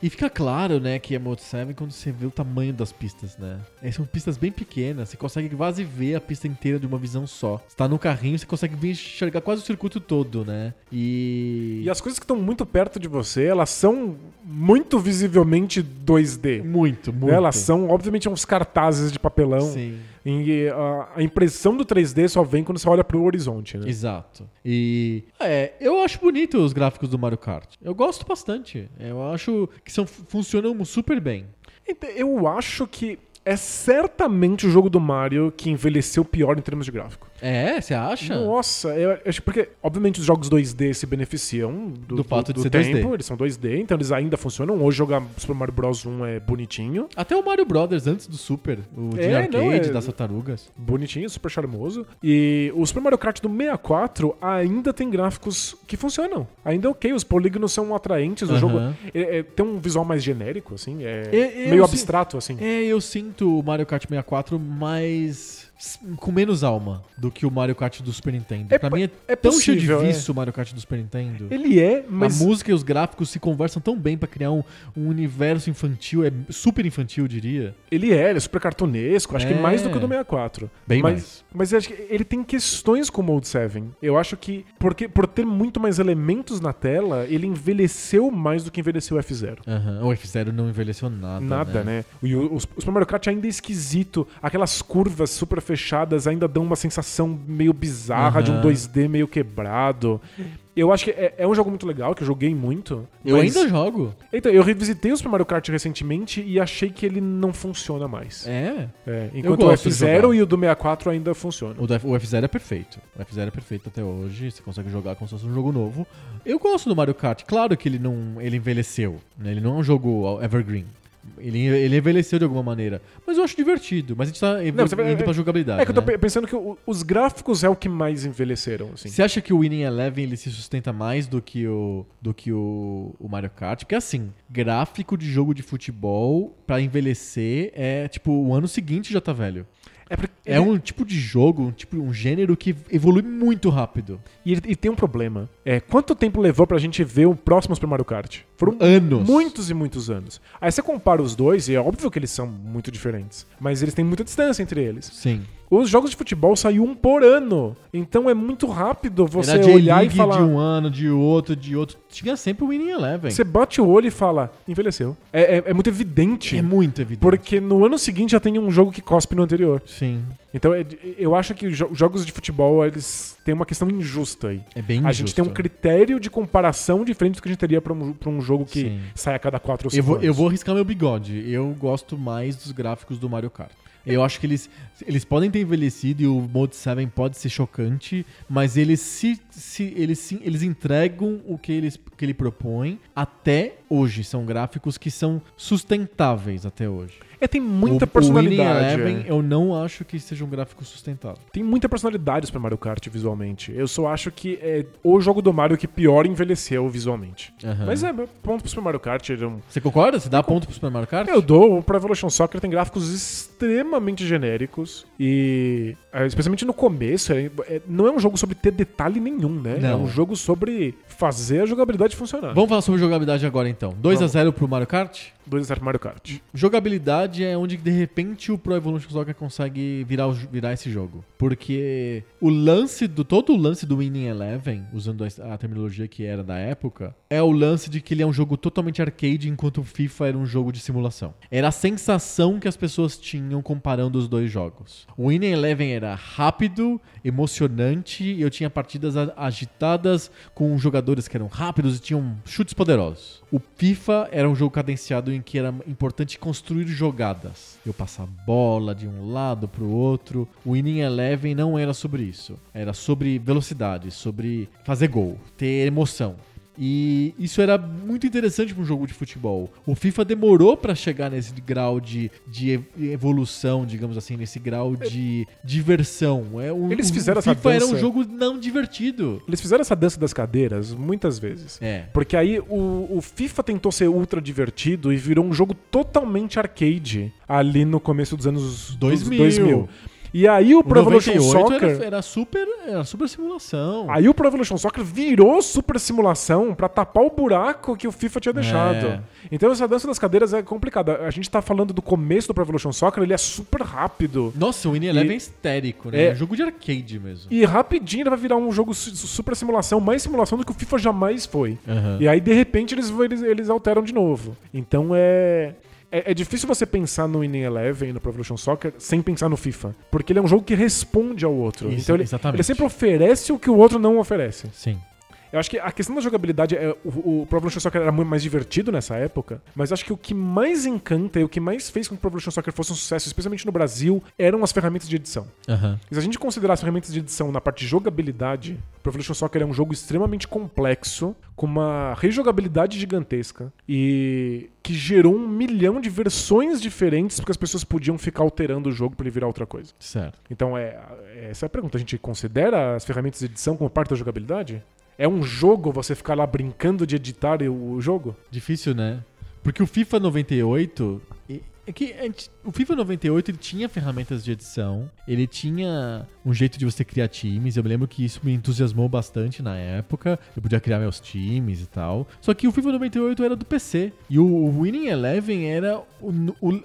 Speaker 1: e fica claro, né, que é Mode 7 quando você vê o tamanho das pistas, né? É, são pistas bem pequenas, você consegue quase ver a pista inteira de uma visão só. Você tá no carrinho, você consegue ver- enxergar quase o circuito todo, né? E.
Speaker 2: E as coisas que estão muito perto de você, elas são muito visivelmente 2D.
Speaker 1: Muito, muito.
Speaker 2: Né? Elas são, obviamente, uns cartazes de papelão.
Speaker 1: Sim,
Speaker 2: E a, a impressão do 3D só vem quando você olha pro horizonte,
Speaker 1: É.
Speaker 2: né?
Speaker 1: exato. E é, eu acho bonito os gráficos do Mario Kart. Eu gosto bastante. Eu acho que são, funcionam super bem.
Speaker 2: Ent- Eu acho que é certamente o jogo do Mario que envelheceu pior em termos de gráfico.
Speaker 1: É, você acha?
Speaker 2: Nossa, eu acho porque, obviamente, os jogos 2D se beneficiam do,
Speaker 1: Do fato de ser
Speaker 2: tempo,
Speaker 1: 2D.
Speaker 2: eles são 2D, então eles ainda funcionam. Hoje jogar Super Mario Bros. 1 é bonitinho,
Speaker 1: Até o Mario Brothers antes do Super, o de
Speaker 2: É,
Speaker 1: arcade
Speaker 2: não, é-
Speaker 1: das tartarugas.
Speaker 2: bonitinho, super charmoso. E o Super Mario Kart do 64 ainda tem gráficos que funcionam. Ainda é ok, os polígonos são atraentes, o
Speaker 1: Aham.
Speaker 2: jogo é- é- tem um visual mais genérico, assim, é
Speaker 1: Eu- eu
Speaker 2: meio
Speaker 1: se-
Speaker 2: abstrato, assim.
Speaker 1: É, eu sinto o Mario Kart 64 mais com menos alma do que o Mario Kart do Super Nintendo.
Speaker 2: É
Speaker 1: pra
Speaker 2: po-
Speaker 1: mim é,
Speaker 2: é
Speaker 1: tão cheio
Speaker 2: possível,
Speaker 1: de
Speaker 2: é.
Speaker 1: vício o Mario Kart do Super Nintendo.
Speaker 2: Ele é, mas
Speaker 1: A música e os gráficos se conversam tão bem pra criar um, um universo infantil, é super infantil, eu diria.
Speaker 2: Ele é, ele é super cartunesco, acho
Speaker 1: É.
Speaker 2: que mais do que o do 64.
Speaker 1: Bem
Speaker 2: mas,
Speaker 1: mais.
Speaker 2: Mas eu acho que ele tem questões com o Mode 7. Eu acho que, porque, por ter muito mais elementos na tela, ele envelheceu mais do que envelheceu o F0.
Speaker 1: Aham. O F0 não envelheceu nada.
Speaker 2: Nada,
Speaker 1: né?
Speaker 2: né? E o, o, o Super Mario Kart ainda é esquisito. Aquelas curvas super fechadas ainda dão uma sensação meio bizarra de um
Speaker 1: Aham.
Speaker 2: 2D meio quebrado. Eu acho que é, é um jogo muito legal, que eu joguei muito.
Speaker 1: Eu
Speaker 2: mas-
Speaker 1: ainda jogo.
Speaker 2: Então, eu revisitei o Super Mario Kart recentemente e achei que ele não funciona mais.
Speaker 1: É.
Speaker 2: É,
Speaker 1: Eu
Speaker 2: enquanto o
Speaker 1: gosto de
Speaker 2: F0
Speaker 1: jogar.
Speaker 2: e o do 64 ainda funcionam.
Speaker 1: O da- o F0 é perfeito. O F0 é perfeito até hoje. Você consegue jogar como se fosse um jogo novo. Eu gosto do Mario Kart. Claro que ele não ele envelheceu. né? Ele não é um jogo evergreen. Ele, ele envelheceu de alguma maneira. Mas eu acho divertido. Mas a gente tá
Speaker 2: Não, você vai-
Speaker 1: indo pra jogabilidade.
Speaker 2: É que eu tô
Speaker 1: né?
Speaker 2: pe- pensando que o- os gráficos é o que mais envelheceram, assim.
Speaker 1: Você acha que o Winning Eleven ele se sustenta mais do que o do que o, o Mario Kart? Porque assim, gráfico de jogo de futebol pra envelhecer é tipo o ano seguinte já tá velho.
Speaker 2: É porque-
Speaker 1: É um tipo de jogo, um tipo um gênero que evolui muito rápido.
Speaker 2: E, ele- e tem um problema. É, quanto tempo levou pra gente ver o próximo Super Mario Kart? Foram
Speaker 1: Anos.
Speaker 2: muitos e muitos anos. Aí você compara os dois, e é óbvio que eles são muito diferentes. Mas eles têm muita distância entre eles.
Speaker 1: Sim.
Speaker 2: Os jogos de futebol saiu um por ano. Então é muito rápido você
Speaker 1: Era
Speaker 2: olhar e
Speaker 1: J-League
Speaker 2: falar.
Speaker 1: de um ano, de outro, de outro. Tinha sempre o Winning Eleven.
Speaker 2: Você bate o olho e fala, envelheceu. É, é- é muito evidente.
Speaker 1: É muito evidente.
Speaker 2: porque no ano seguinte já tem um jogo que cospe no anterior.
Speaker 1: Sim.
Speaker 2: Então é- eu acho que os jo- jogos de futebol eles têm uma questão injusta aí.
Speaker 1: É bem
Speaker 2: A gente tem um
Speaker 1: injusto.
Speaker 2: critério de comparação diferente do que a gente teria pra um, pra um jogo que
Speaker 1: Sim.
Speaker 2: sai a cada quatro ou
Speaker 1: Eu
Speaker 2: cinco
Speaker 1: vou,
Speaker 2: anos.
Speaker 1: eu vou arriscar meu bigode. Eu gosto mais dos gráficos do Mario Kart. Eu acho que eles, eles podem ter envelhecido e o Mode 7 pode ser chocante, mas eles se, se- eles, se- eles entregam o que, eles, que ele propõe até hoje. São gráficos que são sustentáveis até hoje.
Speaker 2: É, tem muita
Speaker 1: O- O
Speaker 2: personalidade.
Speaker 1: Winning Eleven,
Speaker 2: é.
Speaker 1: eu não acho que seja um gráfico sustentável.
Speaker 2: Tem muita personalidade para Mario Kart visualmente. Eu só acho que é o jogo do Mario que pior envelheceu visualmente.
Speaker 1: Aham.
Speaker 2: Mas é, ponto pro Super Mario Kart. Ele é um...
Speaker 1: Você concorda? Você dá ponto pro Super Mario Kart?
Speaker 2: Eu dou, o Pro Evolution Soccer tem gráficos extremamente genéricos e é, especialmente no começo, é, é, não é um jogo sobre ter detalhe nenhum, né? É
Speaker 1: Não.
Speaker 2: um jogo sobre fazer a jogabilidade funcionar.
Speaker 1: Vamos falar sobre jogabilidade agora então. 2 a
Speaker 2: Vamos.
Speaker 1: 0 pro Mario Kart?
Speaker 2: 2 0 Mario Kart.
Speaker 1: Jogabilidade é onde de repente o Pro Evolution Soccer consegue virar, o- virar esse jogo. Porque o lance do. Todo o lance do Winning Eleven, usando a, a terminologia que era da época, é o lance de que ele é um jogo totalmente arcade, enquanto o FIFA era um jogo de simulação. Era a sensação que as pessoas tinham comparando os dois jogos. O Winning Eleven era rápido, emocionante, e eu tinha partidas a- agitadas com jogadores que eram rápidos e tinham chutes poderosos. O FIFA era um jogo cadenciado em que era importante construir jogadas. Eu passar bola de um lado pro outro. O Winning Eleven não era sobre isso. Era sobre velocidade, sobre fazer gol, ter emoção. E isso era muito interessante para um jogo de futebol. O FIFA demorou para chegar nesse grau de, de ev- evolução, digamos assim, nesse grau de diversão. É, o,
Speaker 2: Eles
Speaker 1: o
Speaker 2: fizeram essa
Speaker 1: FIFA era um
Speaker 2: dança.
Speaker 1: jogo não divertido.
Speaker 2: Eles fizeram essa dança das cadeiras muitas vezes.
Speaker 1: É.
Speaker 2: Porque aí o, o FIFA tentou ser ultra divertido e virou um jogo totalmente arcade ali no começo dos anos
Speaker 1: 2000.
Speaker 2: dos 2000. E aí o
Speaker 1: O
Speaker 2: Pro Evolution
Speaker 1: 98
Speaker 2: Soccer.
Speaker 1: era, era super, era super simulação.
Speaker 2: Aí o Pro Evolution Soccer virou super simulação pra tapar o buraco que o FIFA tinha deixado.
Speaker 1: É.
Speaker 2: Então essa dança das cadeiras é complicada. A gente tá falando do começo do Pro Evolution Soccer, ele é super rápido.
Speaker 1: Nossa, o Winning Eleven
Speaker 2: E-
Speaker 1: é histérico, né?
Speaker 2: É.
Speaker 1: É um jogo de arcade mesmo.
Speaker 2: E rapidinho ele vai virar um jogo su- super simulação, mais simulação do que o FIFA jamais foi.
Speaker 1: Aham.
Speaker 2: E aí, de repente, eles, eles, eles alteram de novo. Então é. É, é difícil você pensar no Winning Eleven e no Pro Evolution Soccer sem pensar no FIFA. Porque ele é um jogo que responde ao outro.
Speaker 1: Isso,
Speaker 2: então ele,
Speaker 1: exatamente.
Speaker 2: ele sempre oferece o que o outro não oferece.
Speaker 1: Sim.
Speaker 2: Eu acho que a questão da jogabilidade é o, o Pro Evolution Soccer era muito mais divertido nessa época, mas acho que o que mais encanta e o que mais fez com que o Pro Evolution Soccer fosse um sucesso, especialmente no Brasil, eram as ferramentas de edição.
Speaker 1: Aham.
Speaker 2: E se a gente considerar as ferramentas de edição na parte de jogabilidade, o Pro Evolution Soccer é um jogo extremamente complexo, com uma rejogabilidade gigantesca e que gerou um milhão de versões diferentes porque as pessoas podiam ficar alterando o jogo pra ele virar outra coisa.
Speaker 1: Certo.
Speaker 2: Então, é, essa é a pergunta. A gente considera as ferramentas de edição como parte da jogabilidade? É um jogo você ficar lá brincando de editar o jogo?
Speaker 1: Difícil, né? Porque o FIFA 98. e- É que a gente- o FIFA 98 ele tinha ferramentas de edição, ele tinha um jeito de você criar times. Eu me lembro que isso me entusiasmou bastante na época. Eu podia criar meus times e tal. Só que o FIFA 98 era do PC. E o, o Winning Eleven era. O, o-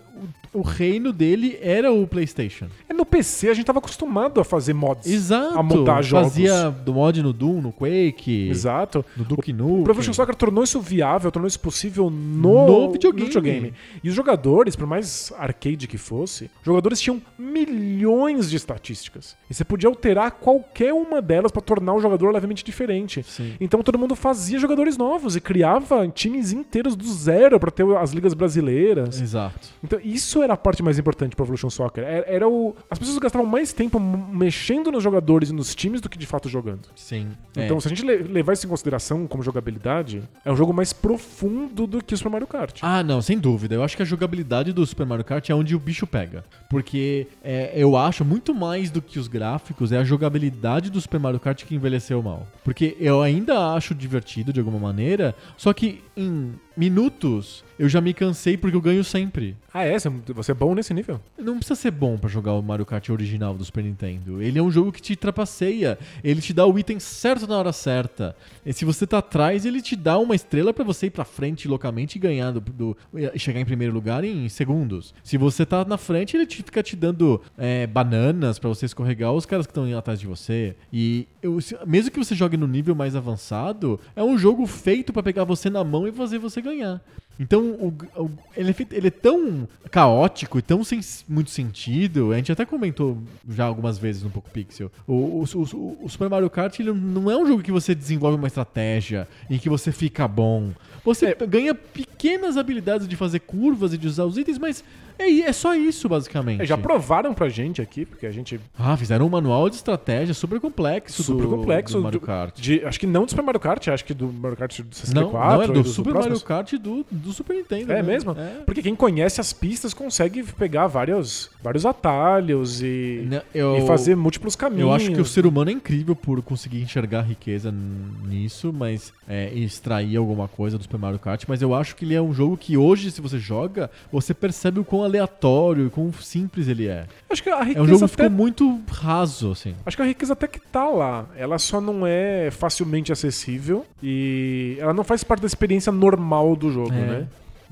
Speaker 1: o reino dele era o PlayStation.
Speaker 2: É no PC, a gente tava acostumado a fazer mods.
Speaker 1: Exato.
Speaker 2: A mudar jogos.
Speaker 1: Fazia do mod no Doom, no Quake,
Speaker 2: Exato.
Speaker 1: no Duke
Speaker 2: O
Speaker 1: Nukem.
Speaker 2: Professional Soccer tornou isso viável, tornou isso possível no,
Speaker 1: No videogame.
Speaker 2: E os jogadores, por mais arcade que fosse, os jogadores tinham milhões de estatísticas. E você podia alterar qualquer uma delas pra tornar o jogador levemente diferente.
Speaker 1: Sim.
Speaker 2: Então todo mundo fazia jogadores novos e criava times inteiros do zero pra ter as ligas brasileiras.
Speaker 1: Exato.
Speaker 2: Então, isso era a parte mais importante pro Evolution Soccer. Era, era o. As pessoas gastavam mais tempo m- mexendo nos jogadores e nos times do que de fato jogando.
Speaker 1: Sim. É.
Speaker 2: Então, se a gente le- levar isso em consideração como jogabilidade, é um jogo mais profundo do que o Super Mario Kart.
Speaker 1: Ah, não, sem dúvida. Eu acho que a jogabilidade do Super Mario Kart é onde o bicho pega. Porque é, eu acho muito mais do que os gráficos, é a jogabilidade do Super Mario Kart que envelheceu mal. Porque eu ainda acho divertido de alguma maneira, só que em minutos eu já me cansei porque eu ganho sempre.
Speaker 2: Ah, é? Você- Você é bom nesse nível?
Speaker 1: Não precisa ser bom pra jogar o Mario Kart original do Super Nintendo. Ele é um jogo que te trapaceia. Ele te dá o item certo na hora certa. E se você tá atrás, ele te dá uma estrela pra você ir pra frente loucamente e ganhar do, do- e chegar em primeiro lugar em segundos. Se você tá na frente, ele te, fica te dando é, bananas pra você escorregar os caras que estão indo atrás de você. E eu- se- mesmo que você jogue no nível mais avançado, é um jogo feito pra pegar você na mão e fazer você ganhar. Então, o- o- ele, é feito- ele é tão caótico e tão sem muito sentido. A gente até comentou já algumas vezes no Poco Pixel. O, o- o- o Super Mario Kart ele não é um jogo que você desenvolve uma estratégia em que você fica bom. Você
Speaker 2: É.
Speaker 1: ganha pequenas habilidades de fazer curvas e de usar os itens, mas é, i- é só isso, basicamente.
Speaker 2: É, já provaram pra gente aqui, porque a gente. é
Speaker 1: Ah, fizeram um manual de estratégia super complexo do-
Speaker 2: super complexo.
Speaker 1: do Mario
Speaker 2: do-
Speaker 1: Kart.
Speaker 2: de- acho que não do Super Mario Kart, acho que do Mario Kart do 64.
Speaker 1: Não, não, é
Speaker 2: e
Speaker 1: do
Speaker 2: dos
Speaker 1: Super
Speaker 2: próximos.
Speaker 1: Mario Kart do, do Super Nintendo.
Speaker 2: É
Speaker 1: né?
Speaker 2: mesmo?
Speaker 1: É.
Speaker 2: Porque quem conhece as pistas consegue pegar vários, vários atalhos e,
Speaker 1: Não, eu-
Speaker 2: e fazer múltiplos caminhos.
Speaker 1: Eu acho que o ser humano é incrível por conseguir enxergar riqueza n- nisso, mas é, e extrair alguma coisa do Super Mario Kart. Mas eu acho que ele é um jogo que hoje, se você joga, você percebe o quão aleatório e quão simples ele é.
Speaker 2: Acho que
Speaker 1: É
Speaker 2: a
Speaker 1: um
Speaker 2: riqueza
Speaker 1: jogo que
Speaker 2: até
Speaker 1: ficou muito raso, assim.
Speaker 2: Acho que a riqueza até que tá lá. Ela só não é facilmente acessível e ela não faz parte da experiência normal do jogo,
Speaker 1: É.
Speaker 2: né?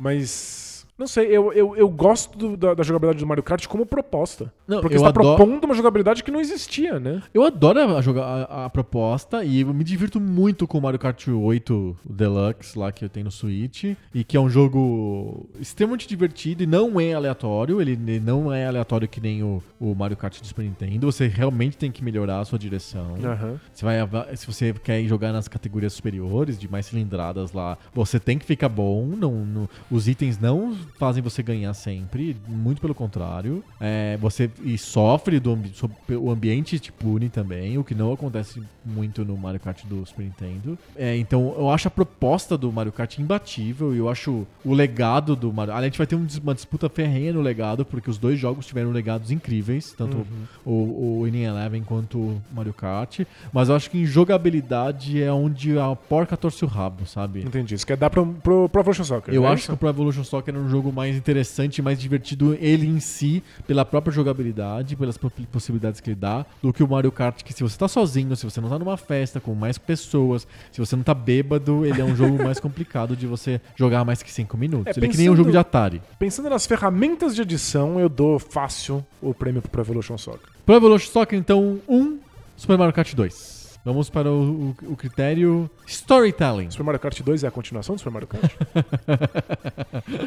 Speaker 2: Mas. Não sei, eu, eu, eu gosto do- da, da jogabilidade do Mario Kart como proposta.
Speaker 1: Não,
Speaker 2: porque
Speaker 1: eu
Speaker 2: você tá
Speaker 1: adoro-
Speaker 2: propondo uma jogabilidade que não existia, né?
Speaker 1: Eu adoro a, joga- a- a proposta e eu me divirto muito com o Mario Kart 8 Deluxe lá que eu tenho no Switch e que é um jogo extremamente divertido e não é aleatório. Ele ne- não é aleatório que nem o, o Mario Kart do Super Nintendo. Você realmente tem que melhorar a sua direção.
Speaker 2: Aham.
Speaker 1: Você vai, ava- se você quer jogar nas categorias superiores, de mais cilindradas lá, você tem que ficar bom. Não, não- os itens não fazem você ganhar sempre, muito pelo contrário. É, você e sofre do ambi- so- o ambiente te pune também, o que não acontece muito no Mario Kart do Super Nintendo. É, então eu acho a proposta do Mario Kart imbatível e eu acho o legado do Mario. Aliás, a gente vai ter um dis- uma disputa ferrenha no legado, porque os dois jogos tiveram legados incríveis, tanto o, o Winning Eleven quanto o Mario Kart. Mas eu acho que em jogabilidade é onde a porca torce o rabo, sabe?
Speaker 2: Entendi. Isso quer dar pro, pro, pro Evolution Soccer.
Speaker 1: Eu
Speaker 2: é
Speaker 1: acho que
Speaker 2: isso?
Speaker 1: o Pro Evolution Soccer é um jogo mais interessante, mais divertido ele em si, pela própria jogabilidade, pelas po- possibilidades que ele dá, do que o Mario Kart, que se você tá sozinho, se você não tá numa festa com mais pessoas, se você não tá bêbado, ele é um jogo mais complicado de você jogar mais que 5 minutos.
Speaker 2: É,
Speaker 1: ele é que nem um
Speaker 2: pensando-
Speaker 1: jogo de Atari.
Speaker 2: Pensando nas ferramentas de edição, eu dou fácil o prêmio pro Pro Evolution Soccer.
Speaker 1: Pro Evolution Soccer, então, 1, um, Super Mario Kart 2. Vamos para o, o- o critério storytelling.
Speaker 2: Super Mario Kart 2 é
Speaker 1: (laughs)
Speaker 2: a continuação do Super Mario Kart?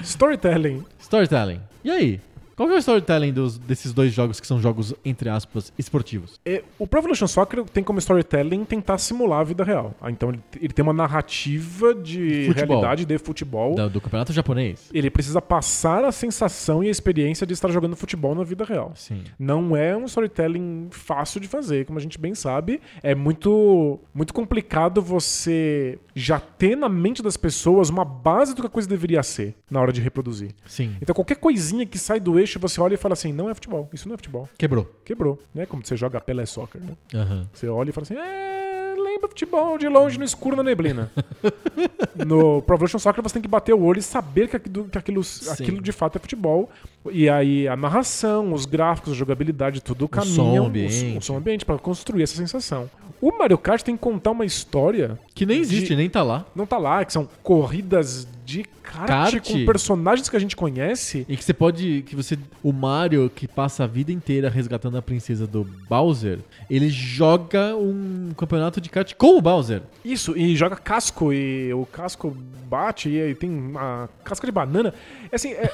Speaker 2: Storytelling.
Speaker 1: Storytelling. E aí? Qual que é o storytelling dos- desses dois jogos que são jogos, entre aspas, esportivos?
Speaker 2: É, o Pro Evolution Soccer tem como storytelling tentar simular a vida real. Ah, Então ele, ele tem uma narrativa de
Speaker 1: Futebol.
Speaker 2: realidade de futebol.
Speaker 1: Da- do campeonato japonês?
Speaker 2: Ele precisa passar a sensação e a experiência de estar jogando futebol na vida real.
Speaker 1: Sim.
Speaker 2: Não é um storytelling fácil de fazer, como a gente bem sabe. É muito, muito complicado você já ter na mente das pessoas uma base do que a coisa deveria ser na hora de reproduzir.
Speaker 1: Sim.
Speaker 2: Então qualquer coisinha que sai do eixo, você olha e fala assim, não é futebol, isso não é futebol.
Speaker 1: Quebrou.
Speaker 2: Quebrou, né? Como você joga Pelé Soccer, né?
Speaker 1: Aham.
Speaker 2: Você olha e fala assim, é, lembra futebol de longe, no escuro, na
Speaker 1: (laughs)
Speaker 2: neblina. no Pro Evolution Soccer você tem que bater o olho e saber que aquilo, que aquilo, aquilo de fato é futebol. E aí a narração, os gráficos, a jogabilidade, tudo caminham.
Speaker 1: som, ambiente.
Speaker 2: O, som ambiente pra construir essa sensação. O Mario Kart tem que contar uma história
Speaker 1: Que nem existe,
Speaker 2: De-
Speaker 1: nem tá lá.
Speaker 2: não tá lá, que são corridas de kart,
Speaker 1: Kart?
Speaker 2: com personagens que a gente conhece.
Speaker 1: E que você pode. Que você. O Mario, que passa a vida inteira resgatando a princesa do Bowser, ele joga um campeonato de kart com o Bowser.
Speaker 2: Isso, e joga casco, e o casco bate, e aí tem uma casca de banana. Assim, é,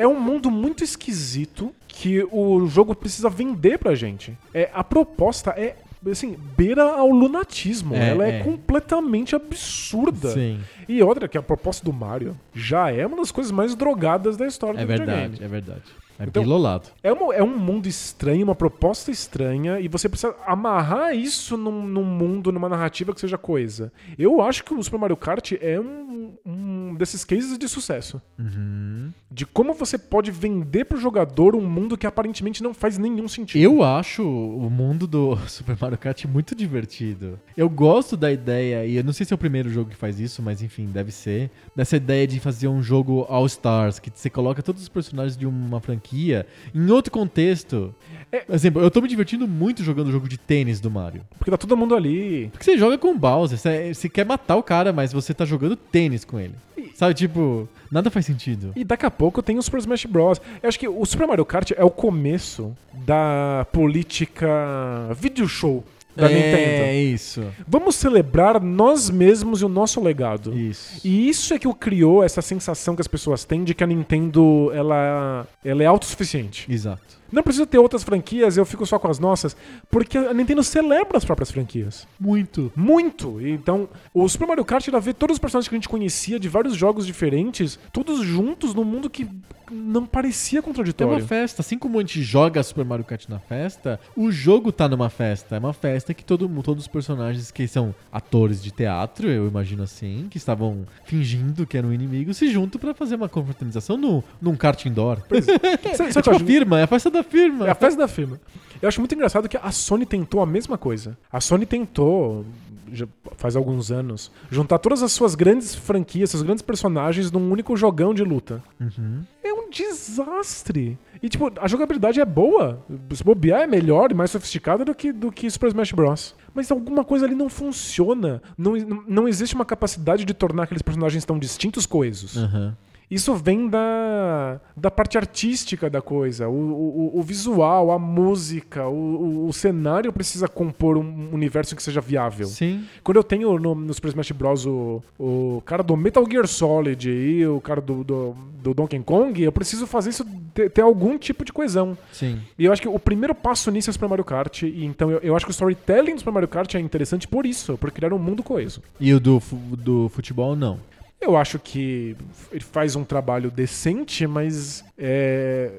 Speaker 2: (laughs) é- é um mundo muito esquisito que o jogo precisa vender pra gente. É, a proposta é, assim, beira ao lunatismo.
Speaker 1: É,
Speaker 2: Ela é,
Speaker 1: é.
Speaker 2: completamente absurda.
Speaker 1: Sim.
Speaker 2: E outra, que a proposta do Mario já é uma das coisas mais drogadas da história
Speaker 1: É
Speaker 2: do videogame.
Speaker 1: verdade, é verdade. É
Speaker 2: Então-
Speaker 1: pilolado.
Speaker 2: É, uma- é um mundo estranho, uma proposta estranha, e você precisa amarrar isso num, num mundo, numa narrativa que seja coisa. Eu acho que o Super Mario Kart é um, um desses cases de sucesso.
Speaker 1: Uhum.
Speaker 2: De como você pode vender pro jogador um mundo que aparentemente não faz nenhum sentido.
Speaker 1: Eu acho o mundo do (laughs) Super Mario Kart muito divertido. Eu gosto da ideia, e eu não sei se é o primeiro jogo que faz isso, mas enfim, deve ser. Dessa ideia de fazer um jogo All Stars, que você coloca todos os personagens de uma franquia em outro contexto.
Speaker 2: É-
Speaker 1: Por exemplo, eu tô me divertindo muito jogando o jogo de tênis do Mario.
Speaker 2: Porque tá todo mundo ali.
Speaker 1: Porque você joga com o Bowser, você, você quer matar o cara, mas você tá jogando tênis com ele. Sabe, tipo, nada faz sentido.
Speaker 2: E daqui a pouco tem o Super Smash Bros. Eu acho que o Super Mario Kart é o começo da política video show da
Speaker 1: É
Speaker 2: Nintendo.
Speaker 1: isso.
Speaker 2: Vamos celebrar nós mesmos e o nosso legado.
Speaker 1: Isso.
Speaker 2: E isso é que o criou essa sensação que as pessoas têm de que a Nintendo ela, ela é autossuficiente.
Speaker 1: Exato.
Speaker 2: Não precisa ter outras franquias, eu fico só com as nossas, porque a Nintendo celebra as próprias franquias.
Speaker 1: Muito.
Speaker 2: Muito! Então, o Super Mario Kart era ver todos os personagens que a gente conhecia de vários jogos diferentes, todos juntos num mundo que não parecia
Speaker 1: É uma
Speaker 2: contraditório.
Speaker 1: festa. Assim como a gente joga Super Mario Kart na festa, o jogo tá numa festa. É uma festa que todo mundo, todos os personagens que são atores de teatro, eu imagino assim, que estavam fingindo que eram inimigos, se juntam pra fazer uma confraternização no, num kart indoor.
Speaker 2: Pois é.
Speaker 1: (laughs) É
Speaker 2: Sabe- sabe o que eu
Speaker 1: tipo a
Speaker 2: acho-
Speaker 1: firma, é a festa da firma.
Speaker 2: É a festa da firma. Eu acho muito engraçado que a Sony tentou a mesma coisa. A Sony tentou, já faz alguns anos, juntar todas as suas grandes franquias, seus grandes personagens num único jogão de luta. É um desastre. E, tipo, a jogabilidade é boa. Se bobear é melhor e mais sofisticada do que, do que Super Smash Bros. Mas alguma coisa ali não funciona. Não, não existe uma capacidade de tornar aqueles personagens tão distintos coesos.
Speaker 1: Aham.
Speaker 2: Isso vem da, da parte artística da coisa. O, o- o visual, a música, o, o- o cenário precisa compor um universo que seja viável.
Speaker 1: Sim.
Speaker 2: Quando eu tenho no, no Super Smash Bros. O, o cara do Metal Gear Solid e o cara do, do, do Donkey Kong, eu preciso fazer isso ter, ter algum tipo de coesão.
Speaker 1: Sim.
Speaker 2: E eu acho que o primeiro passo nisso é o Super Mario Kart. E então eu, eu acho que o storytelling do Super Mario Kart é interessante por isso, por criar um mundo coeso.
Speaker 1: E o do, fu- do futebol, não.
Speaker 2: Eu acho que ele faz um trabalho decente, mas é,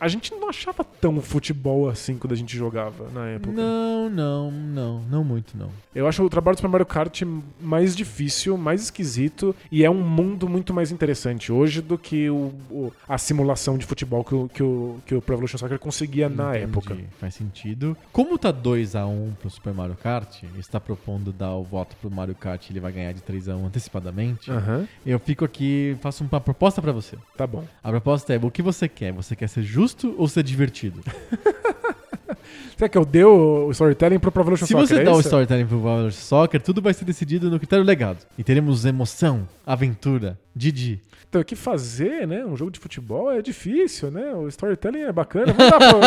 Speaker 2: a gente não achava tão futebol assim quando a gente jogava na época.
Speaker 1: Não, não, não. Não muito, não.
Speaker 2: Eu acho o trabalho do Super Mario Kart mais difícil, mais esquisito e é um mundo muito mais interessante hoje do que o- o- a simulação de futebol que o, que o, que o Pro Evolution Soccer conseguia na
Speaker 1: Entendi,
Speaker 2: época.
Speaker 1: Faz sentido. Como tá 2x1 pro Super Mario Kart, está propondo dar o voto pro Mario Kart ele vai ganhar de 3x1 antecipadamente,
Speaker 2: Aham,
Speaker 1: eu fico aqui faço uma proposta pra você.
Speaker 2: tá bom.
Speaker 1: A proposta é, o que você quer? Você quer ser justo ou ser
Speaker 2: (laughs)
Speaker 1: divertido?
Speaker 2: Será que eu dei o o storytelling pro Pro Evolution
Speaker 1: Se
Speaker 2: Soccer?
Speaker 1: você
Speaker 2: é
Speaker 1: dá o
Speaker 2: isso?
Speaker 1: storytelling pro Valor Soccer, tudo vai ser decidido no critério legado. E teremos emoção, aventura, Didi.
Speaker 2: Então, o que fazer, né? Um jogo de futebol é difícil, né? O storytelling é bacana. Vamos dar pro,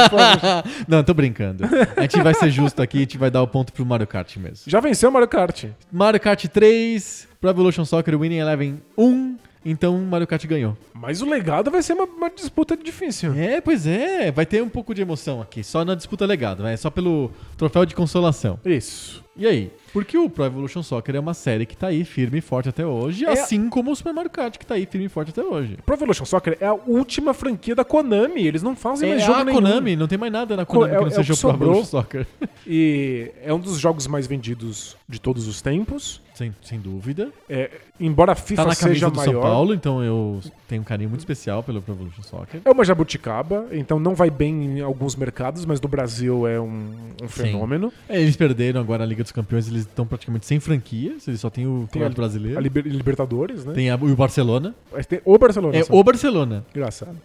Speaker 2: pro...
Speaker 1: Não, tô brincando. A gente vai ser justo aqui, a gente vai dar o ponto pro Mario Kart mesmo.
Speaker 2: Já venceu o Mario Kart.
Speaker 1: Mario Kart 3, Pro Evolution Soccer Winning Eleven 1, Então Mario Kart ganhou.
Speaker 2: Mas o legado vai ser uma, uma disputa difícil.
Speaker 1: É, pois é. Vai ter um pouco de emoção aqui, só na disputa legado, né? Só pelo troféu de consolação.
Speaker 2: Isso.
Speaker 1: E aí? Porque o Pro Evolution Soccer é uma série que tá aí firme e forte até hoje,
Speaker 2: É a-
Speaker 1: assim como o Super Mario Kart que tá aí firme e forte até hoje.
Speaker 2: Pro Evolution Soccer é a última franquia da Konami. Eles não fazem
Speaker 1: É,
Speaker 2: mais jogo
Speaker 1: a
Speaker 2: nenhum.
Speaker 1: Konami, não tem mais nada na Konami
Speaker 2: é-
Speaker 1: que não
Speaker 2: é o
Speaker 1: seja o
Speaker 2: que
Speaker 1: Pro
Speaker 2: sobrou.
Speaker 1: Evolution Soccer. (laughs)
Speaker 2: E é um dos jogos mais vendidos de todos os tempos.
Speaker 1: Sem, sem dúvida.
Speaker 2: É, embora a FIFA
Speaker 1: Tá na
Speaker 2: seja
Speaker 1: camisa do
Speaker 2: maior.
Speaker 1: São Paulo, então eu tenho um carinho muito especial pelo Pro Evolution Soccer.
Speaker 2: É uma jabuticaba, então não vai bem em alguns mercados, mas no Brasil é um, um fenômeno.
Speaker 1: É, Eles perderam agora a Liga dos Campeões, eles estão praticamente sem franquias, eles só tem o
Speaker 2: Tem a-
Speaker 1: Campeonato Brasileiro.
Speaker 2: A Liber- Libertadores, né?
Speaker 1: Tem a- e o Barcelona.
Speaker 2: Mas tem o Barcelona.
Speaker 1: É
Speaker 2: só.
Speaker 1: o Barcelona.
Speaker 2: Engraçado.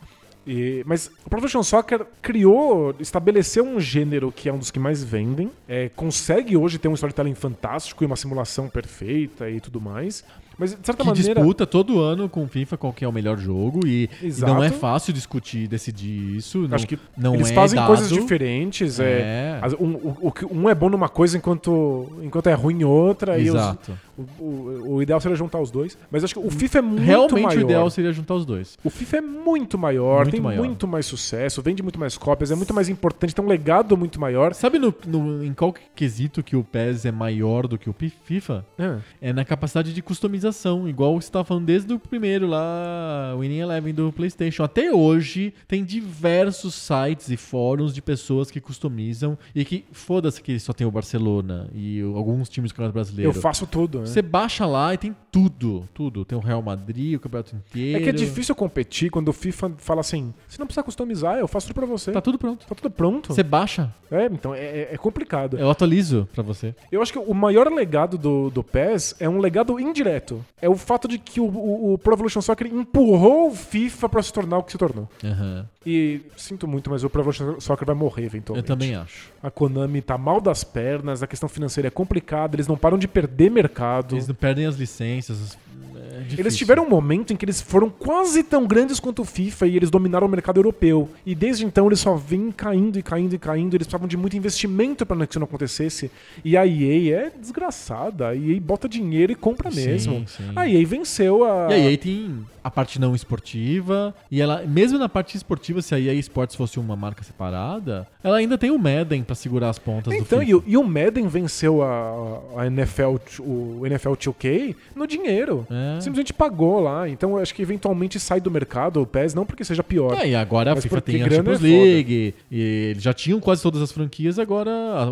Speaker 2: E- mas o Professional Soccer criou, estabeleceu um gênero que é um dos que mais vendem. É, consegue hoje ter um storytelling fantástico e uma simulação perfeita e tudo mais. Mas de certa
Speaker 1: Que
Speaker 2: maneira.
Speaker 1: disputa todo ano com o FIFA qual que é o melhor jogo e, e
Speaker 2: Exato.
Speaker 1: não é fácil discutir e decidir isso. Não,
Speaker 2: Acho que
Speaker 1: não
Speaker 2: eles
Speaker 1: é
Speaker 2: fazem
Speaker 1: dado.
Speaker 2: coisas diferentes.
Speaker 1: É.
Speaker 2: É. as- um, o- o que- um é bom numa coisa enquanto, enquanto é ruim em outra. e os-
Speaker 1: Exato.
Speaker 2: o, o- o ideal seria juntar os dois. Mas acho que o FIFA é muito
Speaker 1: Realmente
Speaker 2: maior.
Speaker 1: o ideal seria juntar os dois.
Speaker 2: O FIFA é muito maior,
Speaker 1: Muito
Speaker 2: tem
Speaker 1: maior.
Speaker 2: muito mais sucesso, vende muito mais cópias, é muito mais importante, tem um legado muito maior.
Speaker 1: Sabe no, no- em qual quesito que o PES é maior do que o P- FIFA?
Speaker 2: É.
Speaker 1: É na capacidade de customização, igual você estava falando desde o primeiro lá, o Winning Eleven do PlayStation. Até hoje, tem diversos sites e fóruns de pessoas que customizam e que foda-se que só tem o Barcelona e o- alguns times do Campeonato Brasileiro.
Speaker 2: Eu faço tudo, né?
Speaker 1: Você baixa lá e tem tudo, tudo. Tem o Real Madrid, o campeonato inteiro.
Speaker 2: É que é difícil competir quando o FIFA fala assim: você não precisa customizar, eu faço tudo pra você.
Speaker 1: Tá
Speaker 2: Tá,
Speaker 1: tudo pronto.
Speaker 2: tudo pronto.
Speaker 1: Você baixa,
Speaker 2: É, então é- é, é complicado.
Speaker 1: eu atualizo pra você.
Speaker 2: Eu acho que o maior legado do, do PES é um legado indireto. É o fato de que o, o, o Pro Evolution Soccer empurrou o FIFA pra se tornar o que se tornou.
Speaker 1: Aham.
Speaker 2: E sinto muito, mas o Pro Evolution Soccer vai morrer
Speaker 1: Eu
Speaker 2: eventualmente.
Speaker 1: também acho.
Speaker 2: A Konami tá mal das pernas, a questão financeira é complicada, eles não param de perder mercado.
Speaker 1: Eles não perdem as licenças. as- é difícil.
Speaker 2: Eles tiveram um momento em que eles foram quase tão grandes quanto o FIFA e eles dominaram o mercado europeu. E desde então eles só vêm caindo e caindo e caindo. Eles precisavam de muito investimento para que isso não acontecesse. E a EA é desgraçada. A EA bota dinheiro e compra
Speaker 1: Sim,
Speaker 2: mesmo.
Speaker 1: sim.
Speaker 2: A EA venceu a.
Speaker 1: E aí, aí tem a parte não esportiva, e ela, mesmo na parte esportiva, se a EA Sports fosse uma marca separada, ela ainda tem o Madden pra segurar as pontas
Speaker 2: Então,
Speaker 1: do
Speaker 2: e,
Speaker 1: FIFA.
Speaker 2: o- e o Madden venceu a, a NFL, t- o NFL 2K no dinheiro.
Speaker 1: É.
Speaker 2: Simplesmente pagou lá. Então eu acho que eventualmente sai do mercado o PES, não porque seja pior.
Speaker 1: É, e agora a
Speaker 2: Mas
Speaker 1: FIFA
Speaker 2: porque
Speaker 1: tem a
Speaker 2: grana
Speaker 1: Champions
Speaker 2: é foda.
Speaker 1: League, e eles já tinham quase todas as franquias, agora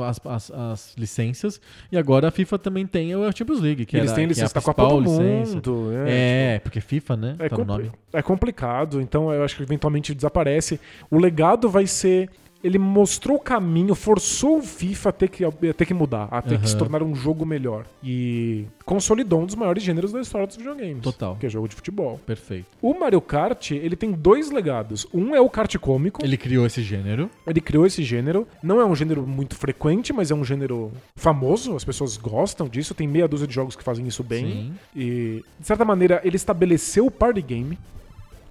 Speaker 1: as, as- as licenças, e agora a FIFA também tem a Champions League, que
Speaker 2: Eles
Speaker 1: era-
Speaker 2: têm
Speaker 1: que é a
Speaker 2: licença da Copa
Speaker 1: principal
Speaker 2: do
Speaker 1: licença.
Speaker 2: Mundo.
Speaker 1: É, porque FIFA, né?
Speaker 2: É,
Speaker 1: tá no
Speaker 2: compli-
Speaker 1: nome.
Speaker 2: é complicado, então eu acho que eventualmente desaparece. O legado vai ser. Ele mostrou o caminho, forçou o FIFA a ter que, a ter que mudar, a ter
Speaker 1: Aham.
Speaker 2: que se tornar um jogo melhor. E consolidou um dos maiores gêneros da história dos videogames.
Speaker 1: Total.
Speaker 2: Que é jogo de futebol.
Speaker 1: Perfeito.
Speaker 2: O Mario Kart, ele tem dois legados. Um é o kart cômico.
Speaker 1: Ele criou esse gênero.
Speaker 2: Ele criou esse gênero. Não é um gênero muito frequente, mas é um gênero famoso. As pessoas gostam disso. Tem meia dúzia de jogos que fazem isso bem.
Speaker 1: Sim.
Speaker 2: E, de certa maneira, ele estabeleceu o party game.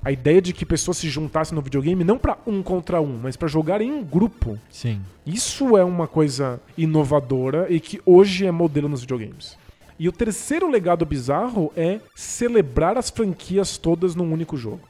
Speaker 2: A ideia de que pessoas se juntassem no videogame não pra um contra um, mas pra jogar em grupo.
Speaker 1: Sim.
Speaker 2: Isso é uma coisa inovadora e que hoje é modelo nos videogames. E o terceiro legado bizarro é celebrar as franquias todas num único jogo.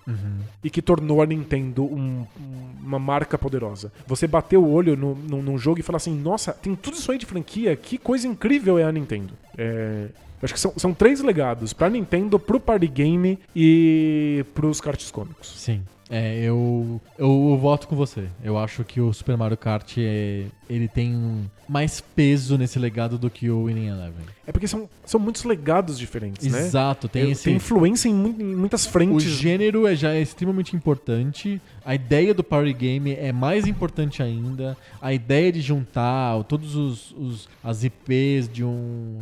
Speaker 2: E que tornou a Nintendo um- um- uma marca poderosa. Você bater o olho no, num- num jogo e falar assim: nossa, tem tudo isso aí de franquia, que coisa incrível é a Nintendo. É, eu Acho que são, são três legados: pra Nintendo, pro Party Game e pros cartes cômicos.
Speaker 1: Sim. É, eu, eu, eu voto com você. Eu acho que o Super Mario Kart é, ele tem mais peso nesse legado do que o Winning Eleven.
Speaker 2: É porque são, são muitos legados diferentes, né?
Speaker 1: Exato, tem
Speaker 2: Eu-
Speaker 1: esse.
Speaker 2: tem influência em, mu- em muitas
Speaker 1: o
Speaker 2: frentes.
Speaker 1: gênero é, já é extremamente importante. A ideia do party game é mais importante ainda. A ideia de juntar todos os, os- as IPs de um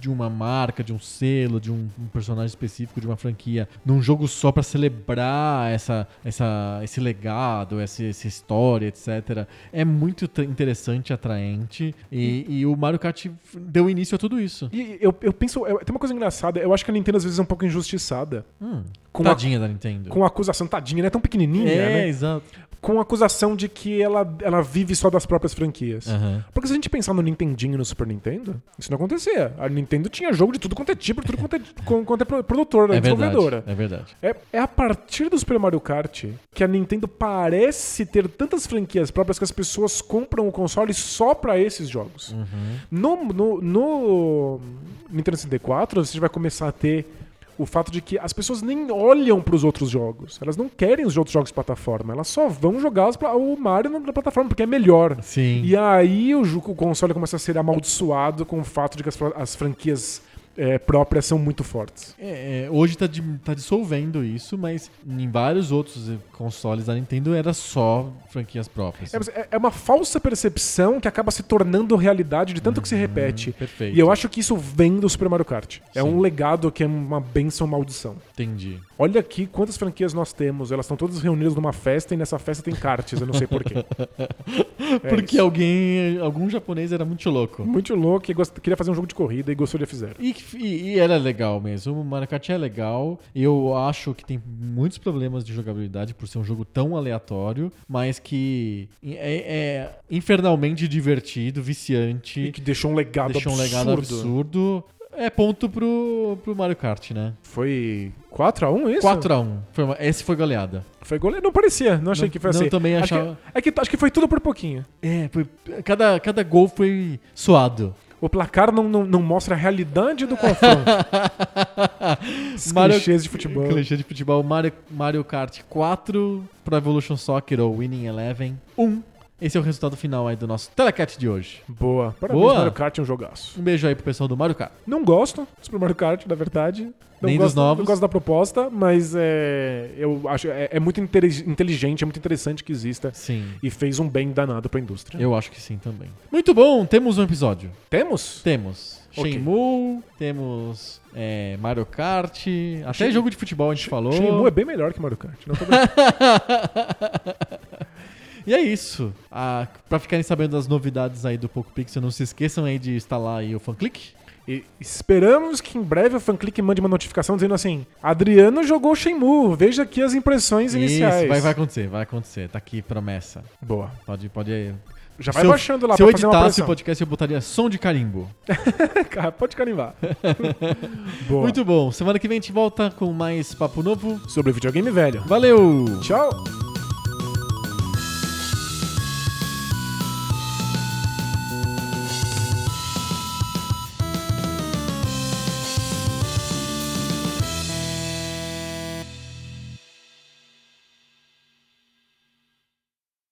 Speaker 1: de uma marca, de um selo, de um, um personagem específico, de uma franquia, num jogo só pra celebrar essa, essa, esse legado, essa, essa história, etc. É muito tra- interessante, atraente e, e o Mario Kart deu início a tudo isso.
Speaker 2: E eu, eu penso, eu- tem uma coisa engraçada, eu acho que a Nintendo às vezes é um pouco injustiçada.
Speaker 1: Hum,
Speaker 2: Com a-
Speaker 1: tadinha da Nintendo.
Speaker 2: Com a acusação, tadinha, né? Tão é pequenininha,
Speaker 1: é,
Speaker 2: né?
Speaker 1: exato.
Speaker 2: com a acusação de que ela, ela vive só das próprias franquias.
Speaker 1: Aham.
Speaker 2: Porque se a gente pensar no Nintendinho e no Super Nintendo, isso não acontecia. A Nintendo tinha jogo de tudo quanto é tipo, tudo quanto é, (laughs) com- quanto é pro- produtora,
Speaker 1: É verdade.
Speaker 2: desenvolvedora.
Speaker 1: É verdade.
Speaker 2: É, é a partir do Super Mario Kart que a Nintendo parece ter tantas franquias próprias que as pessoas compram o console só pra esses jogos. No, no, no Nintendo 64, você vai começar a ter o fato de que as pessoas nem olham pros outros jogos. Elas não querem os outros jogos de plataforma. Elas só vão jogar os pla- o Mario na na plataforma porque é melhor.
Speaker 1: Sim.
Speaker 2: E aí o, ju- o console começa a ser amaldiçoado com o fato de que as, fra- as franquias eh, próprias são muito fortes.
Speaker 1: É, é, hoje tá, di- tá dissolvendo isso, mas em vários outros consoles da Nintendo era só franquias próprias.
Speaker 2: É, mas é- é uma falsa percepção que acaba se tornando realidade de tanto que se repete.
Speaker 1: Hum, perfeito.
Speaker 2: E eu acho que isso vem do Super Mario Kart. É um legado que é uma benção maldição. (laughs)
Speaker 1: Entendi.
Speaker 2: Olha aqui quantas franquias nós temos. Elas estão todas reunidas numa festa e nessa festa tem karts. Eu não
Speaker 1: (laughs)
Speaker 2: sei porquê. É
Speaker 1: Porque alguém, algum japonês era muito louco.
Speaker 2: Muito louco e gost- queria fazer um jogo de corrida e gostou de fizeram.
Speaker 1: E, que- e- e era legal mesmo. O Mario Kart é legal. Eu acho que tem muitos problemas de jogabilidade por ser um jogo tão aleatório, mas que é, é infernalmente divertido, viciante.
Speaker 2: E que deixou um legado
Speaker 1: deixou um
Speaker 2: absurdo.
Speaker 1: legado absurdo. É ponto pro, pro Mario Kart, né?
Speaker 2: Foi 4x1 isso?
Speaker 1: 4x1. Foi uma- Esse foi goleada.
Speaker 2: Foi gole... Não parecia. Não achei
Speaker 1: Não-
Speaker 2: que foi
Speaker 1: não,
Speaker 2: assim.
Speaker 1: também
Speaker 2: acho
Speaker 1: achava-
Speaker 2: que- É que acho que foi tudo por pouquinho.
Speaker 1: É, foi, cada, cada gol foi suado.
Speaker 2: O placar não, não, não mostra a realidade
Speaker 1: (laughs)
Speaker 2: do confronto. Esses clichês de futebol.
Speaker 1: Clichê Tipo, de futebol. Mario, Mario Kart 4 Pro Evolution Soccer ou Winning Eleven 1. Esse é o resultado final aí do nosso Telecat de hoje.
Speaker 2: Boa. Parabéns,
Speaker 1: Boa.
Speaker 2: Mario Kart é um jogaço.
Speaker 1: Um beijo aí pro pessoal do Mario Kart.
Speaker 2: Não gosto do Super Mario Kart, na verdade. Não
Speaker 1: Nem
Speaker 2: gosto,
Speaker 1: dos novos.
Speaker 2: Não gosto da proposta, mas é, eu acho é, é muito interi- inteligente, é muito interessante que exista.
Speaker 1: Sim.
Speaker 2: E fez um bem danado pra indústria.
Speaker 1: Eu acho que sim também. Muito bom, temos um episódio.
Speaker 2: Temos?
Speaker 1: Temos
Speaker 2: Ok.
Speaker 1: Shenmue, temos é, Mario Kart, até
Speaker 2: Shen-
Speaker 1: jogo de futebol a gente falou.
Speaker 2: Shenmue é bem melhor que Mario Kart. Não tô
Speaker 1: (laughs)
Speaker 2: brincando.
Speaker 1: E é isso. Ah, pra ficarem sabendo das novidades aí do Poco Pixel, não se esqueçam aí de instalar aí o FanClick.
Speaker 2: E esperamos que em breve o FanClick mande uma notificação dizendo assim: Adriano jogou Shenmue, veja aqui as impressões iniciais.
Speaker 1: Isso, vai, vai acontecer, vai acontecer. Tá aqui, promessa.
Speaker 2: Boa.
Speaker 1: Pode, pode aí.
Speaker 2: Já vai
Speaker 1: Se eu-
Speaker 2: baixando lá
Speaker 1: Se
Speaker 2: pra
Speaker 1: eu
Speaker 2: fazer uma
Speaker 1: editasse o
Speaker 2: pressão.
Speaker 1: podcast, eu botaria som de carimbo.
Speaker 2: (laughs) Cara,
Speaker 1: (laughs)
Speaker 2: Pode carimbar. (laughs) Boa.
Speaker 1: Muito bom. Semana que vem a gente volta com mais papo novo.
Speaker 2: Sobre videogame velho.
Speaker 1: Valeu!
Speaker 2: Tchau.